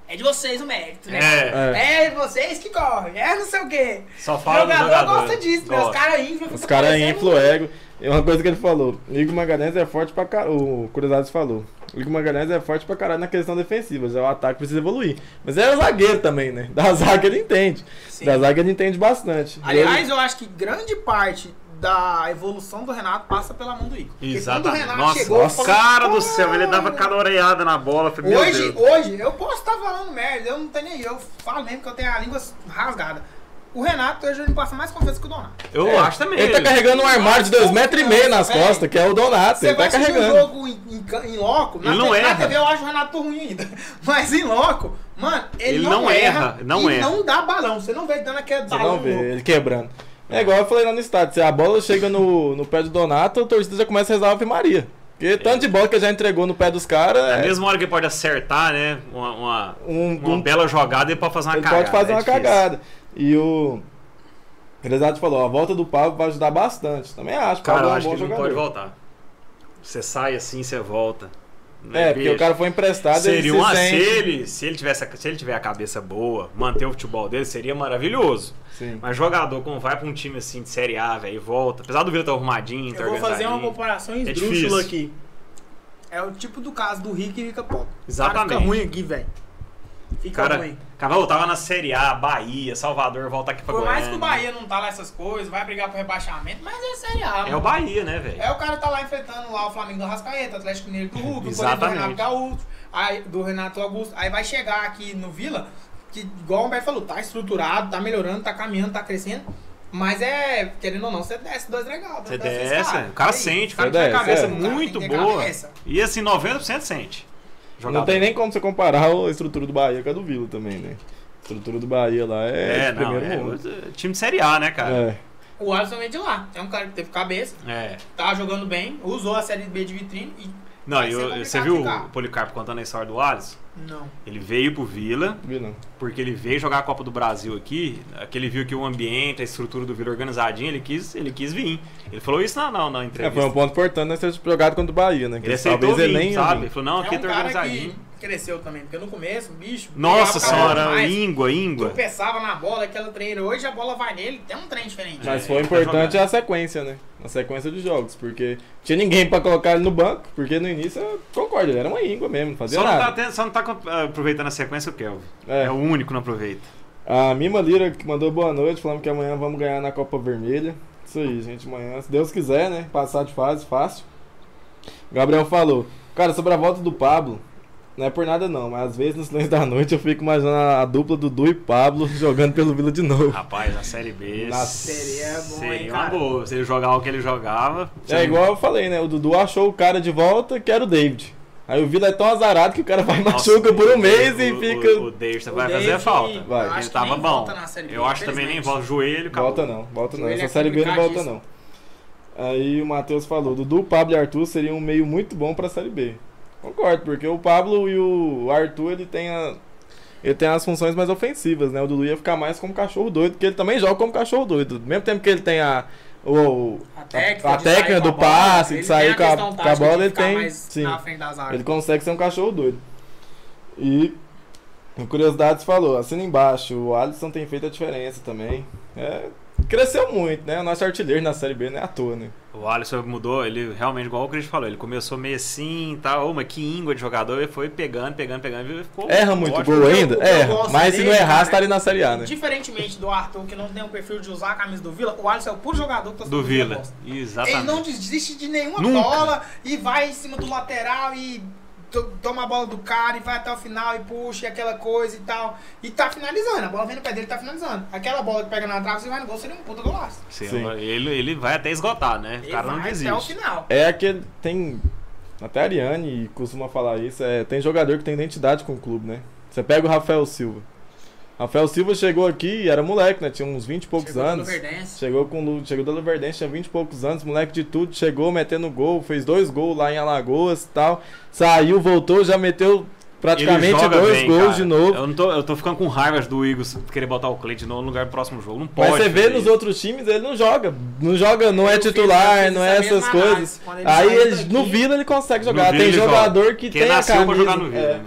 Speaker 6: É de vocês o mérito, né?
Speaker 2: É,
Speaker 6: É, de vocês que correm, é não sei o quê.
Speaker 2: só
Speaker 6: O
Speaker 2: fala do
Speaker 6: jogador,
Speaker 2: jogador.
Speaker 6: gosta disso, né? Os
Speaker 2: Gosta.
Speaker 6: caras inflam.
Speaker 3: Os
Speaker 6: fica
Speaker 3: caras
Speaker 1: é
Speaker 6: parecendo-
Speaker 3: inflam o ego. E uma coisa que ele falou, Igor Magalhães é forte pra caralho. O Cruzados falou. Igor Magalhães é forte pra caralho na questão defensiva. Já o ataque precisa evoluir. Mas ele é zagueiro também, né? Da zaga ele entende.
Speaker 6: Sim.
Speaker 3: Da zaga ele entende bastante. E
Speaker 1: Aliás, eu acho que grande parte da evolução do Renato passa pela mão do Igor. Porque quando o
Speaker 2: Exatamente.
Speaker 1: Renato
Speaker 2: Nossa,
Speaker 1: chegou, eu falei,
Speaker 2: cara do céu, ele dava cada oreada na bola. eu falei, meu
Speaker 1: Hoje,
Speaker 2: Deus.
Speaker 1: hoje, eu posso estar falando merda, eu não tenho nem. Eu falo mesmo que eu tenho a língua rasgada. O Renato hoje ele passa mais confiança que o Donato.
Speaker 2: Eu
Speaker 3: ele-
Speaker 2: acho também.
Speaker 3: ele tá carregando um armário de dois metros e meio nas
Speaker 1: Velho,
Speaker 3: costas, que é o Donato.
Speaker 1: Você
Speaker 3: Ele
Speaker 1: vai
Speaker 3: tá
Speaker 1: assistir um
Speaker 3: carregando.
Speaker 1: jogo em, em, ca- em loco, na,
Speaker 2: Ele não
Speaker 1: te- na
Speaker 2: erra.
Speaker 1: TV eu acho o Renato ruim ainda. Mas em loco, mano, ele,
Speaker 2: Ele
Speaker 1: não,
Speaker 2: não
Speaker 1: erra,
Speaker 2: erra, não
Speaker 1: e
Speaker 2: erra.
Speaker 1: não dá balão. Você não vê ele dando aquele
Speaker 3: Você
Speaker 1: balão.
Speaker 3: não vê, ele quebrando. É igual eu falei lá no estádio, se a bola chega no, no pé do Donato, o torcida já começa a rezar a Ave Maria. Porque tanto de bola que ele já entregou no pé dos caras,
Speaker 2: Na
Speaker 3: é,
Speaker 2: mesma hora que ele pode acertar, né? Uma, uma,
Speaker 3: um,
Speaker 2: uma
Speaker 3: um
Speaker 2: bela jogada, ele pode fazer uma
Speaker 3: ele
Speaker 2: cagada.
Speaker 3: pode fazer
Speaker 2: é
Speaker 3: uma
Speaker 2: difícil.
Speaker 3: cagada. E o Grisado falou, a volta do Pablo vai ajudar bastante. Também acho, o
Speaker 2: Cara,
Speaker 3: Pablo
Speaker 2: eu
Speaker 3: é um
Speaker 2: acho que
Speaker 3: bom
Speaker 2: ele não
Speaker 3: jogador.
Speaker 2: pode voltar. Você sai assim, você volta. Né,
Speaker 3: é, porque
Speaker 2: bicho?
Speaker 3: o cara foi emprestado
Speaker 2: Seria um
Speaker 3: ele se
Speaker 2: uma, se,
Speaker 3: sente...
Speaker 2: ele, se, ele tivesse, a- se ele tiver a cabeça boa, manter o futebol dele seria maravilhoso.
Speaker 3: Sim.
Speaker 2: Mas jogador, quando vai pra um time assim de Série A, velho, e volta. Apesar do Vila estar arrumadinho, tá
Speaker 1: Eu vou fazer uma
Speaker 2: organizadinho.
Speaker 1: comparação
Speaker 2: É difícil.
Speaker 1: esdrúxula aqui. É o tipo do caso do Rick e fica pouco.
Speaker 2: Exatamente.
Speaker 1: Cara, fica ruim aqui, velho. Fica
Speaker 2: Cara,
Speaker 1: ruim.
Speaker 2: cara voltava na Série A, Bahia, Salvador, volta aqui pra
Speaker 6: Por mais que
Speaker 2: Goiânia.
Speaker 6: o Bahia não tá lá essas coisas, vai brigar pro rebaixamento, mas é Série A,
Speaker 2: É o
Speaker 6: mano.
Speaker 2: Bahia, né, velho?
Speaker 1: É o cara tá lá enfrentando lá o Flamengo do Rascaeta, Atlético Mineiro do Hulk, o Corinthians do
Speaker 2: Exatamente.
Speaker 1: Renato Gaúcho, aí, do Renato Augusto. Aí vai chegar aqui no Vila, que igual o Humberto falou, tá estruturado, tá melhorando, tá caminhando, tá crescendo. Mas é, querendo ou não, você desce dois né? legal.
Speaker 2: Você desce, o cara sente, o cara
Speaker 3: Você
Speaker 2: tem a
Speaker 3: desce,
Speaker 2: cabeça
Speaker 3: é.
Speaker 2: muito
Speaker 1: Tem que ter
Speaker 2: boa.
Speaker 1: cabeça.
Speaker 2: E assim, 90% sente.
Speaker 3: Não tem nem como você comparar a estrutura do Bahia com a do Vila também, né? A estrutura do Bahia lá é,
Speaker 2: É,
Speaker 3: de
Speaker 2: não,
Speaker 3: primeiro
Speaker 2: é,
Speaker 3: mundo.
Speaker 2: o time de Série A, né, cara?
Speaker 3: É.
Speaker 6: O Alisson vem de lá. É um cara que teve cabeça,
Speaker 2: É.
Speaker 6: tá jogando bem, usou a Série B de vitrine e
Speaker 2: Não,
Speaker 6: Vai
Speaker 2: e
Speaker 6: ser
Speaker 2: o-
Speaker 6: complicado
Speaker 2: você viu
Speaker 6: ficar.
Speaker 2: o Policarpo contando a história do Alisson?
Speaker 1: Não.
Speaker 2: Ele veio pro Vila,
Speaker 3: Vila.
Speaker 2: porque ele veio jogar a Copa do Brasil aqui, que ele viu que o ambiente, a estrutura do Vila organizadinha, ele quis, ele quis vir. Ele falou isso na, na, na
Speaker 3: É, foi
Speaker 2: entrevista.
Speaker 3: um ponto importante nós ter jogado contra o Bahia, né? Que
Speaker 2: ele aceitou vir,
Speaker 3: nem ia
Speaker 2: sabe?
Speaker 3: vir.
Speaker 2: Ele falou, não, aqui
Speaker 1: é um
Speaker 2: tá
Speaker 1: cara que
Speaker 2: organizadinho.
Speaker 1: cresceu também, porque no começo, o bicho.
Speaker 2: Nossa
Speaker 1: pegava cada vez
Speaker 2: senhora,
Speaker 1: mais,
Speaker 2: íngua, íngua.
Speaker 1: Tropeçava na bola, aquela treina. Hoje a bola vai nele, tem um trem diferente.
Speaker 3: Mas
Speaker 2: É,
Speaker 3: foi
Speaker 2: tá
Speaker 3: importante
Speaker 2: jogando.
Speaker 3: a sequência, né? A sequência de jogos, porque tinha ninguém pra colocar ele no banco, porque no início, eu concordo, ele era uma íngua mesmo, não fazia
Speaker 2: Só não, tá
Speaker 3: nada.
Speaker 2: tendo- só não tá com- aproveitando a sequência o Kelvin.
Speaker 3: É.
Speaker 2: É. o único que não aproveita.
Speaker 3: A Mima Lira que mandou boa noite, falando que amanhã vamos ganhar na Copa Vermelha. Isso aí, gente, amanhã, se Deus quiser, né? Passar de fase, fácil. Gabriel falou, cara, sobre a volta do Pablo, não é por nada não, mas às vezes no silêncio da noite eu fico imaginando a dupla Dudu e Pablo jogando pelo Vila de novo.
Speaker 2: Rapaz, a Série B.
Speaker 3: Na-
Speaker 1: Seria é bom, hein,
Speaker 2: Seria uma
Speaker 1: cara?
Speaker 2: boa. Se ele jogar o que ele jogava.
Speaker 3: É
Speaker 2: seria-
Speaker 3: igual eu falei, né? O Dudu achou o cara de volta, que era o David. Aí o Vila é tão azarado que o cara vai e
Speaker 2: Nossa,
Speaker 3: machuca por um
Speaker 2: o-
Speaker 3: mês e
Speaker 2: o-
Speaker 3: fica.
Speaker 2: O, o Davidson
Speaker 1: O
Speaker 2: vai fazer
Speaker 1: David-
Speaker 2: falta.
Speaker 3: Vai.
Speaker 2: Ele
Speaker 1: Acho que
Speaker 2: tava
Speaker 1: nem
Speaker 2: bom.
Speaker 1: volta na Série B,
Speaker 2: Eu acho também nem
Speaker 1: infelizmente.
Speaker 2: volta. Joelho, acabou.
Speaker 3: Volta não, volta não.
Speaker 1: Joelho
Speaker 3: Essa
Speaker 1: é
Speaker 3: série B não volta
Speaker 1: complicadíssimo.
Speaker 3: não. Aí o Matheus falou: Dudu, Pablo e Arthur seriam um meio muito bom pra série B. Concordo, porque o Pablo e o Arthur ele tem, a- ele tem as funções mais ofensivas, né? O Dudu ia ficar mais como cachorro doido, porque ele também joga como cachorro doido. Ao mesmo tempo que ele tem a. o-
Speaker 1: A
Speaker 3: a
Speaker 1: de
Speaker 3: técnica
Speaker 1: sair com a
Speaker 3: do
Speaker 1: bola,
Speaker 3: passe, de
Speaker 1: ele
Speaker 3: sair
Speaker 1: tem
Speaker 3: com a-
Speaker 1: questão
Speaker 3: com a
Speaker 1: tática de
Speaker 3: bola, ele
Speaker 1: ficar
Speaker 3: tem-
Speaker 1: mais
Speaker 3: sim.
Speaker 1: Na frente da zaga.
Speaker 3: Ele consegue ser um cachorro doido. E o Curiosidades falou, assina embaixo, o Alisson tem feito a diferença também. É, cresceu muito, né? O nosso artilheiro na Série B não é à toa, né?
Speaker 2: O Alisson mudou, ele realmente, igual o Cris falou, ele começou meio assim e tal, ô, mas que íngua de jogador, ele foi pegando, pegando, pegando, e ficou
Speaker 3: Erra muito
Speaker 2: ótimo.
Speaker 3: gol
Speaker 1: eu-
Speaker 3: ainda?
Speaker 1: o que eu
Speaker 3: Erra.
Speaker 1: gosto
Speaker 3: Mas se não
Speaker 1: dele,
Speaker 3: errar,
Speaker 1: cara,
Speaker 3: você tá ali na Série A, né?
Speaker 1: Diferentemente do Arthur, que não tem o perfil de usar a camisa do Vila, o Alisson é o puro jogador que tá
Speaker 2: Do Vila.
Speaker 1: gosta. Ele não
Speaker 2: Exatamente.
Speaker 1: desiste de nenhuma
Speaker 2: Tá, Nunca.
Speaker 1: bola e vai em cima do lateral e to- toma a bola do cara e vai até o final e puxa e aquela coisa e tal. E tá finalizando. A bola vem no pé dele tá finalizando. Aquela bola que pega na trave e vai no gol seria um puta golaço.
Speaker 2: Sim,
Speaker 3: Sim.
Speaker 2: Ele, ele vai até esgotar, né? O
Speaker 1: Ele
Speaker 2: cara não
Speaker 1: vai até o
Speaker 2: desiste.
Speaker 1: final.
Speaker 3: É aquele. Tem. Até a Ariane costuma falar isso. É, tem jogador que tem identidade com o clube, né? Você pega o Rafael Silva. Rafael Silva chegou aqui, era moleque, né? Tinha uns 20 e poucos
Speaker 1: Chegou
Speaker 3: anos.
Speaker 1: no Verdense.
Speaker 3: Chegou com o Lu- chegou do Luverdense, tinha 20 e poucos anos, moleque de tudo, chegou metendo gol, fez dois gols lá em Alagoas e tal. Saiu, voltou, já meteu
Speaker 2: Ele
Speaker 3: praticamente
Speaker 2: joga
Speaker 3: dois
Speaker 2: bem,
Speaker 3: gols
Speaker 2: cara. É um
Speaker 3: de novo.
Speaker 2: Eu, não tô, eu tô ficando com raiva do Eagles querer botar o Clay de novo no lugar do próximo jogo. Não pode.
Speaker 3: Mas você vê
Speaker 2: fazer
Speaker 3: nos
Speaker 2: isso.
Speaker 3: outros times, ele não joga. Não joga, não é
Speaker 1: Eu fiz- eu
Speaker 3: titular,
Speaker 1: fiz
Speaker 3: não
Speaker 1: essa
Speaker 3: é essas
Speaker 1: mesma
Speaker 3: coisas.
Speaker 1: análise. Quando ele
Speaker 3: Aí
Speaker 1: saiu
Speaker 3: ele,
Speaker 1: daqui,
Speaker 3: no Vila ele consegue
Speaker 2: No
Speaker 3: jogar.
Speaker 2: Vila
Speaker 3: Tem
Speaker 2: ele
Speaker 3: jogador que
Speaker 2: Quem
Speaker 3: tem a
Speaker 2: nasceu
Speaker 3: camisa.
Speaker 2: pra jogar no Vila,
Speaker 3: é.
Speaker 2: né?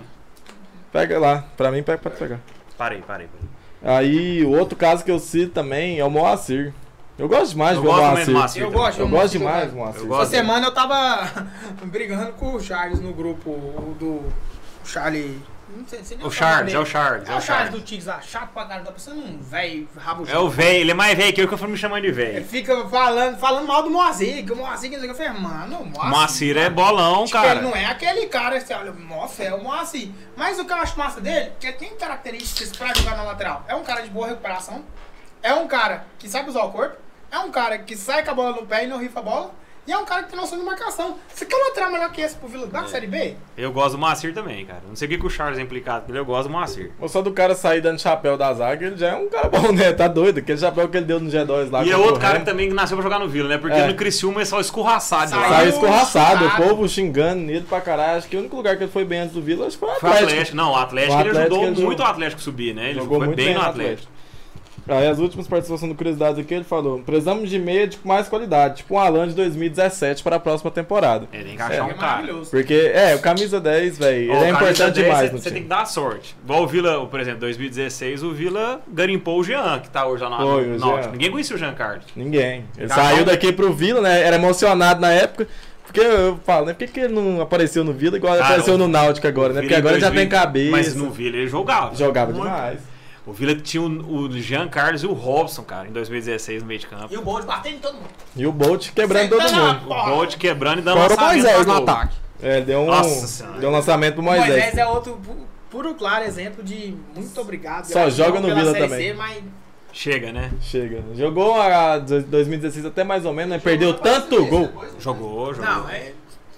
Speaker 3: Pega lá, pra mim pega pra tu pegar.
Speaker 2: Parei, parei, parei.
Speaker 3: Aí o outro caso que eu cito também é o Moacir. Eu gosto demais
Speaker 2: Eu
Speaker 3: do
Speaker 2: gosto também do
Speaker 3: Moacir.
Speaker 2: Moacir.
Speaker 1: Eu
Speaker 2: também.
Speaker 1: gosto,
Speaker 3: Eu gosto demais do Moacir.
Speaker 2: Eu
Speaker 1: Essa
Speaker 2: gosto.
Speaker 1: semana eu tava brigando com o Charles no grupo o do o Charlie. Não sei, sei nem
Speaker 2: O
Speaker 1: nome
Speaker 2: Charles,
Speaker 1: dele.
Speaker 2: é o Charles,
Speaker 1: É o Charles do Tigres lá, chato pra caralho, tá pensando um velho rabo
Speaker 2: É o é. velho, ele é mais velho que eu que eu fui me chamando de
Speaker 1: Ele
Speaker 2: velho.
Speaker 1: fica falando, falando mal do Moacir, que o Moacir que não sei o que eu falei, mano, o Moacir.
Speaker 2: Moacir é bolão,
Speaker 1: Tipo,
Speaker 2: cara.
Speaker 1: Ele não é aquele cara que você olha, nossa, é o Moacir. Mas o que eu acho massa dele, que ele tem características pra jogar na lateral. É um cara de boa recuperação, é um cara que sabe usar o corpo, é um cara que sai com a bola no pé e não rifa a bola, e é um cara que tem noção de marcação. Você quer um lateral melhor que esse pro Vila
Speaker 2: É.
Speaker 1: da Série B? É
Speaker 2: Eu gosto do Moacir também, cara. Não sei o que, que o Charles é implicado, mas eu gosto do Moacir.
Speaker 3: Ou só do cara sair dando chapéu da zaga, ele já é um cara bom, né? Tá doido. Aquele chapéu que ele deu no G2 lá.
Speaker 2: E é
Speaker 3: contra o
Speaker 2: outro cara
Speaker 3: Remo.
Speaker 2: que também nasceu pra jogar no Vila, né? Porque
Speaker 3: É.
Speaker 2: no Criciúma é só escorraçado. de
Speaker 1: Saiu.
Speaker 2: lá.
Speaker 3: Saiu escorraçado, o
Speaker 1: chutado.
Speaker 3: povo xingando nele pra caralho. Acho que o único lugar que ele foi bem antes do Vila acho que foi o
Speaker 2: Foi
Speaker 3: Atlético.
Speaker 2: Atlético. Não, o Atlético,
Speaker 3: O
Speaker 2: ele
Speaker 3: Atlético,
Speaker 2: ajudou
Speaker 3: ele
Speaker 2: muito
Speaker 3: jogou-
Speaker 2: o Atlético subir, né? Ele
Speaker 3: Jogou
Speaker 2: foi
Speaker 3: muito
Speaker 2: bem no
Speaker 3: no
Speaker 2: Atlético.
Speaker 3: Aí as últimas participações do Curiosidades aqui, ele falou: precisamos de meia de mais qualidade, tipo um Alan de 2017 para a próxima temporada.
Speaker 2: Ele tem que
Speaker 1: É,
Speaker 2: achar um cara.
Speaker 1: maravilhoso.
Speaker 3: Porque, é, o camisa 10, velho,
Speaker 2: Ó,
Speaker 3: ele é
Speaker 2: o camisa
Speaker 3: importante
Speaker 2: 10,
Speaker 3: demais
Speaker 2: você-
Speaker 3: no
Speaker 2: Você tem
Speaker 3: time.
Speaker 2: que dar sorte. Igual o Vila, por exemplo, 2016, o Vila garimpou o Jean, que tá hoje lá na
Speaker 3: Foi, o
Speaker 2: no
Speaker 3: Jean.
Speaker 2: Náutico. Ninguém conhecia o Jean Carlos.
Speaker 3: Ninguém. Ele
Speaker 2: Cada
Speaker 3: saiu
Speaker 2: um-
Speaker 3: daqui pro Vila, né? Era emocionado na época. Porque eu falo, né? Por que, que ele não apareceu no Vila igual ele
Speaker 2: Cara,
Speaker 3: apareceu
Speaker 2: o-
Speaker 3: no Náutico agora, né? Porque
Speaker 2: Ah, Vila em
Speaker 3: agora já
Speaker 2: 2000,
Speaker 3: tem cabeça.
Speaker 2: Mas no Vila ele jogava.
Speaker 3: Jogava
Speaker 2: Muito.
Speaker 3: demais.
Speaker 2: O Vila tinha o, o Jean Carlos e o Robson, cara, em 2016 no meio de campo.
Speaker 1: E o Bold batendo em todo mundo.
Speaker 3: E o Bolt quebrando todo
Speaker 1: Sentando tá na
Speaker 3: mundo.
Speaker 2: O
Speaker 1: porra.
Speaker 2: Bolt quebrando e dando
Speaker 3: Fora o
Speaker 2: lançamento
Speaker 3: Moisés
Speaker 2: pra
Speaker 3: no
Speaker 2: gol.
Speaker 3: ataque. É, ele deu um,
Speaker 2: Nossa Senhora.
Speaker 3: deu um lançamento pro Moisés.
Speaker 1: Moisés é outro pu- puro claro exemplo de muito obrigado.
Speaker 3: Só
Speaker 1: gratidão
Speaker 3: joga no
Speaker 1: pela
Speaker 3: Vila
Speaker 1: Série
Speaker 3: também.
Speaker 1: C, mas
Speaker 2: Chega, né?
Speaker 3: Chega. Jogou a 2016 até mais ou menos, né? Perdeu tanto gol.
Speaker 2: Jogou, jogou.
Speaker 1: Não, é.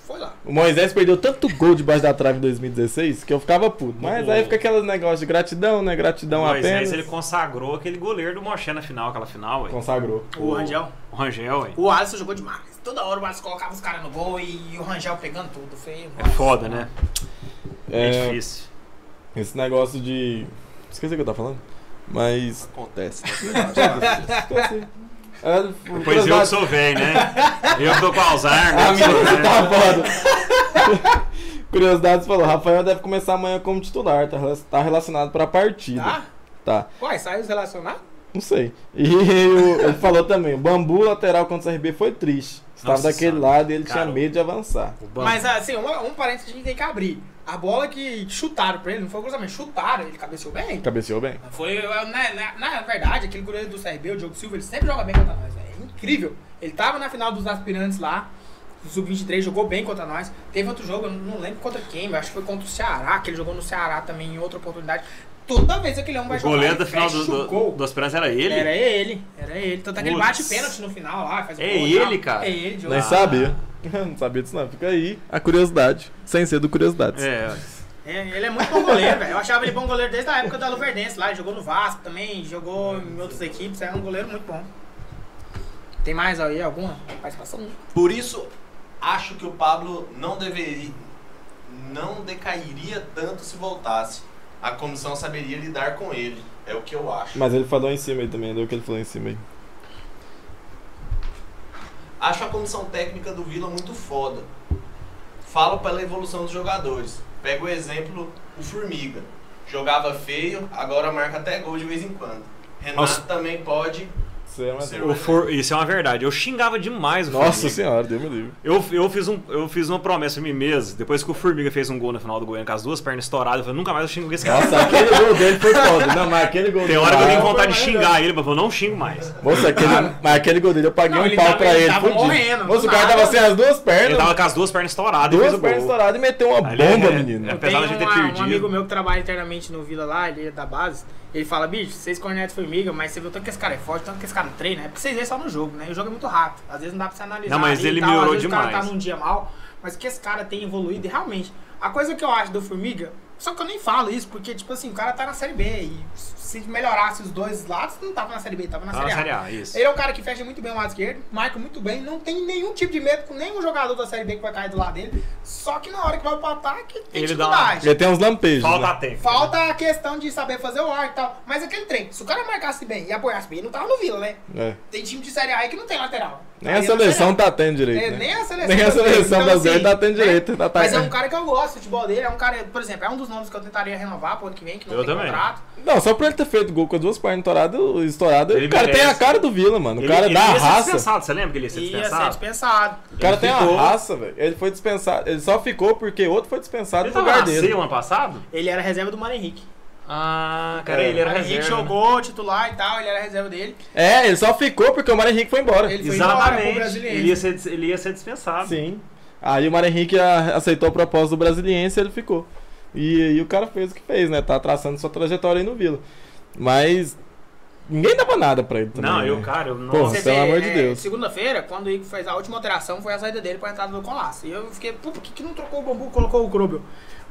Speaker 1: Foi lá.
Speaker 3: O Moisés perdeu tanto gol debaixo da trave em 2016 que eu ficava puto. Mas
Speaker 2: Gol.
Speaker 3: aí fica aquele negócio de gratidão, né? Gratidão
Speaker 2: Moisés,
Speaker 3: apenas.
Speaker 2: ele consagrou aquele goleiro do Moché na final, aquela final, ué.
Speaker 3: Consagrou.
Speaker 1: O Rangel.
Speaker 2: O Rangel, ué.
Speaker 1: O Alisson jogou demais. Toda hora o Alisson colocava os caras no gol e o Rangel pegando tudo. Foi. um
Speaker 2: É foda, né? É,
Speaker 3: É,
Speaker 2: difícil.
Speaker 3: esse negócio de. Esqueci o que eu tava falando. Mas.
Speaker 7: Acontece.
Speaker 3: Esqueci. É,
Speaker 2: Pois eu que sou velho, né? Eu que tô com Alzheimer.
Speaker 3: Ah,
Speaker 2: eu que sou
Speaker 3: menino,
Speaker 2: velho.
Speaker 3: tá foda. Curiosidades falou, Rafael deve começar amanhã como titular, tá, rela- tá relacionado pra partida.
Speaker 1: Tá?
Speaker 3: Tá,
Speaker 1: Uai, saiu os relacionados?
Speaker 3: não sei. E o- ele falou também, o bambu lateral contra o CRB foi triste. Estava
Speaker 2: Nossa
Speaker 3: daquele
Speaker 2: senhora.
Speaker 3: lado e ele
Speaker 2: Cara,
Speaker 3: tinha medo de avançar.
Speaker 2: O Bambu.
Speaker 1: Mas assim, uma- um parênteses que a gente tem que abrir. A bola que chutaram pra ele, não foi um cruzamento, chutaram, ele cabeceou bem.
Speaker 3: Cabeceou bem.
Speaker 1: Foi, na, na, né, na verdade, aquele goleiro do CRB, o Diogo Silva, ele sempre joga bem contra nós, velho. É incrível. Ele tava na final dos aspirantes lá, do Sub-23, jogou bem contra nós. Teve outro jogo, eu não lembro contra quem, mas acho que foi contra o Ceará, que ele jogou no Ceará também em outra oportunidade. Toda vez aquele homem vai
Speaker 2: o goleiro
Speaker 1: jogar,
Speaker 2: da
Speaker 1: ele
Speaker 2: final
Speaker 1: fecha
Speaker 2: do,
Speaker 1: o
Speaker 2: do,
Speaker 1: gol.
Speaker 2: do Aspirantes era ele?
Speaker 1: Era ele, era ele. Tanto é que ele
Speaker 2: Putz.
Speaker 1: bate pênalti no final lá, faz o
Speaker 2: É
Speaker 1: gol e tal.
Speaker 2: ele, cara?
Speaker 1: É ele, Diogo.
Speaker 3: Nem sabia. não sabia disso não. Fica aí a curiosidade. Sem ser do curiosidades.
Speaker 2: É,
Speaker 1: É, ele é muito bom goleiro, velho. Eu achava ele bom goleiro desde a época da Luverdense lá. Ele jogou no Vasco também, jogou em outras equipes. É um goleiro muito bom. Tem mais aí alguma participação?
Speaker 4: Por isso, acho que o Pablo não deveria. Não decairia tanto se voltasse. A comissão saberia lidar com ele. É o que eu acho.
Speaker 3: Mas ele falou em cima aí também, deu o que ele falou em cima aí.
Speaker 4: Acho a comissão técnica do Vila muito foda. Falo pela evolução dos jogadores. Pega o exemplo, o Formiga. Jogava feio, agora marca até gol de vez em quando. Renato
Speaker 2: Nossa.
Speaker 4: também pode.
Speaker 3: Você é uma-
Speaker 4: Você-
Speaker 2: o For- isso é uma verdade. Eu xingava demais o
Speaker 3: Nossa
Speaker 2: Formiga.
Speaker 3: senhora, deu me livre.
Speaker 2: Eu, eu, fiz um, eu fiz uma promessa a mim mesmo, depois que o Formiga fez um gol na final do Goiânia com as duas pernas estouradas, eu falei, nunca mais eu xingo esse cara.
Speaker 3: Nossa, aquele gol dele foi foda. Não, mas aquele gol
Speaker 2: Tem
Speaker 3: dele.
Speaker 2: hora que eu tenho
Speaker 3: Ah,
Speaker 2: vontade de xingar Ah. ele, mas eu não xingo mais.
Speaker 3: Moça, aquele, mas aquele gol dele eu paguei
Speaker 1: Não,
Speaker 3: um
Speaker 1: ele
Speaker 3: pau
Speaker 1: tava-
Speaker 3: pra
Speaker 1: ele
Speaker 3: ele.
Speaker 1: tava
Speaker 3: fudido.
Speaker 1: morrendo,
Speaker 3: Moça, o
Speaker 1: do
Speaker 3: cara
Speaker 1: nada.
Speaker 3: tava sem as duas
Speaker 2: Ele
Speaker 3: pernas.
Speaker 2: tava com as duas pernas estouradas e fez
Speaker 3: Duas
Speaker 2: o
Speaker 3: pernas
Speaker 2: gol.
Speaker 3: estouradas e meteu uma
Speaker 2: Ali
Speaker 3: bomba,
Speaker 2: é-
Speaker 3: menino.
Speaker 2: é-
Speaker 1: Tem
Speaker 2: Apesar de ter
Speaker 1: uma-
Speaker 2: perdido.
Speaker 1: um amigo meu que trabalha internamente no Vila lá, ele é da base. Ele fala, bicho, vocês cornetam formiga, mas você viu tanto que esse cara é forte, tanto que esse cara treina. É porque vocês veem só no jogo, né? E O jogo é muito rápido. Às vezes não dá pra você analisar.
Speaker 2: Não, mas
Speaker 1: ali e
Speaker 2: ele
Speaker 1: tal.
Speaker 2: melhorou
Speaker 1: Às vezes O cara
Speaker 2: demais.
Speaker 1: tá num dia mal, mas que esse cara tem evoluído e realmente. A coisa que eu acho do Formiga, só que eu nem falo isso, porque, tipo assim, o cara tá na Série B. E se melhorasse os dois lados, não tava na Série B, tava na
Speaker 2: Tava
Speaker 1: Série A.
Speaker 2: na Série A, isso.
Speaker 1: Ele é um cara que fecha muito bem o lado esquerdo, marca muito bem, não tem nenhum tipo de medo com nenhum jogador da Série B que vai cair do lado dele. Só que na hora que vai pro ataque, tem
Speaker 2: Ele dá uma-
Speaker 1: dificuldade.
Speaker 3: Ele tem uns lampejos.
Speaker 2: Falta a
Speaker 3: né?
Speaker 2: técnica.
Speaker 1: Falta a questão de saber fazer o ar e tal. Mas aquele trem, se o cara marcasse bem e apoiasse bem, ele não tava no Vila, né?
Speaker 3: É.
Speaker 1: Tem time de Série A aí que não tem lateral.
Speaker 3: Nem
Speaker 1: Aí
Speaker 3: a
Speaker 1: não tem
Speaker 3: seleção
Speaker 1: lateral.
Speaker 3: tá tendo direito.
Speaker 1: É,
Speaker 3: né?
Speaker 1: Nem a seleção.
Speaker 3: Nem a
Speaker 1: tá
Speaker 3: seleção
Speaker 1: tendo.
Speaker 3: da Zé tá tendo direito, tá- tá-
Speaker 1: Mas é um cara que eu gosto, do futebol dele. É um cara, por exemplo, é um dos nomes que eu tentaria renovar pro ano que vem, que não
Speaker 2: Eu
Speaker 1: tem
Speaker 2: também.
Speaker 1: contrato.
Speaker 3: Não, só por ele ter feito gol com as duas pernas estouradas, estourado,
Speaker 2: Ele
Speaker 3: o cara tem a
Speaker 2: merece.
Speaker 3: cara do Vila, mano. O cara
Speaker 2: ele,
Speaker 3: dá
Speaker 2: ele
Speaker 3: a
Speaker 2: ia ser
Speaker 3: raça.
Speaker 2: dispensado, você lembra que ele ia ser
Speaker 1: Ia ser
Speaker 2: dispensado?
Speaker 1: dispensado.
Speaker 3: O cara tem
Speaker 2: ficou.
Speaker 3: uma raça, velho. Ele foi dispensado. Ele só ficou porque outro foi dispensado
Speaker 2: Ele
Speaker 3: no
Speaker 2: tava na
Speaker 3: lugar dele.
Speaker 2: C o ano passado?
Speaker 1: Ele era reserva do Mano Henrique.
Speaker 3: É,
Speaker 2: Ah, cara, ele
Speaker 1: O
Speaker 2: era
Speaker 1: Mano Henrique
Speaker 2: reserva. né?
Speaker 1: jogou, titular e tal, ele era reserva dele.
Speaker 3: É, ele só ficou porque o Mário Henrique foi embora.
Speaker 1: Ele foi embora pro
Speaker 2: Exatamente.
Speaker 1: brasileiro.
Speaker 2: Ele ia, ser, dis- ele ia ser dispensado.
Speaker 3: Sim. Aí o Mário Henrique a- aceitou a proposta do Brasiliense e ele ficou. E, e o cara fez o que fez, né? Tá traçando sua trajetória aí no Vila. Mas ninguém dava nada pra ele também.
Speaker 2: Não,
Speaker 3: né?
Speaker 2: eu, cara, eu não.
Speaker 3: Pô, Nossa, pelo amor de Deus.
Speaker 1: é, Segunda-feira, quando o Igor fez a última alteração, foi a saída dele pra entrada do Colasso. E eu fiquei, pô, por que, que não trocou o bambu e colocou o Krobel?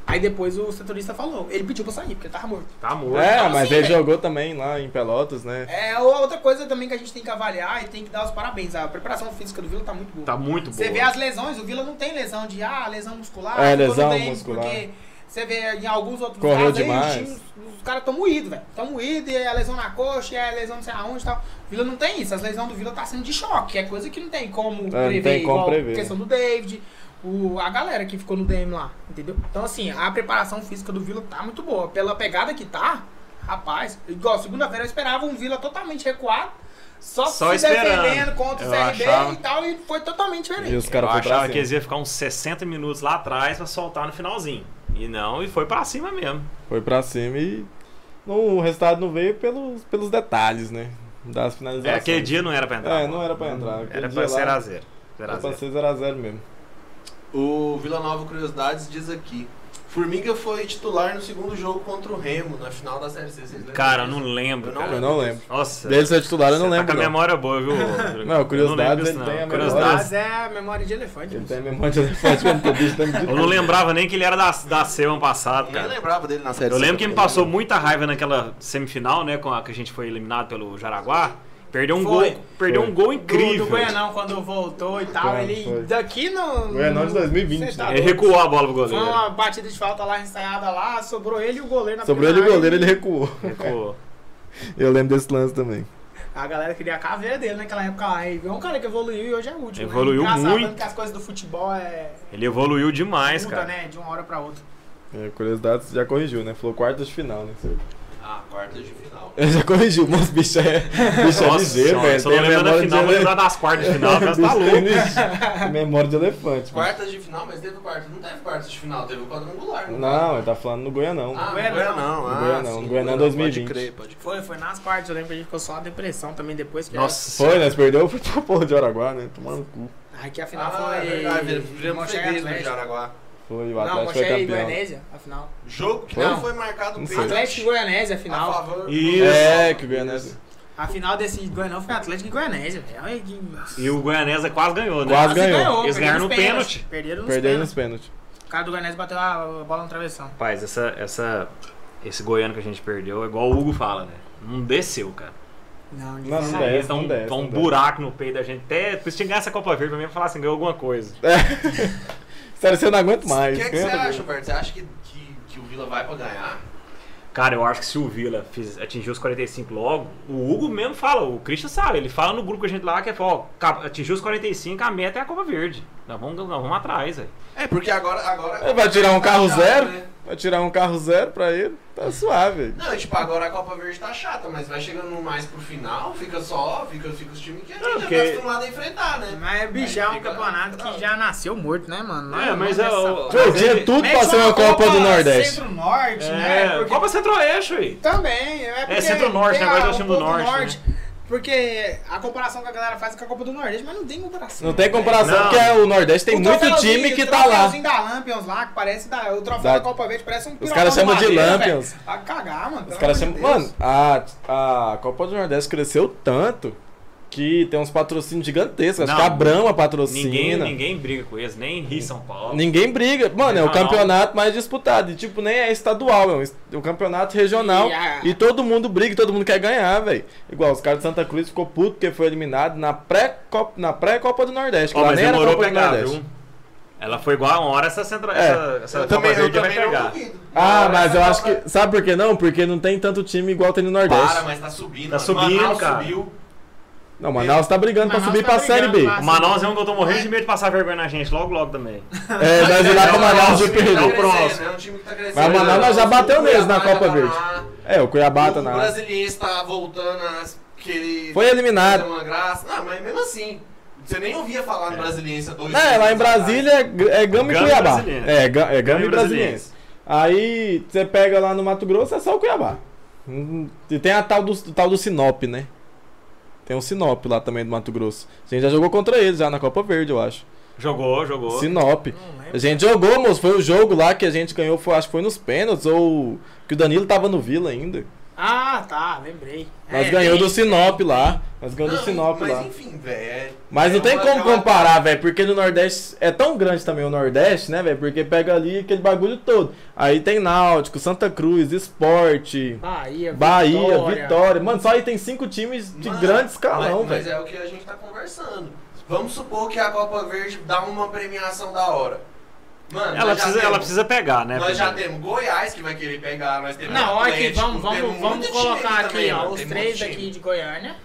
Speaker 1: Aí depois o setorista falou, ele pediu pra sair, porque ele tava morto.
Speaker 2: Tá morto.
Speaker 3: É,
Speaker 1: Então,
Speaker 3: mas
Speaker 1: assim,
Speaker 3: ele
Speaker 1: velho.
Speaker 3: jogou também lá em Pelotas, né?
Speaker 1: É outra coisa também que a gente tem que avaliar e tem que dar os parabéns. A preparação física do Vila tá muito boa.
Speaker 2: Tá muito bom.
Speaker 1: Você vê as lesões, o Vila não tem lesão de ah, lesão muscular,
Speaker 3: É,
Speaker 1: ficou no
Speaker 3: lesão
Speaker 1: bem,
Speaker 3: muscular.
Speaker 1: Porque você vê em alguns outros
Speaker 3: Correu
Speaker 1: casos
Speaker 3: demais.
Speaker 1: aí, os, times, os caras estão moídos, velho. Estão moídos, e é lesão na coxa, e é lesão não sei aonde e tal. O Vila não tem isso, as lesões do Vila tá sendo de choque, é coisa que não tem como
Speaker 3: não
Speaker 1: prever,
Speaker 3: tem como
Speaker 1: igual
Speaker 3: prever.
Speaker 1: a questão do David, o, a galera que ficou no DM lá, entendeu? Então, assim, a preparação física do Vila tá muito boa. Pela pegada que tá, rapaz, igual segunda-feira eu esperava um Vila totalmente recuado. Só,
Speaker 2: Só
Speaker 1: se
Speaker 2: esperando.
Speaker 1: defendendo contra o
Speaker 2: Eu
Speaker 1: CRB
Speaker 2: achava.
Speaker 1: e tal, e foi totalmente diferente.
Speaker 3: E os
Speaker 2: Eu
Speaker 3: caras foram pra
Speaker 2: achava
Speaker 3: cima.
Speaker 2: que eles iam ficar uns 60 minutos lá atrás pra soltar no finalzinho. E não, e foi pra cima mesmo. É,
Speaker 3: Foi pra cima e não- o resultado não veio pelos, pelos detalhes, né? Das
Speaker 2: É,
Speaker 3: finalizações.
Speaker 2: aquele dia não era pra entrar.
Speaker 3: É, não era pra entrar. Aquele
Speaker 2: Era
Speaker 3: dia
Speaker 2: pra
Speaker 3: lá,
Speaker 2: ser a zero. Zero a
Speaker 3: Era pra
Speaker 2: zero.
Speaker 3: ser 0x0 mesmo.
Speaker 4: O Vila Nova Curiosidades diz aqui. Formiga foi titular no segundo jogo contra o Remo, na final da Série C. Vocês lembram
Speaker 2: Cara, eu
Speaker 4: disso?
Speaker 2: não lembro.
Speaker 4: Eu não
Speaker 2: cara.
Speaker 3: Eu não lembro.
Speaker 2: Nossa.
Speaker 3: Dele ser titular, eu não
Speaker 2: você
Speaker 3: lembro.
Speaker 2: Tá com a
Speaker 3: não.
Speaker 2: memória boa, viu? Rodrigo?
Speaker 3: Não, curiosidades,
Speaker 2: Eu não lembro disso,
Speaker 3: ele tem
Speaker 2: não.
Speaker 3: a memória.
Speaker 2: Curiosidades.
Speaker 1: Mas é memória de elefante.
Speaker 3: Ele
Speaker 1: moço.
Speaker 3: tá tem memória de elefante, como todo bicho tem
Speaker 2: Eu não lembrava nem que ele era da, da C ano passado,
Speaker 4: Ninguém
Speaker 2: cara.
Speaker 4: lembrava dele na Série
Speaker 2: Eu
Speaker 4: C.
Speaker 2: lembro que me passou muita raiva naquela semifinal, né? Com a que a gente foi eliminado pelo Jaraguá. Perdeu um
Speaker 1: Foi.
Speaker 2: gol. Perdeu
Speaker 3: Foi.
Speaker 2: um gol
Speaker 1: Do,
Speaker 2: incrível.
Speaker 1: do Goianão, quando voltou e tal,
Speaker 3: Foi,
Speaker 1: ele
Speaker 3: foi.
Speaker 1: daqui no...
Speaker 3: Goianão de 2020,
Speaker 1: Cê tá
Speaker 2: ele
Speaker 1: doido.
Speaker 2: recuou a bola pro
Speaker 1: Foi
Speaker 2: goleiro.
Speaker 1: uma batida de falta lá, ensaiada lá,
Speaker 4: Tá
Speaker 1: sobrou ele e o goleiro na
Speaker 3: Sobrou ele o
Speaker 1: pequena
Speaker 3: goleiro,
Speaker 1: área.
Speaker 3: ele recuou.
Speaker 2: Recuou.
Speaker 3: Eu lembro desse lance também.
Speaker 1: A galera queria a caveira dele naquela época lá. E é um cara que evoluiu e hoje é útil.
Speaker 2: Evoluiu
Speaker 1: né? Engraçado,
Speaker 2: muito.
Speaker 1: tanto que as coisas do futebol é.
Speaker 2: Ele evoluiu demais,
Speaker 1: muda,
Speaker 2: cara.
Speaker 1: né? De uma hora pra outra.
Speaker 3: É, curiosidade, você já corrigiu, né? Falou quartas de final, né?
Speaker 4: Ah, quarta de final.
Speaker 3: Ele já corrigiu, mas o bicho é, bicho é ligeiro,
Speaker 2: senhora,
Speaker 3: velho.
Speaker 2: se eu não
Speaker 3: Tem a
Speaker 2: lembrar da
Speaker 3: memória de né?
Speaker 2: final, vou
Speaker 3: ele-
Speaker 2: lembrar das quartas de final, mas tá
Speaker 3: bicho tem
Speaker 2: louco.
Speaker 3: lig- Memória de elefante. mano.
Speaker 4: Quartas de final, mas teve quarta. Não teve quartas de final, teve o quadrangular. não
Speaker 3: Não, ele tá falando no Goianão.
Speaker 4: Ah,
Speaker 1: Goiânia
Speaker 4: Goiânia
Speaker 1: não.
Speaker 4: não.
Speaker 3: No
Speaker 4: Ah,
Speaker 3: Goiânia não,
Speaker 4: sim,
Speaker 3: no Goiânia
Speaker 4: Goiânia,
Speaker 3: 2020.
Speaker 4: Pode crer, pode crer.
Speaker 1: Foi, foi nas quartas. Eu lembro que a gente ficou só a depressão também depois. Que
Speaker 2: Nossa,
Speaker 3: Foi, nós perdeu pro porra de Araguá, né? Tomando cu.
Speaker 1: Era... é- Aqui a final
Speaker 4: Ah,
Speaker 1: foi.
Speaker 4: verdade, um viramos
Speaker 1: Mogi
Speaker 4: freguês do
Speaker 1: Atlético.
Speaker 4: Jaraguá.
Speaker 3: Foi, o
Speaker 1: Não,
Speaker 3: Atlético
Speaker 4: é
Speaker 1: Moché
Speaker 3: foi
Speaker 1: e
Speaker 3: campeão.
Speaker 1: Goianésia, a final.
Speaker 4: Jogo que
Speaker 3: Foi?
Speaker 4: não, foi marcado
Speaker 3: Não
Speaker 4: pelo
Speaker 3: sei.
Speaker 1: Atlético e Goianésia, a
Speaker 4: a
Speaker 1: final.
Speaker 4: favor.
Speaker 2: Isso.
Speaker 3: É, que o Goianese
Speaker 1: A final desse Goianão foi Atlético e Goianésia, velho. Olha que-
Speaker 2: E o Goianésia quase ganhou, né?
Speaker 3: Quase ganhou.
Speaker 2: Eles
Speaker 1: perderam
Speaker 2: ganharam
Speaker 1: nos
Speaker 2: no
Speaker 1: pênaltis.
Speaker 2: pênalti.
Speaker 1: Perderam nos
Speaker 3: perdeu
Speaker 1: pênaltis.
Speaker 3: nos pênaltis.
Speaker 1: O cara do Goianese bateu a bola no travessão.
Speaker 2: Rapaz, essa, essa, esse goiano que a gente perdeu é igual o Hugo fala, né? Não desceu, cara.
Speaker 1: Não,
Speaker 3: Não, não
Speaker 2: Isso
Speaker 3: desce,
Speaker 2: aí tá um,
Speaker 3: não desce,
Speaker 2: tá um
Speaker 3: não desce.
Speaker 2: buraco no peito da gente. Até precisa ganhar essa Copa Verde pra mim pra falar assim, ganhou alguma coisa.
Speaker 3: É. Sério, você não aguento
Speaker 4: O
Speaker 3: mais.
Speaker 4: que, é que
Speaker 3: Ganha
Speaker 4: você
Speaker 3: outra
Speaker 4: acha,
Speaker 3: vez.
Speaker 4: Bert? Você acha que, que, que o Vila vai pra ganhar?
Speaker 2: Cara, eu acho que se o Vila fiz- atingir os 45 logo, o Hugo mesmo fala, o Christian sabe, ele fala no grupo que a gente lá que é, ó, ca- atingir os 45, a meta é a Copa Verde. Nós vamos, nós vamos atrás, velho.
Speaker 4: É, porque agora. agora
Speaker 3: Ele vai tirar um
Speaker 4: tá
Speaker 3: carro
Speaker 4: chato,
Speaker 3: zero?
Speaker 4: né?
Speaker 3: Vai tirar um carro zero pra ele, tá suave.
Speaker 4: Não, tipo, agora a Copa Verde tá chata, mas vai chegando mais pro final, fica só, fica, fica os times que a gente
Speaker 2: Não,
Speaker 4: já
Speaker 2: porque-
Speaker 4: tá acostumado a enfrentar, né?
Speaker 1: Mas, bicho, é um campeonato que já nasceu morto, né, mano? Não
Speaker 2: É, mas é
Speaker 1: essa-
Speaker 2: o-
Speaker 3: Pô, tinha tudo pra ser uma Copa do Nordeste.
Speaker 1: Centro-Norte, né?
Speaker 2: É,
Speaker 1: Porque
Speaker 2: Copa Centro-Oeste, aí.
Speaker 1: Também, é tá porque tem
Speaker 2: Centro-Norte, né? Agora
Speaker 1: a-
Speaker 2: nós
Speaker 1: o
Speaker 2: chamamos do
Speaker 1: Copa
Speaker 2: Norte,
Speaker 1: Porque a comparação que a galera faz é com a Copa do Nordeste, mas não tem comparação.
Speaker 3: Não tem comparação,
Speaker 2: Não.
Speaker 3: porque é o Nordeste tem
Speaker 1: O
Speaker 3: muito
Speaker 1: troféuzinho-
Speaker 3: time que
Speaker 1: o
Speaker 3: tá lá.
Speaker 1: troféuzinho da Lampions lá, que parece da, o troféu
Speaker 3: Da-
Speaker 1: da Copa Verde, parece um
Speaker 3: Os
Speaker 1: pirata
Speaker 3: caras
Speaker 1: do
Speaker 3: chamam de
Speaker 1: madeira,
Speaker 3: Lampions.
Speaker 1: velho. Vai cagar, mano.
Speaker 3: Os caras chamam. Mano, a, a Copa do Nordeste cresceu tanto que tem uns patrocínios gigantescos. Acho
Speaker 2: Não.
Speaker 3: que a Brahma patrocina.
Speaker 2: Ninguém,
Speaker 3: Ninguém,
Speaker 2: ninguém briga com eles, nem Rio São Paulo.
Speaker 3: briga. Mano, é o
Speaker 2: Regional.
Speaker 3: campeonato mais disputado. E, tipo, nem é estadual, é um, es- é um campeonato regional.
Speaker 1: E a-
Speaker 3: E todo mundo briga, todo mundo quer ganhar, velho. Igual, os caras de Santa Cruz ficou puto porque foi eliminado na pré-Copa na pré -Copa do Nordeste. que
Speaker 2: Ó,
Speaker 3: lá
Speaker 2: mas
Speaker 3: nem era
Speaker 2: demorou pra
Speaker 3: Copa do
Speaker 2: pegar,
Speaker 3: Nordeste.
Speaker 2: viu? Ela foi igual a uma hora essa, centro,
Speaker 3: É,
Speaker 2: essa, essa Copa Verde vai pegar.
Speaker 4: duvido.
Speaker 3: Ah, mas eu
Speaker 4: Essa
Speaker 3: acho
Speaker 4: Copa-
Speaker 3: que. Sabe por que não? Porque não tem tanto time igual tem no Nordeste.
Speaker 4: Para, mas tá subindo.
Speaker 2: Tá
Speaker 4: mano.
Speaker 2: subindo,
Speaker 4: Manaus
Speaker 2: cara.
Speaker 4: subiu.
Speaker 3: Não, Manaus tá brigando pra
Speaker 1: Manaus
Speaker 3: subir
Speaker 1: tá
Speaker 3: pra Série B.
Speaker 1: brigando pra-
Speaker 2: O Manaus
Speaker 3: né?
Speaker 2: é um que eu tô morrendo de medo de passar vergonha na gente logo, logo também.
Speaker 3: É, nós ir lá pra
Speaker 2: Não,
Speaker 3: Manaus
Speaker 2: não,
Speaker 3: de
Speaker 4: Tá
Speaker 2: não.
Speaker 3: perder.
Speaker 4: crescendo, é um time que tá crescendo.
Speaker 3: Mas o Manaus nós já bateu mesmo na
Speaker 4: Cuiabá
Speaker 3: Copa
Speaker 4: já tá
Speaker 3: Verde.
Speaker 4: lá.
Speaker 3: É, o Cuiabá tá
Speaker 4: o
Speaker 3: na.
Speaker 4: brasiliense tá voltando a querer
Speaker 3: Foi eliminado.
Speaker 4: fazer uma graça. Não, mas mesmo assim, você nem ouvia falar no brasiliense há dois
Speaker 3: Não, é, lá em Brasília é, G- é Gama e
Speaker 2: Gama e
Speaker 3: Cuiabá.
Speaker 2: Brasiliense.
Speaker 3: É, Ga- é Gama e
Speaker 2: e
Speaker 3: Brasiliense.
Speaker 2: Brasiliense.
Speaker 3: Aí você pega lá no Mato Grosso, é só o Cuiabá. Hum, E tem a tal do, tal do Sinop, né? Tem um Sinop lá também do Mato Grosso. A gente já jogou contra eles já na Copa Verde, eu acho.
Speaker 2: Jogou, jogou.
Speaker 3: Sinop. A gente jogou, moço. Foi o jogo lá que a gente ganhou, foi- acho que foi nos pênaltis, ou que o Danilo tava no Vila ainda.
Speaker 1: Ah, tá, lembrei.
Speaker 3: Nós
Speaker 1: É,
Speaker 3: ganhamos
Speaker 1: tem-
Speaker 3: do Sinop lá. Nós ganhamos
Speaker 4: Não,
Speaker 3: do Sinop
Speaker 4: mas
Speaker 3: lá.
Speaker 4: enfim, velho.
Speaker 3: Mas não
Speaker 4: é
Speaker 3: tem
Speaker 4: uma-
Speaker 3: como
Speaker 4: é uma-
Speaker 3: comparar, velho, porque no Nordeste é tão grande também o Nordeste, né, velho? Porque pega ali aquele bagulho todo. Aí tem Náutico, Santa Cruz, Esporte,
Speaker 1: Bahia,
Speaker 3: Bahia, Vitória. Mano, só aí tem cinco times de
Speaker 4: Mano,
Speaker 3: grande escalão,
Speaker 4: mas- Mas
Speaker 3: velho.
Speaker 4: é o que a gente tá conversando. Vamos supor que a Copa Verde dá uma premiação da hora.
Speaker 2: Ela
Speaker 4: Mano, nós já
Speaker 2: precisa, ela
Speaker 4: temos-
Speaker 2: precisa pegar, né?
Speaker 4: Nós já
Speaker 2: primeiro.
Speaker 4: temos Goiás que vai querer pegar, nós temos
Speaker 1: Não, olha aqui,
Speaker 4: Atlético,
Speaker 1: vamos,
Speaker 4: temos
Speaker 1: vamos,
Speaker 4: muito
Speaker 1: vamos
Speaker 4: time
Speaker 1: colocar aqui,
Speaker 4: também,
Speaker 1: ó,
Speaker 4: mano,
Speaker 1: os
Speaker 4: tem
Speaker 1: três
Speaker 4: muito time.
Speaker 1: daqui de Goiânia.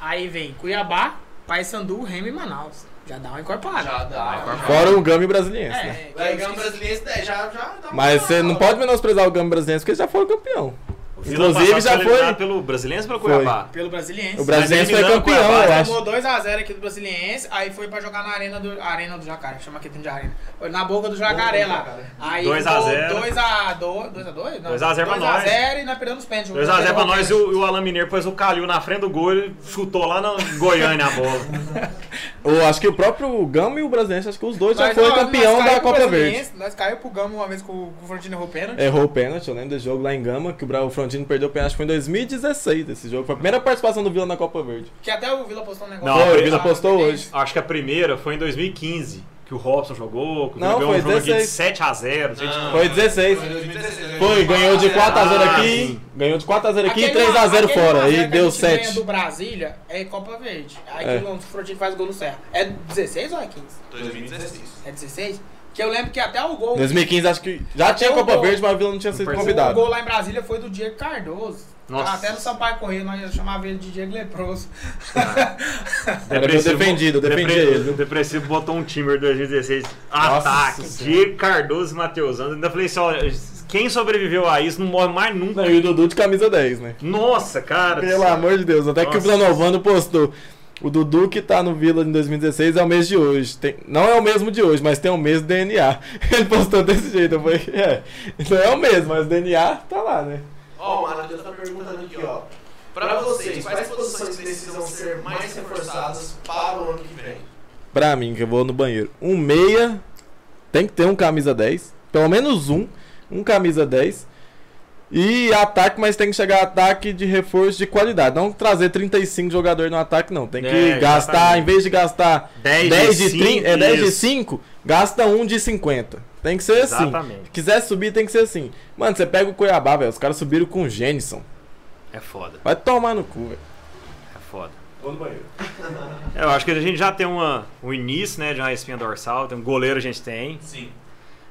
Speaker 1: Aí vem Cuiabá, Paysandu, Remo e Manaus. Já dá uma incorporada.
Speaker 4: Já dá. já
Speaker 3: Fora o Gama e Brasiliense,
Speaker 1: É,
Speaker 3: né?
Speaker 1: é,
Speaker 4: Vai ganhar um
Speaker 1: esqueci-
Speaker 4: brasileiro, né, já, já dá uma
Speaker 3: Mas você não
Speaker 4: moral.
Speaker 3: pode menosprezar o Gama e Brasiliense, porque eles já foram campeão.
Speaker 2: Vila
Speaker 3: Inclusive,
Speaker 2: passada
Speaker 3: já foi-
Speaker 2: eliminada Pelo Brasiliense ou pelo
Speaker 3: Foi.
Speaker 2: Cuiabá?
Speaker 1: Pelo Brasiliense.
Speaker 3: O Brasiliense foi
Speaker 2: eliminando o
Speaker 3: campeão,
Speaker 2: Cuiabá,
Speaker 3: eu
Speaker 4: é
Speaker 2: né?
Speaker 3: acho.
Speaker 1: Tomou 2x0 aqui do Brasiliense, aí foi pra jogar na Arena do, Arena do Jacaré, chama aqui dentro de Arena. Foi na boca do Jacaré
Speaker 4: Boca do
Speaker 1: lá.
Speaker 4: Jacaré.
Speaker 1: Aí
Speaker 2: 2 a 0.
Speaker 1: 2x2. 2x2?
Speaker 2: 2x0 pra nós.
Speaker 1: 2x0 e nós perdemos os pênaltis.
Speaker 2: 2x0 pra nós e o, e o Alan Mineiro pôs o Calil na frente do gol e chutou lá na Goiânia a bola.
Speaker 3: Eu acho que o próprio Gama e o Brasiliense, acho que os dois já
Speaker 1: Nós-
Speaker 3: foram
Speaker 1: nós- nós
Speaker 3: campeão
Speaker 1: caímos
Speaker 3: da
Speaker 1: pro
Speaker 3: Copa Verde. É.
Speaker 1: Brasiliense, Nós caímos pro Gama uma vez com, com o Florentino errou pênalti.
Speaker 3: Errou o pênalti, eu lembro desse jogo lá em Gama, que o Bra- o Frontino perdeu o pênalti, foi em 2016 esse jogo. Foi a primeira participação do Vila na Copa Verde.
Speaker 1: Que até o Vila postou um negócio.
Speaker 2: Não,
Speaker 3: Foi,
Speaker 2: a
Speaker 3: o
Speaker 2: pri-
Speaker 3: Vila postou hoje.
Speaker 2: Acho que a primeira foi em 2015, que o Robson jogou, que o Vila
Speaker 3: Não,
Speaker 2: ganhou um
Speaker 3: foi
Speaker 2: jogo aqui de
Speaker 3: 16.
Speaker 2: 7x0. gente.
Speaker 3: Foi 16.
Speaker 4: Ah, Foi 2016.
Speaker 3: É. Foi, ganhou de
Speaker 4: Ah,
Speaker 3: 4x0 aqui,
Speaker 2: sim.
Speaker 3: ganhou de 4x0 aqui e
Speaker 1: Aquele
Speaker 3: 3x0
Speaker 1: aquele
Speaker 3: fora.
Speaker 1: 1 a 0
Speaker 3: Aí
Speaker 1: que a
Speaker 3: deu
Speaker 1: gente ganha do
Speaker 3: 7.
Speaker 1: Brasília é Copa Verde. Aí
Speaker 3: É.
Speaker 1: que o Florentino faz o gol no Serra. É 16 ou é 15?
Speaker 4: 2016.
Speaker 1: É 16? Que eu lembro que até o gol.
Speaker 3: 2015 acho que já
Speaker 1: Até
Speaker 3: tinha
Speaker 1: o
Speaker 3: Copa
Speaker 1: gol.
Speaker 3: Verde, mas o Vila não tinha sido
Speaker 2: participou.
Speaker 1: O
Speaker 3: convidado.
Speaker 1: gol lá em Brasília foi do Diego Cardoso.
Speaker 2: Nossa.
Speaker 1: Até no Sampaio Correia, nós chamava ele de Diego Leproso.
Speaker 3: Era meu É defendido, eu defendi
Speaker 2: Depre-
Speaker 3: ele. viu?
Speaker 2: Depressivo botou um time em 2016. Ataque. Diego Cardoso e Matheus Anderson. Ainda falei assim: olha, quem sobreviveu a isso não morre mais nunca.
Speaker 3: Não, e o Dudu de camisa 10, né?
Speaker 2: Nossa, cara.
Speaker 3: Pelo amor de Deus, até que o
Speaker 2: Nossa.
Speaker 3: Villanovano postou. O Dudu que tá no Vila em 2016 é o mês de hoje. Tem- não é o mesmo de hoje, mas tem o mesmo DNA. Ele postou desse jeito. Eu falei, é. Não é o mesmo, mas o DNA tá lá, né?
Speaker 4: Ó, o Matheus tá perguntando aqui, ó. Pra vocês, quais posições precisam ser mais reforçadas para o ano que vem?
Speaker 3: Pra mim, que eu vou no banheiro. Um meia tem que ter um camisa 10. Pelo menos um. Um camisa 10. E ataque, mas tem que chegar ataque de reforço de qualidade. Não trazer 35 jogadores no ataque, não. Tem que
Speaker 2: É,
Speaker 3: gastar,
Speaker 2: exatamente.
Speaker 3: em vez de gastar
Speaker 2: 10,
Speaker 3: 10 de,
Speaker 2: cinco,
Speaker 3: 30, é 10 de
Speaker 2: isso.
Speaker 3: 5, gasta 1 de 50. Tem que ser assim.
Speaker 2: Exatamente.
Speaker 3: Se quiser subir, tem que ser assim. Mano, você pega o Cuiabá, velho. Os caras subiram com o Jenison.
Speaker 2: É foda,
Speaker 3: Vai tomar no cu, velho.
Speaker 2: é foda.
Speaker 4: Vou no banheiro.
Speaker 2: É, Eu acho que a gente já tem uma, um início, né? De uma espinha dorsal. Tem um goleiro a gente tem.
Speaker 4: Sim,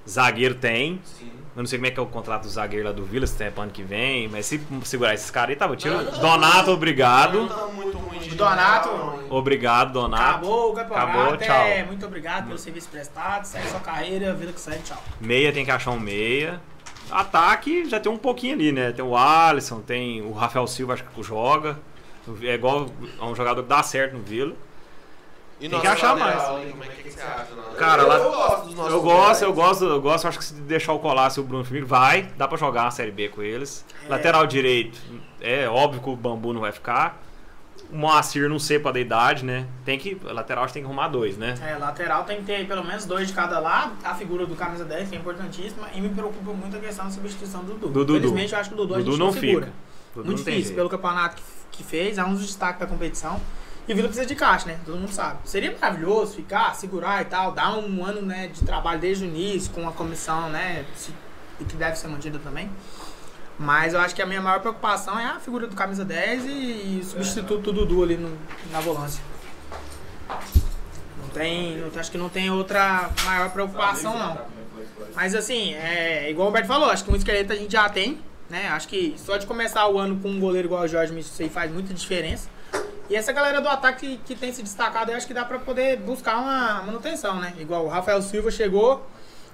Speaker 2: Zagueiro tem.
Speaker 4: sim.
Speaker 2: Eu não sei como é que é o contrato do zagueiro lá do Vila, se tem pro ano que vem. Mas se segurar esses caras aí, tá bom. Tira.
Speaker 4: Não, não,
Speaker 2: Donato,
Speaker 4: Não
Speaker 2: obrigado.
Speaker 4: tá muito ruim de
Speaker 8: Donato.
Speaker 4: não, hein?
Speaker 2: Obrigado, Donato.
Speaker 1: Acabou o campeonato.
Speaker 2: Acabou, tchau.
Speaker 1: É, muito obrigado pelo serviço prestado. Segue sua carreira, vida que segue, tchau.
Speaker 2: Meia tem que achar um meia. Ataque já tem um pouquinho ali, né? Tem o Alisson, tem o Rafael Silva, acho que joga. É igual a um jogador que dá certo no Vila.
Speaker 4: E
Speaker 2: Tem que
Speaker 4: nossa
Speaker 2: achar
Speaker 4: lateral, hein? Como é que, que você acha? Nando?
Speaker 2: Cara,
Speaker 4: eu,
Speaker 2: lá-
Speaker 4: eu gosto dos nossos
Speaker 2: eu gosto, eu
Speaker 4: laterais.
Speaker 2: gosto, eu gosto. Acho que se deixar o Colácio e o Bruno Firmino, vai. Dá pra jogar a Série B com eles. Lateral direito, é óbvio que o Bambu não vai ficar. O Moacir, não sei pra da idade, né? Tem que, lateral, acho que tem que arrumar dois, né?
Speaker 1: É, lateral tem que ter pelo menos dois de cada lado. A figura do camisa 10 que é importantíssima. E me preocupa muito a questão da substituição do Dudu.
Speaker 2: Do Dudu.
Speaker 1: Infelizmente, eu acho que o Dudu, a
Speaker 2: Dudu
Speaker 1: gente
Speaker 2: não
Speaker 1: não segura.
Speaker 2: fica. Dudu
Speaker 1: Muito
Speaker 2: não tem
Speaker 1: difícil,
Speaker 2: jeito.
Speaker 1: pelo campeonato que, que fez, é um dos destaques da competição. E o Vila precisa de caixa, né? Todo mundo sabe. Seria maravilhoso ficar, segurar e tal, dar um ano né, de trabalho desde o início, com a comissão, né? se- e que deve ser mantida também. Mas eu acho que a minha maior preocupação é a figura do camisa 10
Speaker 2: É.
Speaker 1: e, e substituto do Dudu ali no- na volância. Não tem, não, tem- acho que não tem outra maior preocupação, não. Mas assim, é, igual o Roberto falou, acho que um esqueleto a gente já tem, né? Acho que só de começar o ano com um goleiro igual o Jorge Mitchell, isso aí faz muita diferença. E essa galera do ataque que, que tem se destacado, eu acho que dá pra poder buscar uma manutenção, né? Igual o Rafael Silva chegou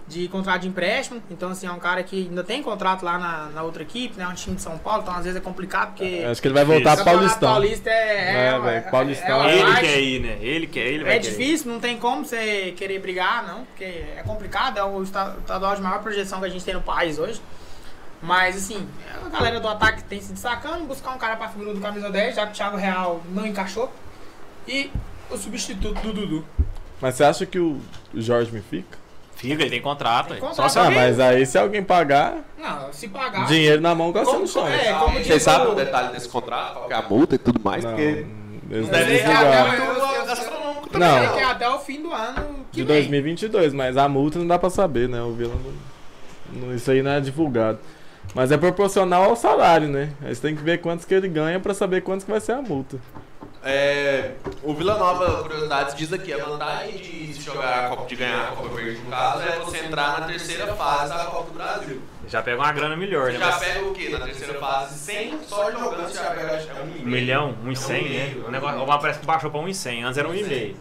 Speaker 1: de contrato de empréstimo, então assim, é um cara que ainda tem contrato lá na, na outra equipe, né? Um time de São Paulo, então às vezes é complicado porque...
Speaker 3: Acho que ele vai voltar
Speaker 2: Isso.
Speaker 3: pro
Speaker 1: Campeonato
Speaker 3: Paulistão.
Speaker 1: Paulista é...
Speaker 3: É, velho, Paulistão
Speaker 1: uma
Speaker 3: é-
Speaker 2: Ele
Speaker 1: arte.
Speaker 2: quer ir, né? Ele quer ir, ele vai
Speaker 1: É
Speaker 2: querer ir.
Speaker 1: difícil, não tem como você querer brigar, não, porque é complicado, é o esta- estadual de maior projeção que a gente tem no país hoje. Mas, assim, a galera do ataque tem se destacando, buscar um cara pra figura do camisa 10, já que o Thiago Real não encaixou. E o substituto do Dudu.
Speaker 3: Mas você acha que o Jorge me fica?
Speaker 2: Fica, ele tem contrato.
Speaker 1: Tem
Speaker 2: aí.
Speaker 1: contrato.
Speaker 2: Só se
Speaker 3: Ah,
Speaker 1: alguém-
Speaker 3: mas aí se alguém pagar,
Speaker 1: Não, se pagar.
Speaker 3: dinheiro na mão, gasta no
Speaker 1: Ah. como,
Speaker 3: chão.
Speaker 1: é, como diz
Speaker 9: Vocês sabem
Speaker 1: o-
Speaker 9: o detalhe desse contrato? Qual que é a multa e tudo mais?
Speaker 3: Não,
Speaker 9: Porque.
Speaker 3: eles
Speaker 1: Ah, Mas
Speaker 3: devem
Speaker 1: aí,
Speaker 3: desligar.
Speaker 1: até o-
Speaker 4: gastronômico
Speaker 1: é, eu falei
Speaker 3: Não.
Speaker 1: que é até o fim do ano que
Speaker 3: de
Speaker 1: vem.
Speaker 3: 2022, mas a multa não dá pra saber, né? O Vila não, não- isso aí não é divulgado. Mas é proporcional ao salário, né? Aí você tem que ver quantos que ele ganha pra saber quantos que vai ser a multa.
Speaker 4: É, o Vila Nova Curiosidades diz aqui, a vantagem de se jogar a Copa, de ganhar a Copa Verde, no caso, é você entrar na terceira fase da Copa do Brasil.
Speaker 2: Já pega uma grana melhor,
Speaker 4: Você
Speaker 2: né?
Speaker 4: já
Speaker 2: Mas
Speaker 4: pega o quê? Na terceira fase, 100, só jogando você já pega acho que é um
Speaker 2: Um milhão, um e cem, né? O negócio mas parece que baixou pra um e cem. Antes era um e meio.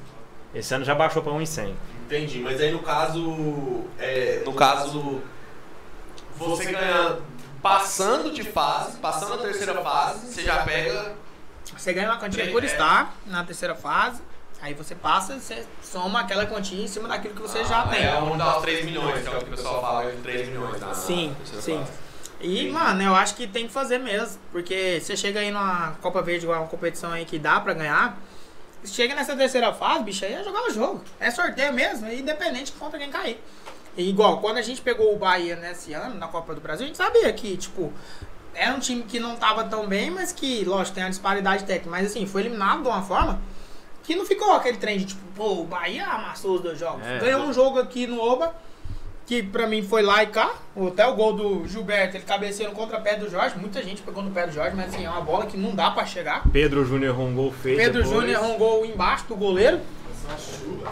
Speaker 2: Esse ano já baixou pra um e cem.
Speaker 4: Entendi, mas aí no caso. é, no caso. Você ganha. Passando de fase, passando a terceira fase, você já pega.
Speaker 1: Você ganha uma quantia
Speaker 4: É.
Speaker 1: por estar na terceira fase, aí você passa e você soma aquela quantia em cima daquilo que você já
Speaker 4: Ah,
Speaker 1: tem.
Speaker 4: É um dos 3 milhões, que é o que o pessoal fala, é 3 milhões. na- na
Speaker 1: Sim,
Speaker 4: terceira
Speaker 1: sim.
Speaker 4: fase.
Speaker 1: E, mano, eu acho que tem que fazer mesmo. Porque você chega aí numa Copa Verde, igual uma competição aí que dá pra ganhar. Chega nessa terceira fase, bicho, aí é jogar o jogo. É sorteio mesmo, é independente contra quem cair. E igual, quando a gente pegou o Bahia nesse ano, na Copa do Brasil, a gente sabia que, tipo, era um time que não tava tão bem, mas que, lógico, tem a disparidade técnica. Mas assim, foi eliminado de uma forma que não ficou aquele trem de, tipo, pô, o Bahia amassou os dois jogos.
Speaker 2: É,
Speaker 1: Ganhou um jogo aqui no Oba, que pra mim foi lá e cá. Até o gol do Gilberto, ele cabeceou no contra-pé do Jorge. Muita gente pegou no pé do Jorge, mas assim, é uma bola que não dá pra chegar.
Speaker 2: Pedro Júnior arrumou feio.
Speaker 1: um Pedro Júnior errou um gol embaixo do goleiro.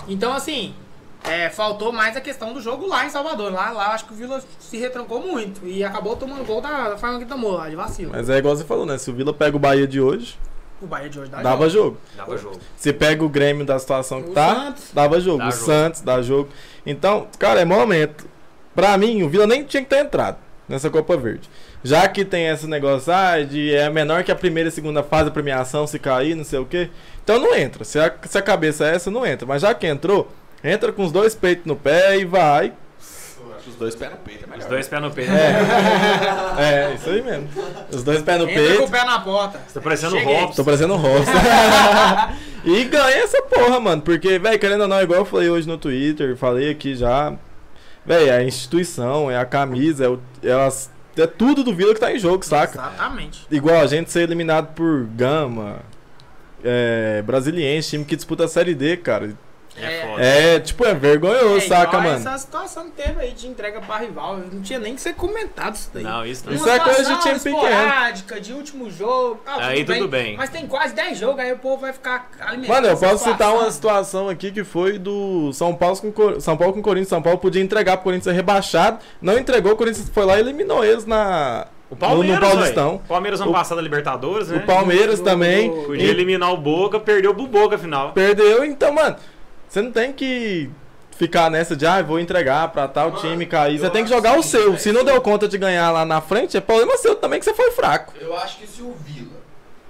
Speaker 1: Então, assim, É, faltou mais a questão do jogo lá em Salvador. Lá, lá eu acho que o Vila se retrancou muito e acabou tomando gol da, da forma que tomou lá, de vacilo.
Speaker 3: Mas é igual você falou, né? Se o Vila pega o Bahia de hoje,
Speaker 1: O Bahia de hoje dá
Speaker 3: dava
Speaker 1: Tá jogo.
Speaker 3: jogo.
Speaker 2: Dava jogo.
Speaker 3: Se pega o Grêmio da situação que
Speaker 1: O
Speaker 3: tá,
Speaker 1: Santos.
Speaker 3: dava jogo.
Speaker 2: Dá
Speaker 3: o
Speaker 2: jogo.
Speaker 3: Santos dá jogo. Então, cara, é momento. Pra mim, o Vila nem tinha que ter entrado nessa Copa Verde. Já que tem esse negócio ah, de é menor que a primeira e segunda fase da premiação, se cair, não sei o quê. Então não entra. Se a, se a cabeça é essa, não entra. Mas já que entrou, entra com os dois peitos no pé e vai.
Speaker 4: Os dois pés no peito, é melhor.
Speaker 2: Os dois pés no peito.
Speaker 3: É, isso aí mesmo. Os dois pés no
Speaker 1: Entra com o
Speaker 3: peito.
Speaker 1: pé na porta.
Speaker 2: Tá parecendo o
Speaker 1: Cheguei.
Speaker 2: Robson.
Speaker 3: Tô parecendo um rosto. e ganha essa porra, mano. Porque, velho, querendo ou não, igual eu falei hoje no Twitter, falei aqui já. Véi, é a instituição, é a camisa, é, o, é, as- é tudo do Vila que tá em jogo, saca?
Speaker 1: Exatamente.
Speaker 3: Igual a gente ser eliminado por Gama, é, Brasiliense, time que disputa a Série D, cara.
Speaker 2: É foda.
Speaker 3: É, tipo, é vergonhoso,
Speaker 1: É,
Speaker 3: saca,
Speaker 1: igual
Speaker 3: mano?
Speaker 1: Essa situação que teve aí de entrega pra rival, não tinha nem que ser comentado isso daí.
Speaker 2: Não, isso não.
Speaker 3: Isso é coisa de time pequeno.
Speaker 1: esporádica, de último jogo. Ah,
Speaker 2: Aí tudo bem.
Speaker 1: Mas tem quase 10 jogos, aí o povo vai ficar alimentado.
Speaker 3: Mano, eu posso citar uma situação aqui que foi do São Paulo com, Cor- São Paulo com Corinthians. São Paulo podia entregar pro Corinthians ser rebaixado. Não entregou, o Corinthians foi lá e eliminou eles na,
Speaker 2: O
Speaker 3: no,
Speaker 2: Palmeiras,
Speaker 3: no
Speaker 2: Paulistão.
Speaker 3: Paulistão.
Speaker 2: O Palmeiras ano
Speaker 3: O-
Speaker 2: passado da Libertadores, né?
Speaker 3: O Palmeiras
Speaker 1: No-
Speaker 3: também.
Speaker 1: no-
Speaker 2: Podia
Speaker 3: E
Speaker 2: eliminar o Boca, perdeu pro Boca final.
Speaker 3: Perdeu, então, mano. Você não tem que ficar nessa de, ah, vou entregar pra tal
Speaker 10: Mano,
Speaker 3: time cair. Você
Speaker 10: eu
Speaker 3: tem que
Speaker 10: acho
Speaker 3: jogar o
Speaker 10: sim,
Speaker 3: seu.
Speaker 10: velho.
Speaker 3: Se não deu conta de ganhar lá na frente, é problema seu também que você foi fraco.
Speaker 10: Eu acho que se o Vila,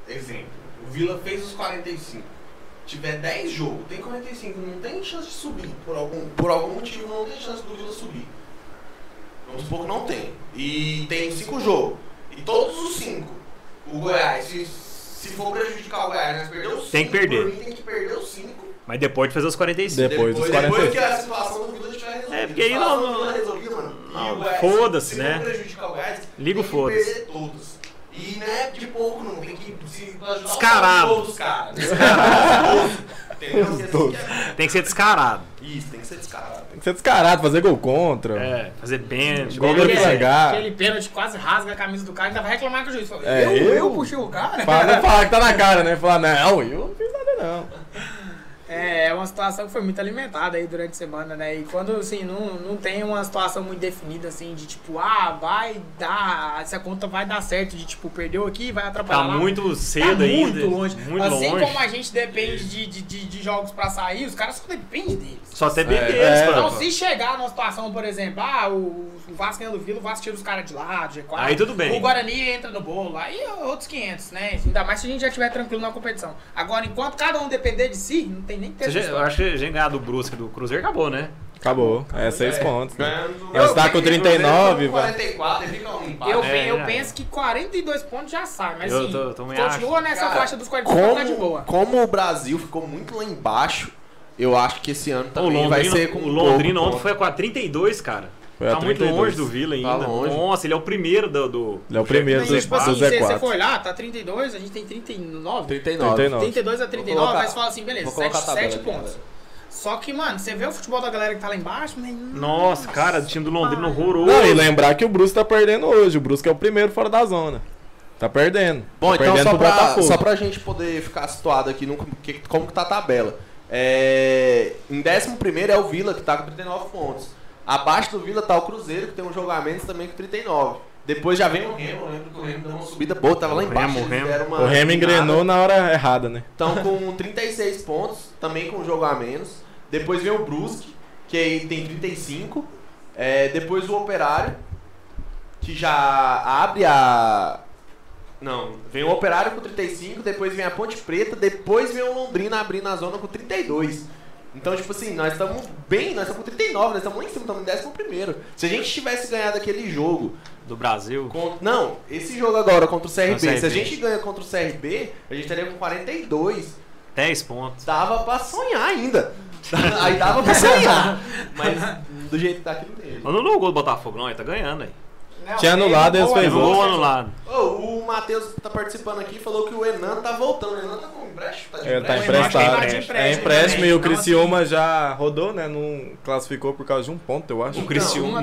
Speaker 10: exemplo, o Vila fez os 45, tiver 10 jogos, tem 45, não tem chance de subir. Por algum, por algum motivo não tem chance do Vila subir. Vamos supor que não tem. E tem 5 jogos. E todos os 5, o Goiás, se, se for prejudicar o Goiás, nós perdemos 5.
Speaker 2: Tem que perder.
Speaker 10: Por mim, tem que perder os 5.
Speaker 2: Mas depois de fazer os 45.
Speaker 3: Depois dos 45.
Speaker 10: Depois que a situação do Vila tiver resolvida.
Speaker 2: É, porque aí
Speaker 10: A situação
Speaker 2: não-
Speaker 10: do Vila resolvida, mano.
Speaker 2: Não,
Speaker 10: E o Goiás,
Speaker 2: foda-se,
Speaker 10: se
Speaker 2: né?
Speaker 10: não prejudicar o Goiás,
Speaker 2: Liga o
Speaker 10: tem que
Speaker 2: foda-se.
Speaker 10: perder todos. E não é de pouco, não. Tem que se ajudar os
Speaker 2: Descarado.
Speaker 10: todos os caras. Descarado. Entendeu? Porque assim que
Speaker 2: Tem que ser descarado.
Speaker 10: é- Isso, tem que ser descarado.
Speaker 3: Tem que ser descarado, fazer gol contra.
Speaker 2: É, fazer bench.
Speaker 3: Igual
Speaker 2: qualquer
Speaker 3: o
Speaker 2: coisa.
Speaker 3: Flamengo.
Speaker 1: Aquele,
Speaker 3: pegar.
Speaker 1: aquele pênalti quase rasga a camisa do cara, ainda vai reclamar com o juiz. Fala,
Speaker 3: É,
Speaker 1: eu, eu,
Speaker 3: eu-
Speaker 1: puxei o cara?
Speaker 3: Pra não falar que tá na cara, né? Falar, não, eu não fiz nada não.
Speaker 1: É, é uma situação que foi muito alimentada aí durante a semana, né? E quando, assim, não, não tem uma situação muito definida, assim, de tipo, ah, vai dar, essa conta vai dar certo, de tipo, perdeu aqui, vai atrapalhar
Speaker 2: Tá
Speaker 1: lá.
Speaker 2: muito
Speaker 1: Tá
Speaker 2: cedo ainda.
Speaker 1: muito longe.
Speaker 2: Muito
Speaker 1: assim
Speaker 2: longe.
Speaker 1: como a gente depende de, de, de- de jogos pra sair, os caras só dependem deles.
Speaker 2: Só né, até beleza,
Speaker 3: É,
Speaker 2: mano.
Speaker 1: Então, se chegar numa situação, por exemplo, ah, o, o Vasco ganha do Vila, o Vasco tira os caras de lado, G4.
Speaker 2: Aí tudo
Speaker 1: O
Speaker 2: bem.
Speaker 1: Guarani entra no bolo, aí é outros 500, né? Ainda mais se a gente já estiver tranquilo na competição. Agora, enquanto cada um depender de si, não tem nem
Speaker 2: Você
Speaker 1: tempo.
Speaker 2: já- eu acho que a gente ganhar do Brusque do Cruzeiro acabou, né?
Speaker 3: Acabou. É seis pontos. né?
Speaker 10: Ganhando.
Speaker 3: Nós tá com 39,
Speaker 10: Com
Speaker 3: vai.
Speaker 10: 44, ele fica um empate.
Speaker 1: Eu,
Speaker 2: É,
Speaker 1: pe- eu
Speaker 2: já
Speaker 1: penso que 42 pontos já sai, mas
Speaker 2: Eu
Speaker 1: assim,
Speaker 2: tô- também
Speaker 1: continua nessa
Speaker 4: Cara,
Speaker 1: faixa dos 42 tá de
Speaker 4: Como,
Speaker 1: boa.
Speaker 4: como o Brasil ficou muito lá embaixo, eu acho que esse ano
Speaker 2: O
Speaker 4: também
Speaker 2: Londrina,
Speaker 4: Tá vai ser com um
Speaker 2: o Londrina
Speaker 4: pouco Tá
Speaker 2: ontem foi com a 32, cara.
Speaker 3: Foi a
Speaker 2: tá muito
Speaker 3: 32.
Speaker 2: longe do Vila ainda.
Speaker 4: longe.
Speaker 2: Nossa, ele é o primeiro do. do
Speaker 3: Ele é o primeiro
Speaker 1: Mas,
Speaker 3: dos
Speaker 1: tipo assim,
Speaker 3: do
Speaker 1: se se você
Speaker 3: Z4.
Speaker 1: for olhar, tá 32, a gente tem 39.
Speaker 4: 39.
Speaker 3: 39.
Speaker 1: 32 a 39,
Speaker 4: Vou colocar-
Speaker 1: mas fala assim, beleza,
Speaker 4: vou colocar
Speaker 1: 7,
Speaker 4: a tabela aqui,
Speaker 1: pontos.
Speaker 4: galera.
Speaker 1: Só que, mano, você vê o futebol da galera que tá lá embaixo, mas...
Speaker 2: Nossa, cara, o time do Londrina horroroso.
Speaker 3: Não, e lembrar que o Brusque tá perdendo hoje. O Brusque é o primeiro fora da zona. Tá perdendo.
Speaker 4: Bom,
Speaker 3: tá
Speaker 4: então
Speaker 3: perdendo
Speaker 4: só
Speaker 3: pro
Speaker 4: pra,
Speaker 3: Botafogo.
Speaker 4: só pra gente poder ficar situado aqui no que, como que tá a tabela. É, em 11 é o Vila, que tá com 39 pontos. Abaixo do Vila tá o Cruzeiro, que tem um jogo a menos também com 39. Depois já vem o Remo, eu lembro que o Remo deu uma subida boa, tava lá embaixo.
Speaker 2: Remo,
Speaker 4: eles
Speaker 2: Remo.
Speaker 4: deram uma
Speaker 3: O Remo
Speaker 4: guinada.
Speaker 3: engrenou na hora errada, né?
Speaker 4: Estão com 36 pontos, também com um jogo a menos. Depois vem o Brusque, que aí tem 35. É, depois o Operário, que já abre a. Não, vem o Operário com 35, depois vem a Ponte Preta, depois vem o Londrina abrindo a zona com 32. Então, tipo assim, nós estamos bem, nós estamos com 39, nós estamos lá em cima, estamos em décimo primeiro. Se a gente tivesse ganhado aquele jogo
Speaker 2: Do Brasil.
Speaker 4: Con- Não, esse jogo agora contra o CRB,
Speaker 2: Contra o
Speaker 4: se a
Speaker 2: CRB.
Speaker 4: gente ganha contra o CRB, a gente estaria com 42.
Speaker 2: 10 pontos.
Speaker 4: Dava pra sonhar ainda. Aí dava pra sonhar. Mas do jeito que tá aqui não tem.
Speaker 2: é Mas não deu o gol do Botafogo, não. Ele né? tá ganhando aí.
Speaker 11: Não,
Speaker 3: Tinha anulado e eles
Speaker 11: ele
Speaker 3: fez
Speaker 11: anulou,
Speaker 3: outro.
Speaker 2: Gol
Speaker 11: anulou.
Speaker 2: anulado.
Speaker 4: Ô, o Matheus tá participando aqui e falou que o Enan tá voltando. O Enan tá com empréstimo? Tá de
Speaker 3: É, tá
Speaker 4: empréstimo?
Speaker 3: emprestado.
Speaker 11: Tá de empréstimo,
Speaker 3: É empréstimo
Speaker 11: né?
Speaker 3: e o
Speaker 11: Então,
Speaker 3: Criciúma já rodou, né? Não classificou por causa de um ponto, eu
Speaker 4: Então,
Speaker 3: acho.
Speaker 2: O Criciúma.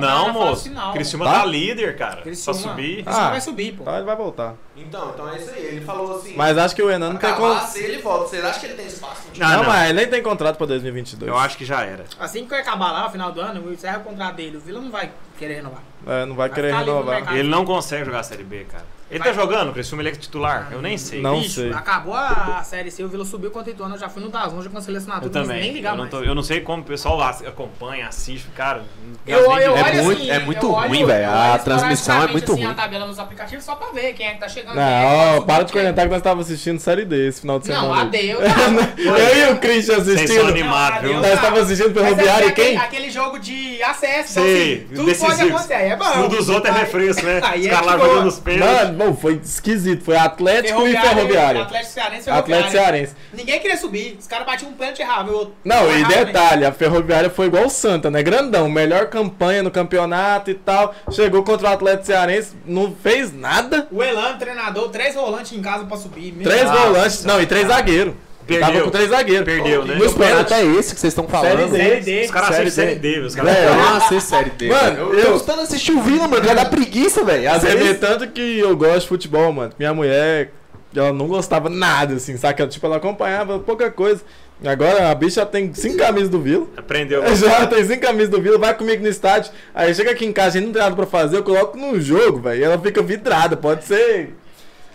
Speaker 1: Criciúma tá
Speaker 2: Não,
Speaker 1: na fase
Speaker 4: assim,
Speaker 2: moço.
Speaker 1: final.
Speaker 2: O Criciúma
Speaker 3: Tá?
Speaker 2: tá líder, cara. Só
Speaker 1: Criciúma.
Speaker 2: subir.
Speaker 1: Criciúma
Speaker 3: Ah.
Speaker 1: vai subir, pô.
Speaker 3: Tá, ele vai voltar.
Speaker 4: Então, então é isso aí. Ele falou assim.
Speaker 3: Mas acho que o Enan não tem
Speaker 4: acabar, assim.
Speaker 3: contrato.
Speaker 4: se ele volta, você acha que ele tem espaço?
Speaker 2: Ah,
Speaker 3: Não,
Speaker 2: não.
Speaker 3: mas ele nem tem contrato pra 2022.
Speaker 2: Eu acho que já era.
Speaker 1: Assim que vai acabar lá, no final do ano, encerra o contrato dele. O Vila não vai querer renovar.
Speaker 3: É, não vai
Speaker 1: Vai
Speaker 3: querer
Speaker 1: ficar livre no
Speaker 3: renovar.
Speaker 4: Ah.
Speaker 1: mercado.
Speaker 2: Ele não consegue jogar a Série B, cara. Ele tá
Speaker 1: Vai.
Speaker 2: jogando, o Criciúma ele é titular? Eu nem sei.
Speaker 3: Não
Speaker 1: Bicho,
Speaker 3: sei.
Speaker 1: Acabou a série C, o Vila subiu contra o Ituano, eu já fui no Dazon, já cancelei a assinatura,
Speaker 2: Eu
Speaker 1: Ah, não quis
Speaker 2: também.
Speaker 1: nem ligar
Speaker 2: eu, não
Speaker 1: mais.
Speaker 2: tô- eu não sei como o pessoal ass- acompanha, assiste, cara.
Speaker 1: Eu, eu,
Speaker 2: é
Speaker 1: olho
Speaker 12: muito-
Speaker 1: assim,
Speaker 12: é muito
Speaker 1: eu olho-
Speaker 12: ruim, velho.
Speaker 1: eu
Speaker 12: A
Speaker 1: olho
Speaker 12: transmissão é muito
Speaker 1: esporadicamente, assim,
Speaker 12: ruim.
Speaker 1: a tabela nos aplicativos só pra ver quem é que tá chegando. quem é que tá
Speaker 3: Não, ó, para de
Speaker 1: subindo, quem-
Speaker 3: comentar que nós tava assistindo série D esse final de semana.
Speaker 1: Não,
Speaker 3: aí.
Speaker 1: adeus.
Speaker 3: Eu e o Christian
Speaker 2: Vocês são
Speaker 3: assistindo.
Speaker 2: animados,
Speaker 1: Não,
Speaker 2: viu?
Speaker 3: Nós tava assistindo
Speaker 1: Mas é
Speaker 3: Ferroviário e
Speaker 1: aquele,
Speaker 3: quem?
Speaker 1: aquele jogo de acesso,
Speaker 2: Sei,
Speaker 1: então, assim, tudo pode
Speaker 2: decisivo.
Speaker 1: acontecer, aí é bom.
Speaker 2: Um dos outros é
Speaker 1: Aí-
Speaker 2: refresco, né?
Speaker 1: Aí
Speaker 2: Os
Speaker 1: é
Speaker 2: caras lá
Speaker 1: de boa.
Speaker 2: jogando os pênaltis.
Speaker 3: Mano, bom, foi esquisito. Foi Atlético e
Speaker 1: Ferroviário,
Speaker 3: É tipo Ferroviário.
Speaker 1: Atlético Cearense,
Speaker 3: Atlético
Speaker 1: Ferroviário.
Speaker 3: Cearense.
Speaker 1: Ninguém queria subir, os caras batiam um pênalti errado. eu-
Speaker 3: Não,
Speaker 1: eu
Speaker 3: e
Speaker 1: errava, né?
Speaker 3: detalhe, a Ferroviária foi igual o Santa, né? Grandão, melhor campanha no campeonato e tal. Chegou contra o Atlético Cearense, não fez nada.
Speaker 1: O Elan, treinador, três volantes em casa pra subir. meu
Speaker 3: Três
Speaker 1: Deus.
Speaker 3: volantes, não, e três zagueiros.
Speaker 2: Ah, Perdeu.
Speaker 3: Tava com três zagueiros.
Speaker 2: Perdeu, né?
Speaker 3: Nos
Speaker 12: campeonato
Speaker 3: pênaltis.
Speaker 12: é esse que vocês estão falando?
Speaker 3: Série É,
Speaker 1: Série
Speaker 3: D.
Speaker 1: D.
Speaker 2: Os caras
Speaker 12: Série
Speaker 2: assistem Série
Speaker 12: D.
Speaker 2: D, viu? Os caras.
Speaker 12: Velho, eu não assisto série D.
Speaker 3: Mano,
Speaker 12: velho. eu
Speaker 3: eu-
Speaker 12: tô gostando de assistir o Vila, mano. Já dá preguiça, velho. Às
Speaker 3: Você vê
Speaker 12: vezes.
Speaker 3: tá tanto que eu gosto de futebol, mano. Minha mulher, ela não gostava nada, assim, saca? Tipo, ela acompanhava pouca coisa. Agora a bicha tem cinco camisas do Vila.
Speaker 2: Aprendeu.
Speaker 3: É, Já tem cinco camisas do Vila, vai comigo no estádio. Aí chega aqui em casa, a gente não tem nada pra fazer, eu coloco no jogo, velho. e Ela fica vidrada, pode ser.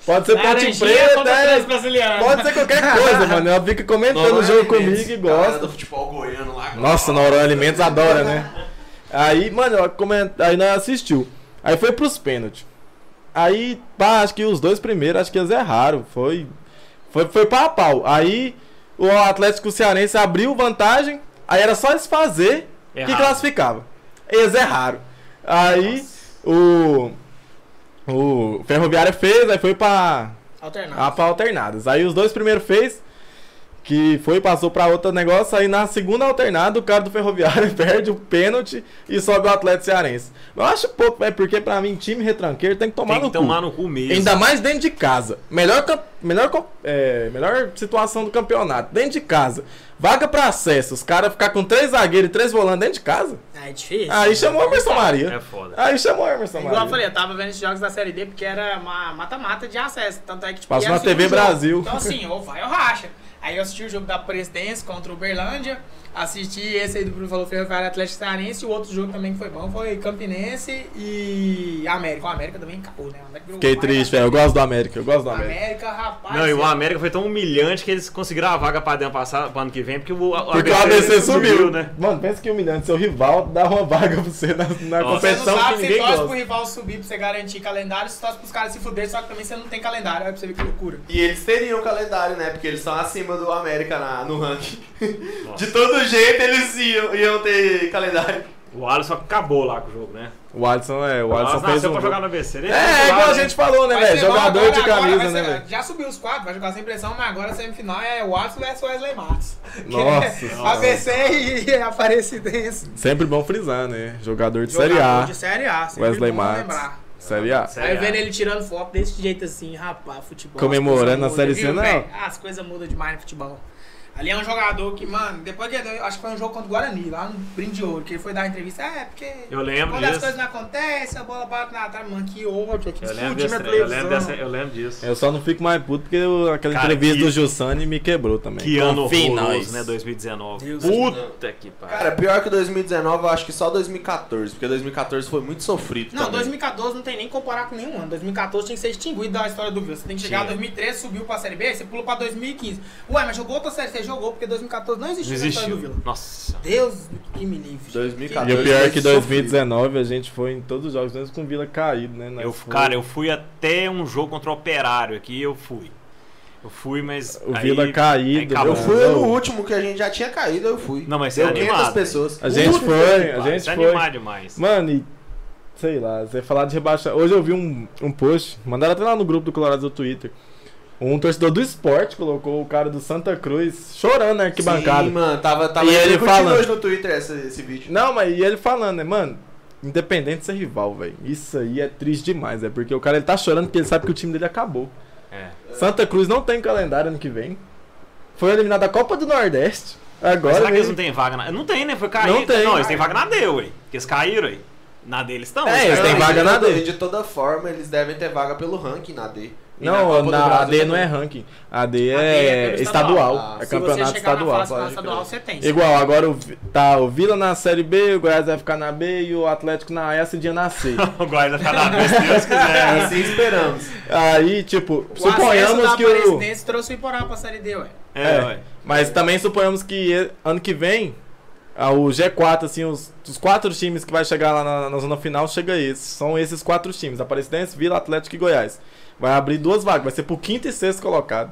Speaker 3: Pode ser ponte
Speaker 1: Laranjinha contra
Speaker 3: preta,
Speaker 1: três
Speaker 3: é,
Speaker 1: brasileiros.
Speaker 3: pode ser qualquer coisa, mano. Ela fica comentando o jogo comigo e
Speaker 4: Galera
Speaker 3: gosta.
Speaker 4: do futebol goiano lá.
Speaker 3: Nossa, na Aurora Alimentos adora, né? Aí, mano, ela comenta- aí nós assistiu. Aí foi pros pênaltis. Aí, pá, acho que os dois primeiros, acho que eles erraram. Foi. Foi, foi pau a pau. Aí o Atlético Cearense abriu vantagem. Aí era só eles fazer que
Speaker 2: Errado.
Speaker 3: classificava. Eles erraram. Aí o. O Ferroviária fez, aí foi pra.
Speaker 1: Alternar.
Speaker 3: Ah, pra alternadas. Aí os dois primeiros fez, que foi passou pra outro negócio. Aí na segunda alternada, o cara do Ferroviário perde o pênalti e sobe o Atlético Cearense. Eu acho pouco, é porque pra mim, time retranqueiro tem que tomar
Speaker 2: Tem
Speaker 3: no
Speaker 2: que tomar
Speaker 3: cu.
Speaker 2: no cu mesmo.
Speaker 3: Ainda mais dentro de casa. Melhor, cam- melhor, co- é, melhor situação do campeonato. Dentro de casa. Vaga pra acesso. Os caras ficar com três zagueiros e três volantes dentro de casa.
Speaker 1: É difícil.
Speaker 3: Aí chamou o Emerson
Speaker 2: É
Speaker 3: Maria.
Speaker 2: foda.
Speaker 1: Ah,
Speaker 3: Aí chamou o Emerson
Speaker 1: Igual eu
Speaker 3: Maria.
Speaker 1: falei, é eu tava vendo esses jogos da Série D porque era uma mata-mata de acesso. Tanto é que, tipo,
Speaker 3: Passou
Speaker 1: era
Speaker 3: na
Speaker 1: o segundo
Speaker 3: TV
Speaker 1: jogo.
Speaker 3: Brasil.
Speaker 1: Então, assim, ou vai ou racha. Aí eu assisti o jogo da Presidência contra o Uberlândia. Assisti esse aí do Bruno falou Ferroviário Atlético Cearense. E o outro jogo também que foi bom foi Campinense e América. O América também acabou, né? O América virou
Speaker 3: Fiquei
Speaker 1: mais-
Speaker 3: triste, velho. Eu gosto do América. Eu gosto do América.
Speaker 1: América, rapaz.
Speaker 2: Não, e o América foi tão humilhante que eles conseguiram a vaga pra dentro passar pro ano que vem, porque o, a-
Speaker 3: Porque o ABC subiu,
Speaker 2: né?
Speaker 3: Mano, pensa que humilhante, seu rival dá uma vaga pra você na, na
Speaker 2: Nossa.
Speaker 1: Você não
Speaker 3: competição
Speaker 1: sabe
Speaker 3: que
Speaker 1: se
Speaker 3: ninguém
Speaker 1: torce pro
Speaker 3: gosta.
Speaker 1: rival subir pra você garantir calendário, se torce pros caras se fuder, só que também você não tem calendário. Olha pra você ver que loucura.
Speaker 4: E eles teriam calendário, né? Porque eles são acima do América na- no ranking.
Speaker 2: Nossa.
Speaker 4: De todo jeito eles iam, iam ter calendário.
Speaker 2: O Alisson acabou lá com o jogo, né?
Speaker 3: O Alisson é, o
Speaker 2: O Alisson
Speaker 3: Alisson fez
Speaker 2: nasceu
Speaker 3: um...
Speaker 2: pra jogar no ABC, né?
Speaker 3: É, igual a gente falou, né,
Speaker 1: Vai
Speaker 3: velho?
Speaker 1: ser bom
Speaker 3: Jogador
Speaker 1: agora,
Speaker 3: de
Speaker 1: agora
Speaker 3: camisa,
Speaker 1: vai
Speaker 3: né,
Speaker 1: ser-
Speaker 3: velho?
Speaker 1: Já subiu os quatro, vai jogar sem pressão, mas agora a semifinal é o Alisson versus Wesley Matos. é
Speaker 3: Nossa
Speaker 1: ABC e Aparecidense.
Speaker 3: Sempre bom frisar, né? Jogador de Série
Speaker 1: Jogador
Speaker 3: A,
Speaker 1: de Série A, sempre
Speaker 3: Wesley
Speaker 1: bom
Speaker 3: Matos.
Speaker 1: lembrar.
Speaker 3: Série A.
Speaker 2: Série
Speaker 1: Aí
Speaker 2: A.
Speaker 1: vendo ele tirando foto desse jeito assim, rapaz, futebol.
Speaker 3: Comemorando
Speaker 1: as coisas
Speaker 3: a Série C,
Speaker 1: mudam,
Speaker 3: não.
Speaker 1: viu, velho? Ah, As coisas mudam demais no futebol. Ali é um jogador que, mano, depois de. eu Acho que foi um jogo contra o Guarani, lá no Brinde de Ouro, que ele foi dar entrevista. É, porque.
Speaker 2: Eu lembro
Speaker 1: Quando as
Speaker 2: disso.
Speaker 1: coisas não acontecem, a bola bate na trave, mano, que ódio. Que
Speaker 2: Eu
Speaker 1: discutir minha
Speaker 2: lembro, desse, eu, lembro
Speaker 1: televisão.
Speaker 2: dessa, eu lembro disso.
Speaker 3: Eu só não fico mais puto porque eu- aquela
Speaker 2: Cara,
Speaker 3: entrevista
Speaker 2: que-
Speaker 3: do Jussani me quebrou também.
Speaker 2: Que ano
Speaker 3: Confia em
Speaker 2: horroroso,
Speaker 3: nós.
Speaker 2: né? 2019.
Speaker 1: Deus
Speaker 2: Puta que pariu.
Speaker 4: Cara, pior que 2019, eu acho que só 2014. Porque 2014 foi muito
Speaker 3: Tá
Speaker 4: sofrido.
Speaker 1: Não,
Speaker 4: também.
Speaker 1: 2014 não tem nem que comparar com nenhum ano. 2014 tinha que ser extinguido da história do Vila. Você tem que chegar a
Speaker 2: Tinha.
Speaker 1: 2013, subiu pra Série B, aí você pula pra 2015. Ué, mas jogou outra Série C, jogou, porque 2014 não
Speaker 2: não
Speaker 1: existiu, na história do Vila.
Speaker 2: existiu. Nossa.
Speaker 1: Deus que me livre.
Speaker 4: 2014.
Speaker 3: E o pior é que
Speaker 4: foi sofrido.
Speaker 3: 2019 a gente foi em todos os jogos, mesmo com o Vila caído, né? Nós
Speaker 2: Eu,
Speaker 3: foi-
Speaker 2: cara, eu fui até um jogo contra o Operário aqui, eu fui. Eu fui, mas.
Speaker 3: O
Speaker 2: aí-
Speaker 3: Vila caído. né?
Speaker 2: acabou.
Speaker 4: Eu fui
Speaker 3: mano.
Speaker 4: no último que a gente já tinha caído, eu fui.
Speaker 2: Não, mas você é
Speaker 4: Deu 500
Speaker 2: animado.
Speaker 4: pessoas.
Speaker 3: A gente
Speaker 4: Puta
Speaker 3: foi,
Speaker 4: que
Speaker 3: a
Speaker 4: pariu.
Speaker 3: gente
Speaker 2: Você é
Speaker 3: foi.
Speaker 2: animado demais.
Speaker 3: Mano, e sei lá, você falar de rebaixar. Hoje eu vi um, um post, mandaram até lá no grupo do Colorado do Twitter. Um torcedor do esporte colocou o cara do Santa Cruz chorando na arquibancada.
Speaker 4: Sim, mano, tava, tava
Speaker 3: E ele
Speaker 4: discutindo
Speaker 3: falando.
Speaker 4: hoje no Twitter esse, esse vídeo.
Speaker 3: Não, mas e ele falando, né, mano? Independente de ser rival, velho. Isso aí é triste demais, é porque o cara ele tá chorando porque ele sabe que o time dele acabou.
Speaker 2: É.
Speaker 3: Santa Cruz não tem calendário ano que vem. Foi eliminado da Copa do Nordeste. Agora.
Speaker 2: Mas será que eles
Speaker 3: mesmo.
Speaker 2: não têm vaga na. Não tem, né? Foi cair.
Speaker 3: Não tem.
Speaker 2: Não, eles têm vaga na D, ué. Porque eles caíram, ué. Na D eles estão.
Speaker 3: É, eles têm
Speaker 5: Não,
Speaker 3: vaga
Speaker 5: de
Speaker 3: na
Speaker 5: toda-
Speaker 3: D.
Speaker 5: De toda forma, eles devem ter vaga pelo ranking na D. E na Copa
Speaker 3: Não,
Speaker 5: do
Speaker 3: na,
Speaker 5: Brasil
Speaker 3: a D não
Speaker 5: também.
Speaker 3: é ranking. A D
Speaker 6: A D é
Speaker 3: é
Speaker 6: pelo
Speaker 3: estadual.
Speaker 5: estadual. Ah,
Speaker 3: É
Speaker 6: Se
Speaker 3: campeonato
Speaker 6: você chegar
Speaker 3: estadual.
Speaker 6: na fase
Speaker 5: pode
Speaker 6: estadual,
Speaker 5: crer.
Speaker 6: você tem.
Speaker 3: Igual, agora o Vi- tá o Vila na Série B, o Goiás vai ficar na B e o Atlético na A e a Cidinha na C.
Speaker 2: O Goiás vai ficar na D, se Deus quiser.
Speaker 4: É,
Speaker 5: Assim esperamos.
Speaker 3: Aí, tipo,
Speaker 6: O acesso
Speaker 1: tá
Speaker 3: suponhamos
Speaker 6: da
Speaker 3: que o.
Speaker 6: Aparecidense trouxe o Iporá pra Série D, ué.
Speaker 2: É,
Speaker 3: É.
Speaker 2: ué.
Speaker 3: Mas também suponhamos que e- ano que vem, ah, o G4, assim, os, os quatro times que vai chegar lá na, na zona final, chega esses. São esses quatro times: Aparecidense, Vila, Atlético e Goiás. Vai abrir duas vagas, vai ser pro quinto e sexto colocado.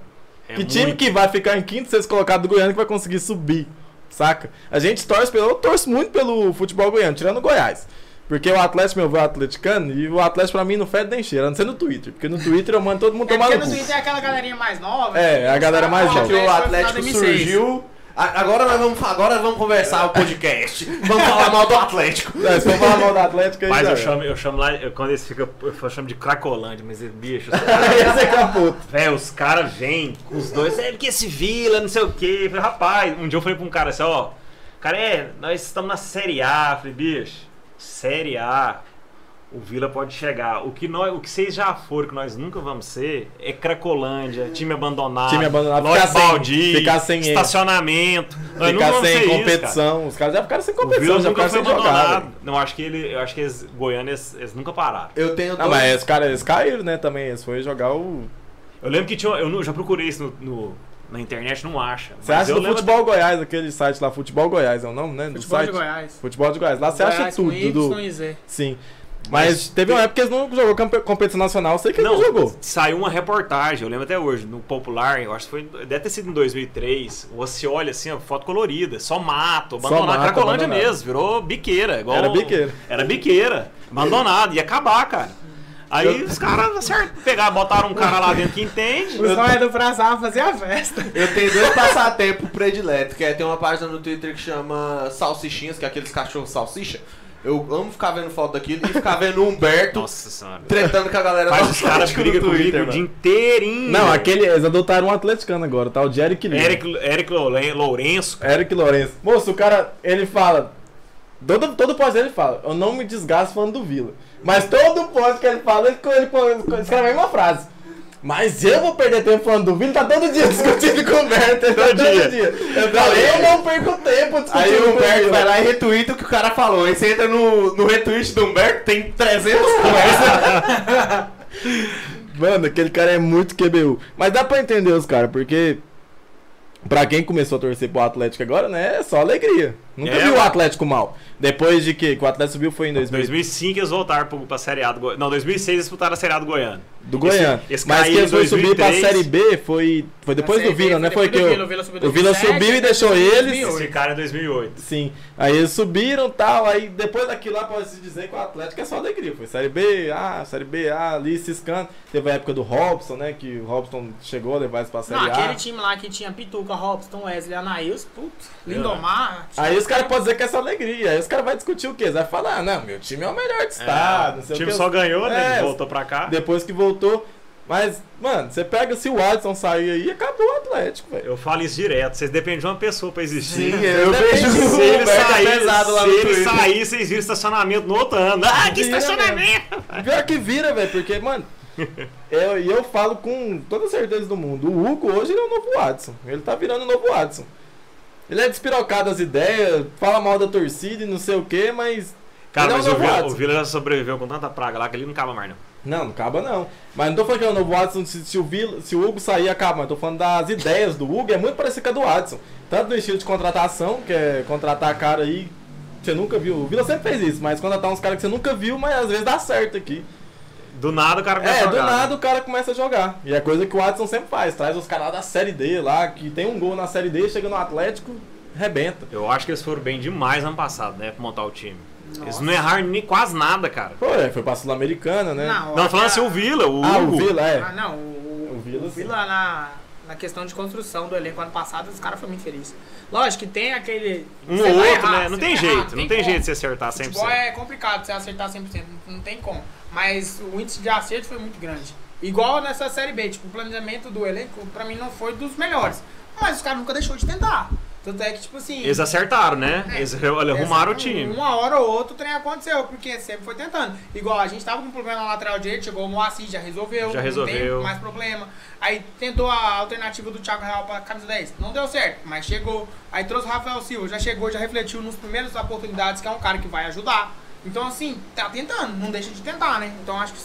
Speaker 2: É
Speaker 3: que time
Speaker 2: muito.
Speaker 3: que vai ficar em quinto e sexto colocado do Goiânia que vai conseguir subir, saca? A gente torce pelo. Eu torço muito pelo futebol goiano, tirando o Goiás. Porque o Atlético, meu, é atleticano e o Atlético pra mim não fede nem cheira, a não ser no Twitter. Porque no Twitter eu mando todo mundo
Speaker 6: É
Speaker 3: tomar
Speaker 6: porque
Speaker 3: no
Speaker 6: no
Speaker 3: cu.
Speaker 6: Twitter é aquela galerinha mais nova.
Speaker 3: É,
Speaker 1: né?
Speaker 3: a galera mais
Speaker 6: Ah,
Speaker 3: nova.
Speaker 5: que o
Speaker 6: foi
Speaker 5: Atlético
Speaker 6: fundado em 2006.
Speaker 5: surgiu. A- Agora nós vamos, agora vamos conversar o podcast. Vamos falar mal do Atlético.
Speaker 3: É, se for falar mal do Atlético, aí
Speaker 2: Mas eu
Speaker 3: já é.
Speaker 2: chamo, eu chamo lá, eu- quando eles ficam, eu chamo de Cracolândia, mas é bicho.
Speaker 3: Esse aqui é puto.
Speaker 2: Véi, os caras vêm com os dois, é porque esse Vila, não sei o quê. Eu Falei, rapaz, um dia eu falei pra um cara assim, ó, cara, é, nós estamos na Série A. Eu Falei, bicho, Série A, o Vila pode chegar. O que, nós, o que vocês já foram, que nós nunca vamos ser, é Cracolândia, time abandonado,
Speaker 3: Time abandonado,
Speaker 2: loja
Speaker 3: ficar sem-
Speaker 2: baldia,
Speaker 3: ficar sem ele.
Speaker 2: estacionamento. Nós nunca
Speaker 3: Ficar
Speaker 2: vamos
Speaker 3: sem
Speaker 2: ser isso, cara.
Speaker 3: competição. Os caras já ficaram sem
Speaker 2: O Vila
Speaker 3: competição, já
Speaker 2: nunca
Speaker 3: ficaram
Speaker 2: foi
Speaker 3: sem jogar.
Speaker 2: abandonado.
Speaker 3: velho.
Speaker 2: Não, acho que ele, eu acho que eles, Goiânia, eles, eles nunca pararam.
Speaker 5: Eu tenho dois-
Speaker 3: Não, mas os caras eles caíram, né, também. Eles foram jogar o...
Speaker 2: Eu lembro que tinha. Eu não- já procurei isso no, no- na internet, não acha.
Speaker 3: Você
Speaker 2: mas
Speaker 3: acha
Speaker 2: eu
Speaker 3: do
Speaker 2: lembro-
Speaker 3: Futebol Goiás, aquele site lá, Futebol Goiás é o nome, né, do
Speaker 6: Futebol
Speaker 3: site?
Speaker 6: de Goiás.
Speaker 3: Futebol de Goiás. Lá você acha
Speaker 6: Goiás com
Speaker 3: tudo,
Speaker 6: Y
Speaker 3: Dudu.
Speaker 6: e Z.
Speaker 3: Sim. Mas teve uma época que eles não jogou campe- competição nacional, eu sei que ele
Speaker 2: Não,
Speaker 3: não jogou.
Speaker 2: saiu uma reportagem, eu lembro até hoje, no Popular, eu acho que foi, deve ter sido em 2003. Você olha assim, ó, foto colorida, só mato, abandonado.
Speaker 3: mato,
Speaker 2: Cracolândia
Speaker 3: abandonado.
Speaker 2: mesmo, virou biqueira. Igual,
Speaker 3: Era biqueira.
Speaker 2: Era biqueira, abandonado, ia acabar, cara. Aí os caras acertaram, pegaram, botaram um cara lá dentro que entende.
Speaker 6: O sonho é do Prazar fazer a festa.
Speaker 5: Eu tenho dois passatempos prediletos, que é tem uma página no Twitter que chama Salsichinhas, que é aqueles cachorros salsicha. Eu amo ficar vendo foto daquilo e ficar vendo o Humberto
Speaker 2: Nossa senhora.
Speaker 5: tretando com a galera
Speaker 2: Mas
Speaker 5: do
Speaker 2: os caras
Speaker 5: Atlético no
Speaker 2: brigam comigo
Speaker 5: Twitter,
Speaker 2: o
Speaker 5: mano.
Speaker 2: dia
Speaker 6: Hum.
Speaker 2: inteirinho.
Speaker 3: Não, aquele, eles adotaram um atleticano agora, tá? O de Eric Lima.
Speaker 2: Eric, Eric Louren- Lourenço,
Speaker 3: Eric Lourenço. Moço, o cara, ele fala. Todo, todo pós ele fala, eu não me desgasto falando do Vila. Mas todo pós que ele fala, ele, ele, ele escreve a mesma frase. Mas eu vou perder tempo falando do Vila, tá todo dia discutindo com o Humberto. Ele tá
Speaker 2: Todo
Speaker 3: todo
Speaker 2: dia.
Speaker 3: dia. Eu, falo, eu não perco tempo discutindo
Speaker 5: Aí o
Speaker 3: com
Speaker 5: Humberto
Speaker 3: Vila.
Speaker 5: vai lá e retweeta o que o cara falou. Aí você entra no, no retweet do Humberto, tem 300 conversas.
Speaker 3: Mano, aquele cara é muito QBU. Mas dá pra entender os caras, porque. Pra quem começou a torcer pro Atlético agora, né? É só alegria. Nunca
Speaker 2: É,
Speaker 3: viu o
Speaker 2: mano.
Speaker 3: Atlético mal. Depois de que? Que o Atlético subiu foi em 2000.
Speaker 2: 2005 eles voltaram pro, pra Série A do Goiânia. Não, 2006 eles disputaram a Série A do Goiânia.
Speaker 3: Do Goiânia.
Speaker 2: esse
Speaker 3: Mas
Speaker 2: caí
Speaker 3: que
Speaker 2: em
Speaker 3: eles foram subir pra
Speaker 2: 2003.
Speaker 3: Série B foi, foi depois
Speaker 1: Tá
Speaker 6: Série
Speaker 3: do
Speaker 6: B,
Speaker 3: Vila,
Speaker 6: foi
Speaker 3: né? Foi que
Speaker 6: depois do Vila,
Speaker 3: o
Speaker 6: o Vila subiu em
Speaker 3: o Vila
Speaker 6: 2007,
Speaker 1: né?
Speaker 3: subiu
Speaker 6: depois
Speaker 3: e deixou
Speaker 6: em
Speaker 3: eles.
Speaker 6: 2008.
Speaker 2: Eles ficaram em 2008.
Speaker 3: Sim. Aí eles subiram e tal. Aí depois daquilo lá pode se dizer que o Atlético é só alegria. Foi Série B, A, Série B, A, ali, ciscando. Teve a época do Robson, né? Que o Robson chegou a levar eles pra Série
Speaker 6: Não,
Speaker 3: A.
Speaker 6: aquele time lá que tinha Pituca, Robson, Wesley, Anaíls, puto, Lindomar.
Speaker 3: Aí os caras podem dizer que é essa alegria. Aí os caras vão discutir o quê? Eles vão falar, ah, não, meu time é o melhor de estado. não
Speaker 2: o
Speaker 3: sei
Speaker 2: time
Speaker 3: o quê.
Speaker 2: só ganhou, né?
Speaker 3: Então É,
Speaker 2: Voltou pra cá.
Speaker 3: Depois que voltou. Mas, mano, você pega se o Watson sair aí, acabou o Atlético, velho.
Speaker 2: Eu falo isso direto. Vocês dependem de uma pessoa pra existir. né?
Speaker 5: eu
Speaker 3: vejo o
Speaker 2: Se ele
Speaker 3: Humberto
Speaker 2: sair,
Speaker 3: pesado lá
Speaker 2: se
Speaker 3: no
Speaker 2: ele
Speaker 3: Twitter.
Speaker 2: sair, vocês viram estacionamento no outro ano. Ah, que
Speaker 3: Vira,
Speaker 2: estacionamento!
Speaker 3: Pior que vira, velho, porque, mano. eu- E eu, falo com toda certeza do mundo. O Hugo hoje ele é o novo Watson. Ele tá virando o novo Watson. Ele é despirocado as ideias, fala mal da torcida e não sei o quê, mas.
Speaker 2: Cara,
Speaker 3: ele é
Speaker 2: mas
Speaker 3: o
Speaker 2: o
Speaker 3: novo
Speaker 2: Vila,
Speaker 3: Watson.
Speaker 2: o Vila já sobreviveu com tanta praga lá que ele não acaba mais, não.
Speaker 3: Não, não acaba não. Mas não tô falando que é o novo Watson, se, se o, Vila, se o Hugo sair, acaba. Mas tô falando das ideias do Hugo, é muito parecido com a do Watson. Tanto no estilo de contratação, que é contratar cara aí que você nunca viu. O Vila sempre fez isso, mas contratar uns caras que você nca viu, mas às vezes dá certo aqui.
Speaker 2: Do nada o cara começa
Speaker 3: É,
Speaker 2: a
Speaker 3: do
Speaker 2: jogar, né?
Speaker 3: nada o cara começa a jogar. E é coisa que o Watson sempre faz, traz os caras lá da Série D lá, que tem um gol na Série D, chega no Atlético, rebenta.
Speaker 2: Eu acho que eles foram bem demais ano passado, né? Pra montar o time. Eles não erraram nem, quase nada, cara.
Speaker 3: Pô, é, foi pra Sul-Americana, né?
Speaker 6: Não,
Speaker 2: Não, falando
Speaker 6: a-
Speaker 2: assim, o Vila, o
Speaker 3: Ah, o
Speaker 2: Hugo.
Speaker 3: Vila, é.
Speaker 6: Ah, não, o,
Speaker 3: O Vila,
Speaker 6: o Vila na
Speaker 1: Na questão de construção do elenco ano passado, os caras foram muito felizes. Lógico que tem aquele.
Speaker 2: Um
Speaker 1: você vai
Speaker 2: ou outro,
Speaker 1: errar,
Speaker 2: né? Não
Speaker 1: você
Speaker 2: tem
Speaker 1: vai
Speaker 2: jeito,
Speaker 1: errar,
Speaker 2: não tem
Speaker 1: como.
Speaker 2: jeito de você acertar 100%.
Speaker 1: Futebol é complicado você acertar 100%, não tem como. Mas o índice de acerto foi muito grande. Igual nessa Série B, tipo, o planejamento do elenco, pra mim, não foi dos melhores. Mas os caras nunca deixou de tentar. Tanto é que, tipo assim...
Speaker 2: Eles acertaram, né?
Speaker 1: É.
Speaker 2: Eles olha, arrumaram o
Speaker 1: essa-
Speaker 2: time.
Speaker 1: Uma hora ou outra o trem aconteceu, porque sempre foi tentando. Igual, a gente tava com um problema na lateral direito, chegou o Moacir, já resolveu.
Speaker 2: Já
Speaker 1: Não
Speaker 2: resolveu.
Speaker 1: tem mais problema. Aí tentou a alternativa do Thiago Real pra camisa 10. Não deu certo, mas chegou. Aí trouxe o Rafael Silva, já chegou, já refletiu nos primeiros oportunidades, que é um cara que vai ajudar. Então, assim, tá tentando, não deixa de tentar, né? Então, acho que